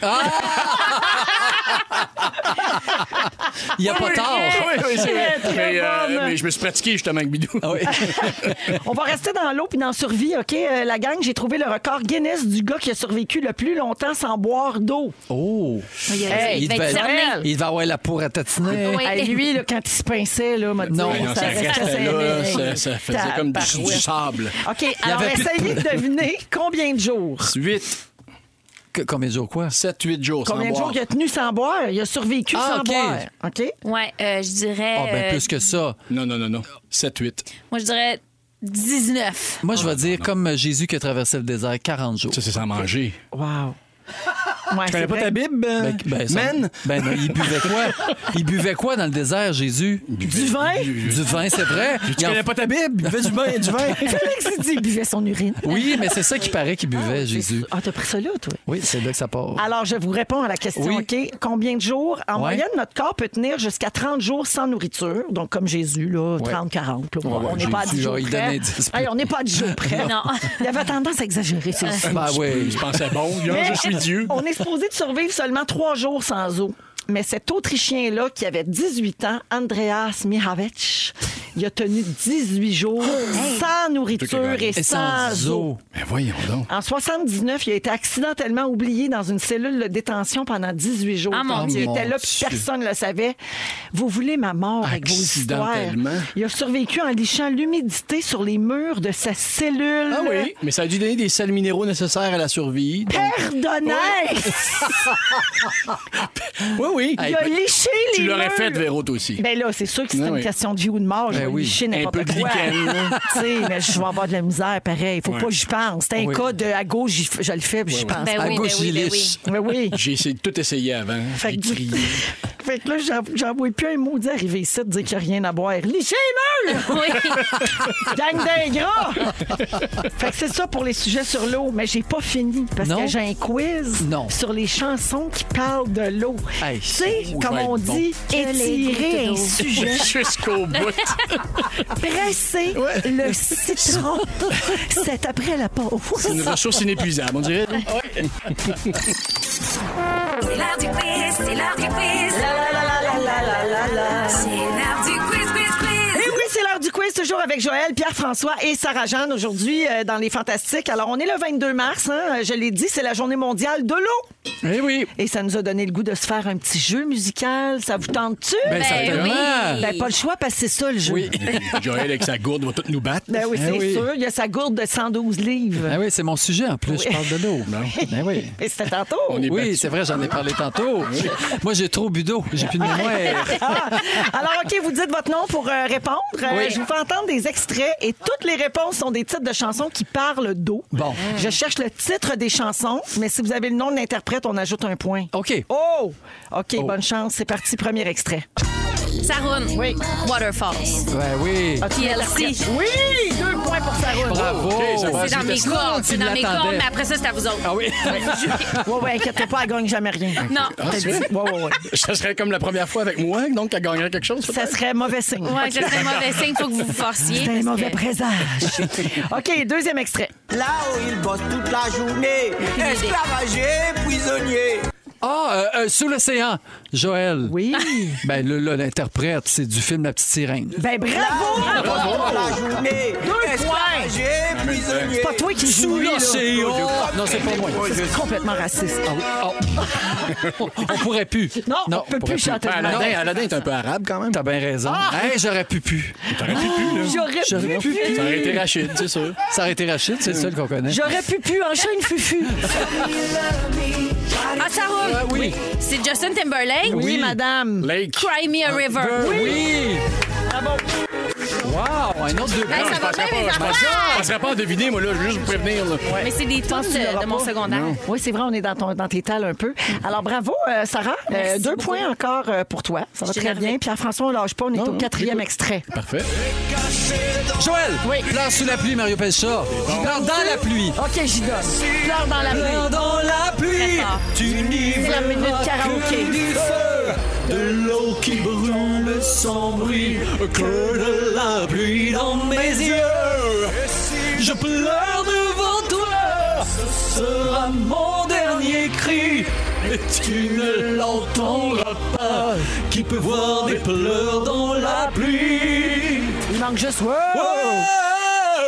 Speaker 5: Il n'y a pas tard.
Speaker 3: Oui, oui, c'est vrai.
Speaker 9: Très
Speaker 3: Mais, euh,
Speaker 9: bonne.
Speaker 3: mais je me suis pratiqué justement avec Bidou.
Speaker 5: Ah oui.
Speaker 9: On va rester dans l'eau puis dans survie, OK? Euh, la gang, j'ai trouvé le record Guinness du gars qui a survécu le plus longtemps sans boire d'eau.
Speaker 5: Oh!
Speaker 4: Il,
Speaker 9: Hey,
Speaker 4: va être
Speaker 5: devait-
Speaker 4: cerné.
Speaker 5: il devait avoir la peau à tatiner.
Speaker 4: Oui.
Speaker 9: Hey, lui, là, quand il se pinçait, là, m'a dit,
Speaker 5: Non,
Speaker 3: Ouais, non,
Speaker 9: ça
Speaker 3: ça
Speaker 9: restait
Speaker 3: restait
Speaker 9: serré.
Speaker 3: là, ça, ça faisait comme du, du
Speaker 9: Tabarouette.
Speaker 3: sable.
Speaker 9: OK, alors
Speaker 5: avait plus de
Speaker 9: essayez de deviner combien de jours.
Speaker 3: 8,
Speaker 5: Que- Combien de jours, quoi?
Speaker 3: 7, 8 jours
Speaker 9: Combien
Speaker 3: sans
Speaker 9: de jours
Speaker 3: boire.
Speaker 9: il a tenu sans boire? Il a survécu
Speaker 5: Ah,
Speaker 9: sans
Speaker 5: OK.
Speaker 9: boire. OK?
Speaker 4: Ouais, euh, je dirais.
Speaker 5: Ah, ben
Speaker 4: euh,
Speaker 5: plus que ça.
Speaker 3: Non, non, non, non. 7, 8.
Speaker 4: Moi, je dirais 19.
Speaker 5: Moi, je vais dire comme Jésus qui a traversé le désert, 40 jours.
Speaker 3: Ça, c'est sans manger.
Speaker 9: Wow. Ouais,
Speaker 3: Tu
Speaker 9: c'est
Speaker 3: connais pas
Speaker 9: vrai.
Speaker 3: ta Bible? euh,
Speaker 5: Ben, ça-
Speaker 3: Man?
Speaker 5: ben non, il buvait quoi? Il buvait quoi dans le désert, Jésus?
Speaker 9: Du vin?
Speaker 5: Du vin, c'est vrai. Il
Speaker 3: Tu
Speaker 5: en-
Speaker 3: connais pas ta Bible? Il fait du vin, du vin.
Speaker 9: Félix, il dit qu'il buvait son urine.
Speaker 5: Oui, mais c'est ça qui paraît qu'il buvait, Jésus. Ah,
Speaker 9: Ah, t'as pris ça là, toi?
Speaker 5: Oui, c'est là que ça part.
Speaker 9: Alors, je vous réponds à la question,
Speaker 5: Oui.
Speaker 9: OK? Combien de jours? En
Speaker 5: Ouais.
Speaker 9: moyenne, notre corps peut tenir jusqu'à 30 jours sans nourriture. Donc, comme Jésus, là, 30, 40. là.
Speaker 5: ouais,
Speaker 9: on n'est pas à 10
Speaker 5: Jésus,
Speaker 9: jours
Speaker 5: là, il
Speaker 9: près.
Speaker 5: donnait 10.
Speaker 9: Hey, on n'est pas à 10 jours près.
Speaker 4: Non.
Speaker 9: Il avait tendance à exagérer, c'est sûr.
Speaker 5: Ben oui.
Speaker 3: Je pensais, bon,
Speaker 9: Bah Mais
Speaker 3: je suis Dieu.
Speaker 9: On est supposé de survivre seulement trois jours sans eau. Mais cet Autrichien-là, qui avait 18 ans, Andreas Mihawicz, il a tenu 18 jours sans nourriture et
Speaker 5: Et
Speaker 9: sans, eau.
Speaker 5: eau.
Speaker 3: Mais voyons donc.
Speaker 9: En 79, il a été accidentellement oublié dans une cellule de détention pendant 18 jours.
Speaker 4: Ah, mon
Speaker 9: il
Speaker 5: Dieu.
Speaker 9: était
Speaker 5: Oh,
Speaker 9: là,
Speaker 5: Mon
Speaker 9: puis
Speaker 5: Dieu.
Speaker 9: personne ne le savait. Vous voulez ma mort avec vos histoires.
Speaker 3: Accidentellement.
Speaker 9: Il a survécu en lichant l'humidité sur les murs de sa cellule.
Speaker 3: Ah oui, mais ça a dû donner des sels minéraux nécessaires à la survie. donc-
Speaker 9: Perdonnex!
Speaker 3: Oui, oui. ben,
Speaker 9: Il a liché les
Speaker 3: tu l'aurais
Speaker 9: murs.
Speaker 3: fait, Véro, toi aussi.
Speaker 9: Ben là, c'est sûr que c'est
Speaker 3: Ah
Speaker 9: une
Speaker 3: oui.
Speaker 9: question de vie ou de mort. Je
Speaker 5: Ben
Speaker 9: vais
Speaker 5: oui.
Speaker 9: licher n'importe
Speaker 3: Un peu de
Speaker 9: quoi.
Speaker 3: lichen, là.
Speaker 9: Tu sais, mais je vais avoir de la misère, pareil. Faut pas que j'y pense. C'est un
Speaker 5: Oui.
Speaker 9: cas de à gauche, j'y f- je le fais, puis j'y pense.
Speaker 4: Ben
Speaker 5: à
Speaker 4: oui, ben
Speaker 5: gauche,
Speaker 4: oui,
Speaker 5: il
Speaker 4: ben
Speaker 5: liche.
Speaker 9: Mais oui.
Speaker 3: J'ai essayé de tout essayer avant.
Speaker 9: Fait
Speaker 3: J'ai
Speaker 9: que,
Speaker 3: crié.
Speaker 9: fait que là, j'en- j'en vois plus un mot d'arriver arriver ici de dire qu'il n'y a rien à boire. Liché les murs!
Speaker 4: Oui.
Speaker 9: Gang d'ingrat! fait que c'est ça pour les sujets sur l'eau. Mais j'ai pas fini parce
Speaker 5: Non.
Speaker 9: que j'ai un quiz
Speaker 5: Non.
Speaker 9: sur les chansons qui parlent de l'eau.
Speaker 5: Hey,
Speaker 9: tu sais,
Speaker 5: ça
Speaker 9: comme
Speaker 5: va être
Speaker 9: on
Speaker 5: bon.
Speaker 9: dit,
Speaker 4: Que les
Speaker 9: étirer
Speaker 4: gouttes
Speaker 9: un
Speaker 4: d'eau.
Speaker 9: sujet
Speaker 3: Jusqu'au bout.
Speaker 9: presser le citron. C'est après la pause.
Speaker 3: C'est une ressource inépuisable, on dirait.
Speaker 8: C'est l'heure du quiz, c'est l'heure du quiz. C'est l'heure du quiz, quiz, quiz.
Speaker 9: Et Eh oui, c'est l'heure du quiz, toujours avec Joël, Pierre-François et Sarah-Jeanne aujourd'hui euh, dans Les Fantastiques. Alors, on est le 22 mars, hein, je l'ai dit, c'est la journée mondiale de l'eau.
Speaker 5: Eh oui.
Speaker 9: Et ça nous a donné le goût de se faire un petit jeu musical. Ça vous tente-tu?
Speaker 5: Ben, certainement.
Speaker 4: oui.
Speaker 9: Ben, pas le choix, parce que c'est ça le jeu.
Speaker 5: Oui.
Speaker 3: Joël, avec sa gourde, va tout nous battre. Hein?
Speaker 9: Ben oui, c'est
Speaker 5: Eh oui.
Speaker 9: sûr. Il y a sa gourde de 112 livres.
Speaker 5: Ah oui, c'est mon sujet en plus. Je parle de l'eau. Ben oui.
Speaker 9: Et c'était tantôt.
Speaker 5: Oui, c'est vrai, j'en ai parlé tantôt. Moi, j'ai trop bu d'eau. J'ai plus de mémoire.
Speaker 9: Ah! Alors, OK, vous dites votre nom pour euh, répondre. Euh,
Speaker 5: Oui.
Speaker 9: Je vous fais entendre des extraits et toutes les réponses sont des titres de chansons qui parlent d'eau.
Speaker 5: Bon.
Speaker 9: Je cherche le titre des chansons, mais si vous avez le nom de l'interprète, on ajoute un point.
Speaker 5: OK.
Speaker 9: Oh! OK, bonne chance. C'est parti, premier extrait.
Speaker 4: Sarun.
Speaker 9: Oui.
Speaker 4: Waterfalls.
Speaker 5: Ben oui.
Speaker 4: PLC.
Speaker 9: Oui! Deux points pour Sarah.
Speaker 5: Bravo.
Speaker 4: C'est dans mes cordes, c'est dans mes cordes, mais après ça, c'est à vous autres.
Speaker 5: Ah oui.
Speaker 9: Ouais, ouais, inquiète pas, elle gagne jamais rien.
Speaker 4: Non. Ah,
Speaker 9: T'as dit? Ouais, ouais, ouais.
Speaker 3: Ça serait comme la première fois avec moi, donc elle gagnerait quelque chose.
Speaker 9: Ça serait mauvais signe.
Speaker 4: Ouais, ça, c'est un mauvais signe, faut que vous vous forciez.
Speaker 9: C'est un
Speaker 4: parce
Speaker 9: mauvais
Speaker 4: que-
Speaker 9: présage. OK, deuxième extrait.
Speaker 7: Là où ils bossent toute la journée, esclavagés, prisonniers.
Speaker 5: Ah, euh, euh, sous l'océan. Joël.
Speaker 9: Oui.
Speaker 5: Ben là, là, l'interprète, c'est du film La Petite Sirène.
Speaker 9: Ben bravo!
Speaker 7: Bravo! la journée, esclavagés, prisonniers.
Speaker 9: C'est pas toi qui joues, là. Oh,
Speaker 5: Non, c'est pas moi.
Speaker 9: C'est complètement raciste.
Speaker 5: Ah oui. Oh. on pourrait plus.
Speaker 9: Non, on peut
Speaker 5: pourrait
Speaker 9: plus chanter de
Speaker 3: Aladdin,
Speaker 9: même. Ah!
Speaker 3: Aladdin est un peu arabe quand même.
Speaker 5: T'as bien raison. Hey, j'aurais pu Ah! pu.
Speaker 3: T'aurais pu pu, là.
Speaker 9: J'aurais pu, pu,
Speaker 3: Ça aurait été Rachid, c'est sûr.
Speaker 5: Ça aurait été Rachid, c'est le seul qu'on connaît.
Speaker 9: j'aurais pu, pu, enchaîne fufu.
Speaker 4: Ah, Sarun.
Speaker 5: Ah, oui.
Speaker 4: C'est Justin Timberlake.
Speaker 9: Oui, madame.
Speaker 3: Lake.
Speaker 4: Cry Me a River.
Speaker 5: Ben Oui. Wow, un autre deux
Speaker 4: Hey,
Speaker 5: points.
Speaker 4: ça va bien,
Speaker 3: Ah, Je
Speaker 4: mes
Speaker 3: penserais- je
Speaker 4: affaires.
Speaker 3: penserais pas en deviner, moi, là, je veux juste vous prévenir. là.
Speaker 4: Mais c'est des tours
Speaker 9: que tu l'auras
Speaker 4: de, de mon
Speaker 9: pas.
Speaker 4: secondaire.
Speaker 9: Oui, c'est vrai, on est dans, ton, dans tes tales un peu. Alors, bravo, euh, Sarah. Euh,
Speaker 4: Merci
Speaker 9: deux
Speaker 4: beaucoup.
Speaker 9: points encore euh, pour toi. Ça
Speaker 4: Je
Speaker 9: va
Speaker 4: suis
Speaker 9: très
Speaker 4: énervée.
Speaker 9: bien. Pierre-François, on lâche pas. On est au quatrième extrait.
Speaker 3: Parfait.
Speaker 5: Joël, pleure sous la pluie, Mario Pelcha. Pleure dans la pluie.
Speaker 9: OK, j'y donne. Fleur dans la pluie.
Speaker 5: Pleure dans la pluie.
Speaker 4: Très fort.
Speaker 5: Tu n'y
Speaker 9: C'est la minute karaoké.
Speaker 5: De l'eau qui brûle sans bruit, que de la pluie dans mes yeux. Je pleure devant toi, ce sera mon dernier cri, et tu ne l'entendras
Speaker 6: pas, qui peut voir des pleurs dans la pluie.
Speaker 1: Il manque juste. Wow!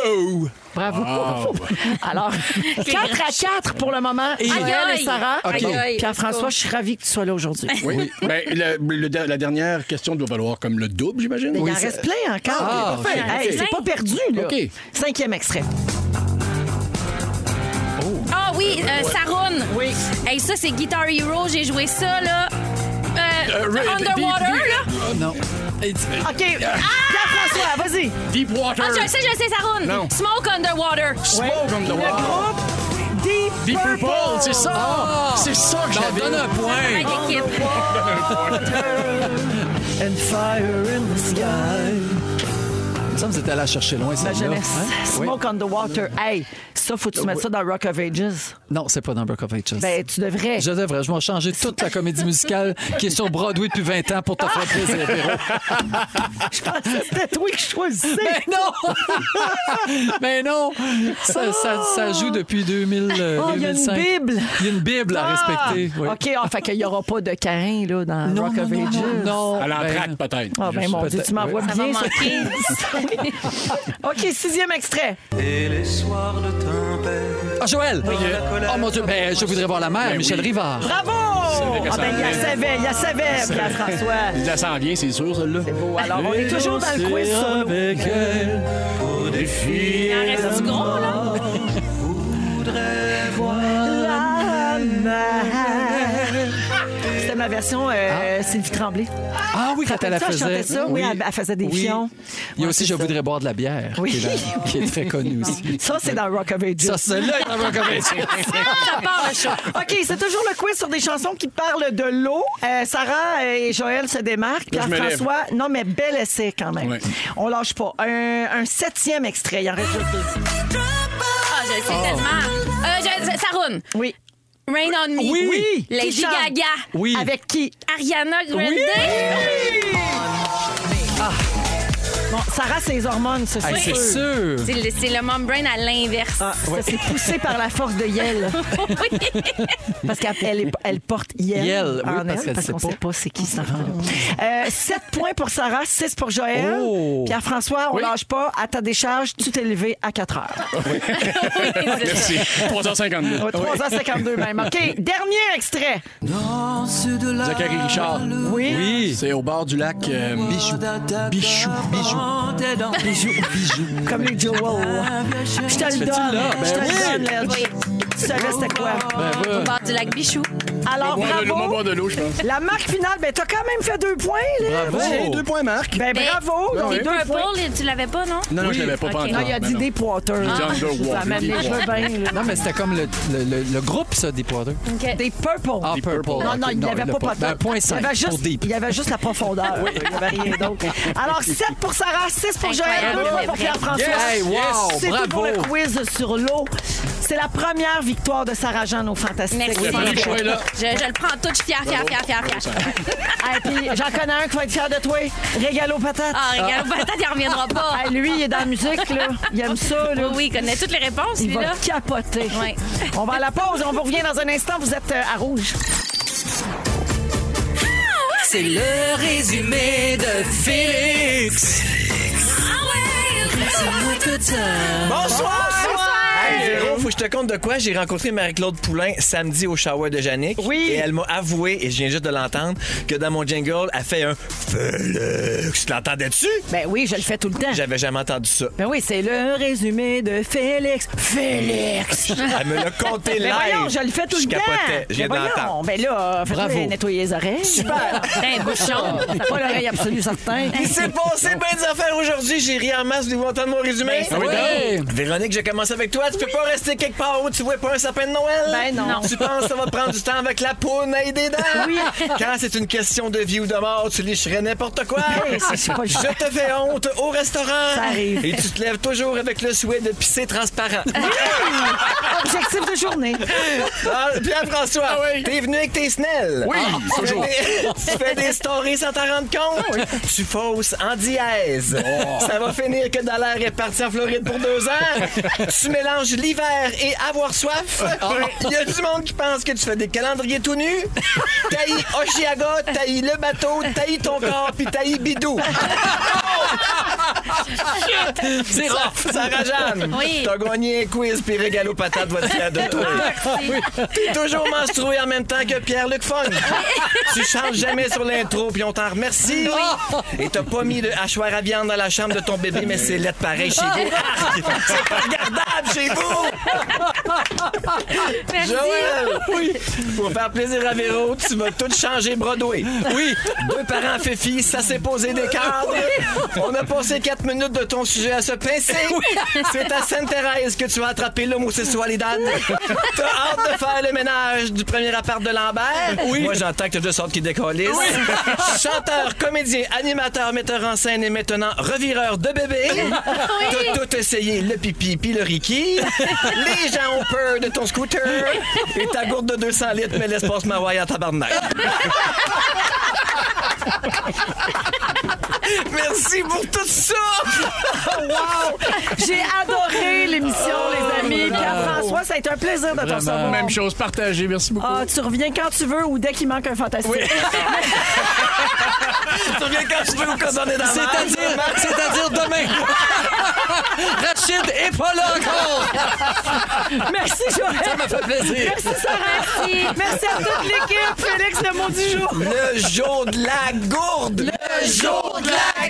Speaker 6: Oh!
Speaker 1: Bravo.
Speaker 3: Wow.
Speaker 1: Alors, 4 à 4 pour le moment. Et
Speaker 4: Aïe,
Speaker 1: Joël et
Speaker 4: aïe.
Speaker 1: Sarah.
Speaker 4: Aïe,
Speaker 1: Bon.
Speaker 4: aïe.
Speaker 1: Pierre-François, je suis ravie que tu sois là aujourd'hui.
Speaker 3: Oui. Ben, le- le- la dernière question doit valoir comme le double, j'imagine.
Speaker 1: Il en reste plein encore.
Speaker 3: Ah, ok, parfait.
Speaker 1: Hey,
Speaker 3: Ok.
Speaker 1: C'est pas perdu, là.
Speaker 3: Ok.
Speaker 1: Cinquième extrait.
Speaker 4: Ah oui, euh, Saroun. Oui. Hey, ça, c'est Guitar Hero. J'ai joué ça, là. Euh,
Speaker 3: Euh, Red-
Speaker 4: underwater,
Speaker 3: Deep-
Speaker 4: là.
Speaker 5: Ah, non. Et-
Speaker 1: OK. Ah! Pierre-François, vas-y.
Speaker 3: Deepwater.
Speaker 4: Ah, je le sais, je le sais, Saroun.
Speaker 3: Non.
Speaker 4: Smoke Underwater.
Speaker 3: Smoke on the
Speaker 1: Le
Speaker 3: wall.
Speaker 1: groupe Deep,
Speaker 3: Deep
Speaker 1: Purple.
Speaker 3: Purple, c'est ça!
Speaker 5: Ah!
Speaker 3: C'est ça que
Speaker 5: J'en
Speaker 3: j'avais!
Speaker 5: donne un point.
Speaker 4: Hey, l'équipe.
Speaker 1: And fire in the sky.
Speaker 5: Il me semble que c'était allé la chercher loin,
Speaker 1: Ma
Speaker 5: celle-là.
Speaker 1: jeunesse.
Speaker 5: Hein? Oui.
Speaker 1: Smoke on the water. Hey, ça, faut-tu mettre ça dans Rock of Ages?
Speaker 5: Non, c'est pas dans Brook of Ages.
Speaker 1: Ben, tu devrais.
Speaker 5: Je devrais. Je vais changer toute la comédie musicale qui est sur Broadway depuis 20 ans pour te faire plaisir,
Speaker 1: Ah!
Speaker 5: Véro.
Speaker 1: C'était toi que je choisissais.
Speaker 5: Mais non! Mais non! Ça, ça- ça joue depuis 2000, euh,
Speaker 1: Ah! Oh, il y a une
Speaker 5: 2005.
Speaker 1: Bible.
Speaker 5: Il y a une Bible à
Speaker 1: Ah!
Speaker 5: respecter. oui.
Speaker 1: OK, ah, fait qu'il n'y aura pas de Cain là, dans
Speaker 5: Non,
Speaker 1: Rock
Speaker 5: non,
Speaker 1: of
Speaker 5: non,
Speaker 1: Ages.
Speaker 5: non, non.
Speaker 3: À l'entraque,
Speaker 5: Ben,
Speaker 3: peut-être.
Speaker 1: Ah, ben
Speaker 3: Juste
Speaker 1: mon
Speaker 3: ça.
Speaker 1: Dieu, tu m'envoies
Speaker 4: Ça va
Speaker 1: bien. ça.
Speaker 4: manquer.
Speaker 1: OK, sixième extrait.
Speaker 10: Et les soirs de tempête.
Speaker 5: Ah, Joël!
Speaker 10: colère.
Speaker 5: Oh mon Dieu, ben, je voudrais voir la mère, Michel Rivard.
Speaker 1: Bravo!
Speaker 3: savais que
Speaker 1: Ah
Speaker 3: ça
Speaker 1: ben, il la
Speaker 3: venait.
Speaker 1: savait, il la savait, Pierre-François.
Speaker 3: Ça s'en vient, c'est sûr, celle-là.
Speaker 1: C'est beau. Alors, on est toujours dans le quiz sur l'eau.
Speaker 4: Il en reste du gros, là.
Speaker 1: La mer. C'était ma version euh, Sylvie Tremblay.
Speaker 5: Ah oui, quand elle la
Speaker 1: Ça, je chantais
Speaker 5: faisait.
Speaker 1: ça, oui, elle- elle faisait des fions.
Speaker 5: Il y a
Speaker 1: Ouais,
Speaker 5: aussi
Speaker 1: c'est
Speaker 5: Je
Speaker 1: ça.
Speaker 5: voudrais boire de la bière,
Speaker 1: Oui.
Speaker 5: qui, est là- qui est très connue aussi.
Speaker 1: Ça, c'est dans Rock of Ages.
Speaker 5: Ça, celle-là est vraiment comédie.
Speaker 4: Ça part le show.
Speaker 1: OK, c'est toujours le quiz sur des chansons qui parlent de l'eau. Euh, Sarah et Joël se démarquent.
Speaker 3: Là, je me
Speaker 1: Pierre-François, non, mais bel essai quand même.
Speaker 3: Ouais.
Speaker 1: On lâche pas. Un, un septième extrait. Il en reste juste deux.
Speaker 4: Ah, je le sais tellement. Euh, je- je- Saroun.
Speaker 1: Oui.
Speaker 4: Rain on me.
Speaker 5: Oui.
Speaker 1: Oui. Qui
Speaker 4: Lady
Speaker 1: chante?
Speaker 4: Gaga.
Speaker 5: Oui.
Speaker 1: Avec qui?
Speaker 4: Ariana Grande.
Speaker 1: Bon, Sarah, c'est les hormones, ce
Speaker 5: Hey,
Speaker 1: c'est
Speaker 5: c'est
Speaker 1: sûr.
Speaker 5: sûr.
Speaker 4: C'est le, c'est le mom brain à l'inverse.
Speaker 1: Ça s'est poussé par la force de Yel.
Speaker 4: Oui.
Speaker 1: Parce qu'elle elle- elle porte Yel.
Speaker 5: Yel, oui,
Speaker 1: en
Speaker 5: parce
Speaker 1: elle,
Speaker 5: qu'elle sait
Speaker 1: qu'on
Speaker 5: pas.
Speaker 1: sait pas Ah, c'est qui Sarah. Euh, 7 points pour Sarah, 6 pour Joël.
Speaker 5: Oh.
Speaker 1: Pierre-François, on lâche pas. À ta décharge, tu t'es levé à 4 heures.
Speaker 3: Merci. 352.
Speaker 1: Ouais, 3h52 même. OK, dernier extrait.
Speaker 3: Zachary Richard.
Speaker 1: Oui.
Speaker 5: Oui.
Speaker 3: C'est au bord du lac euh, Bichou.
Speaker 5: Bichou, bijou. Bijou, bijou.
Speaker 1: Comme les Jewel. Je te le donne.
Speaker 5: là? Ben
Speaker 1: Je te le
Speaker 5: oui. Ah!
Speaker 1: donne, Ledge.
Speaker 4: Oui.
Speaker 1: Tu savais c'était quoi.
Speaker 4: Au bord du lac Bichou.
Speaker 1: Alors,
Speaker 3: Boire de l'eau, mon
Speaker 1: bravo.
Speaker 3: boire de l'eau, je pense.
Speaker 1: La marque finale, ben, t'as quand même fait deux points, là.
Speaker 5: Bravo. Ah,
Speaker 3: J'ai deux points, Marc.
Speaker 1: Ben,
Speaker 4: Ben,
Speaker 1: bravo.
Speaker 3: ben
Speaker 1: les deux
Speaker 3: oui.
Speaker 1: points.
Speaker 4: Purple, tu l'avais pas, non?
Speaker 3: Non, non,
Speaker 4: Oui.
Speaker 3: je l'avais pas
Speaker 4: Ok.
Speaker 3: pas encore.
Speaker 1: Non, Ah, il a
Speaker 3: Ben
Speaker 1: dit
Speaker 3: non.
Speaker 1: des pointeurs.
Speaker 3: Ah. Underwater,
Speaker 1: Ça m'a mis
Speaker 3: des
Speaker 1: les cheveux bien, là.
Speaker 5: Non, mais c'était comme le, le, le- le groupe, ça, des poiteux.
Speaker 4: Ok.
Speaker 1: Des purple.
Speaker 5: Ah,
Speaker 3: Des
Speaker 5: Purple.
Speaker 3: Purple.
Speaker 1: Non, non, il n'y avait pas pas
Speaker 5: Ben, point
Speaker 1: il, y
Speaker 5: cinq
Speaker 1: avait juste,
Speaker 5: pour Deep.
Speaker 1: il y avait juste la profondeur. Il n'y avait rien d'autre. Alors, 7 pour Sarah, 6 pour Joël,
Speaker 4: Incroyable,
Speaker 1: 2
Speaker 4: c'est
Speaker 1: pour
Speaker 4: vrai.
Speaker 1: Pierre-François.
Speaker 5: Yes, wow,
Speaker 1: C'est tout pour le
Speaker 5: bravo.
Speaker 1: quiz sur l'eau. C'est la première victoire de Sarah Jeanne au Fantastique.
Speaker 4: Merci.
Speaker 3: Il a fallu que je sois là.
Speaker 4: Je, je le prends tout, je suis fière, fière, fière, fière, fière.
Speaker 1: Ah, et puis, j'en connais un qui va être fier de toi. Régalo patate.
Speaker 4: Ah, regarde, peut-être il reviendra pas.
Speaker 1: Ah, lui, il est dans la musique, là. Il aime ça, là.
Speaker 4: Oui, oui, il connaît toutes les réponses,
Speaker 1: Il va
Speaker 4: lui-là.
Speaker 1: capoter.
Speaker 4: Ouais.
Speaker 1: On va à la pause. On vous revient dans un instant. Vous êtes euh, à rouge.
Speaker 5: C'est le résumé de Félix.
Speaker 9: Bonsoir! Hey, Véro, faut que je te compte de quoi. J'ai rencontré Marie-Claude Poulain samedi au shower de Yannick.
Speaker 1: Oui.
Speaker 9: Et elle m'a avoué, et je viens juste de l'entendre, que dans mon jingle, elle fait un Félix. Tu l'entendais-tu?
Speaker 1: Ben oui, je le fais tout le temps.
Speaker 9: J'avais jamais entendu ça.
Speaker 1: Ben oui, c'est le résumé de Félix. Félix!
Speaker 9: Elle me l'a compté
Speaker 1: Mais
Speaker 9: live.
Speaker 1: voyons, je le fais tout
Speaker 9: Je
Speaker 1: le temps.
Speaker 9: capotais. Je viens
Speaker 1: Mais
Speaker 9: de
Speaker 1: voyons,
Speaker 9: l'entendre.
Speaker 1: ben là, faites-le
Speaker 5: Bravo.
Speaker 1: nettoyer les oreilles. Super.
Speaker 4: Un Ben, bouchon.
Speaker 1: Pas l'oreille absolue, certain.
Speaker 9: Il s'est passé
Speaker 1: ben,
Speaker 9: plein des affaires aujourd'hui. J'ai ri en masse. Voulez-vous entendre mon
Speaker 4: Eh,
Speaker 9: résumé?
Speaker 5: oui, Ben Oui. donc.
Speaker 9: Véronique, je commence avec toi. Tu peux pas rester quelque part où tu vois pas un sapin de Noël?
Speaker 1: Ben non.
Speaker 9: Tu penses que ça va te prendre du temps avec la poune et des dents?
Speaker 1: Oui.
Speaker 9: Quand c'est une question de vie ou de mort, tu licherais n'importe quoi.
Speaker 1: Hey, ça, Eh, c'est pas le
Speaker 9: je
Speaker 1: genre.
Speaker 9: te fais honte au restaurant.
Speaker 1: Ça arrive.
Speaker 9: Et tu te lèves toujours avec le souhait de pisser transparent.
Speaker 1: Objectif de journée.
Speaker 9: Ah, Pierre-François, t'es venu avec tes snelles. Oui,
Speaker 3: toujours.
Speaker 9: tu fais des stories sans t'en rendre compte. Tu fausses en dièse. Ça va finir que Dallaire est parti en Floride pour deux ans. tu mélanges
Speaker 5: l'hiver et avoir soif. Il y a du monde qui pense que tu fais des calendriers tout nus. Taillis Oshiaga, taillis le bateau, taillis ton corps, puis taillis bidou. C'est rough. Sarah Jeanne,
Speaker 4: Oui.
Speaker 5: t'as gagné un quiz puis régalo patate, va te faire de toi. T'es toujours menstrué en même temps que Pierre-Luc Fong. tu changes jamais sur l'intro puis on t'en remercie. Et t'as pas mis de hachoir à viande dans la chambre de ton bébé, mais c'est lettre pareil chez vous. Arc! C'est pas regardable chez vous!
Speaker 4: Merci.
Speaker 5: Joël! Pour faire plaisir à Véro, tu vas tout changer Broadway. Oui! Deux parents Fifi, ça s'est posé des cadres. On a passé quatre minutes de ton sujet à se pincer. C'est à Sainte-Thérèse que tu vas attraper l'homosexualité. T'as hâte de faire le ménage du premier appart de Lambert. Oui. Moi, j'entends que t'as deux sortes qui décollissent. Chanteur, comédien, animateur, metteur en scène et maintenant revireur de bébé. T'as tout essayé, le pipi puis le riki. Les gens ont peur de ton scooter. Et ta gourde de 200 litres, mais l'espace Mawaï à tabarnak. Merci pour tout ça!
Speaker 9: Wow! J'ai adoré l'émission, les amis. Pierre-François, ça a été un plaisir de te recevoir.
Speaker 2: Même chose partagée. Merci beaucoup.
Speaker 9: Ah, tu reviens quand tu veux ou dès qu'il manque un fantastique.
Speaker 5: Tu reviens quand tu veux ou quand on est dans la merde.
Speaker 7: C'est-à-dire, c'est-à-dire demain. Rachid est pas là encore.
Speaker 9: Merci, Joël.
Speaker 7: Ça m'a fait plaisir.
Speaker 9: Merci, Sarah.
Speaker 4: Merci.
Speaker 9: Merci à toute l'équipe. Félix, le mot du jour.
Speaker 5: Le jour de la gourde! Le jour de la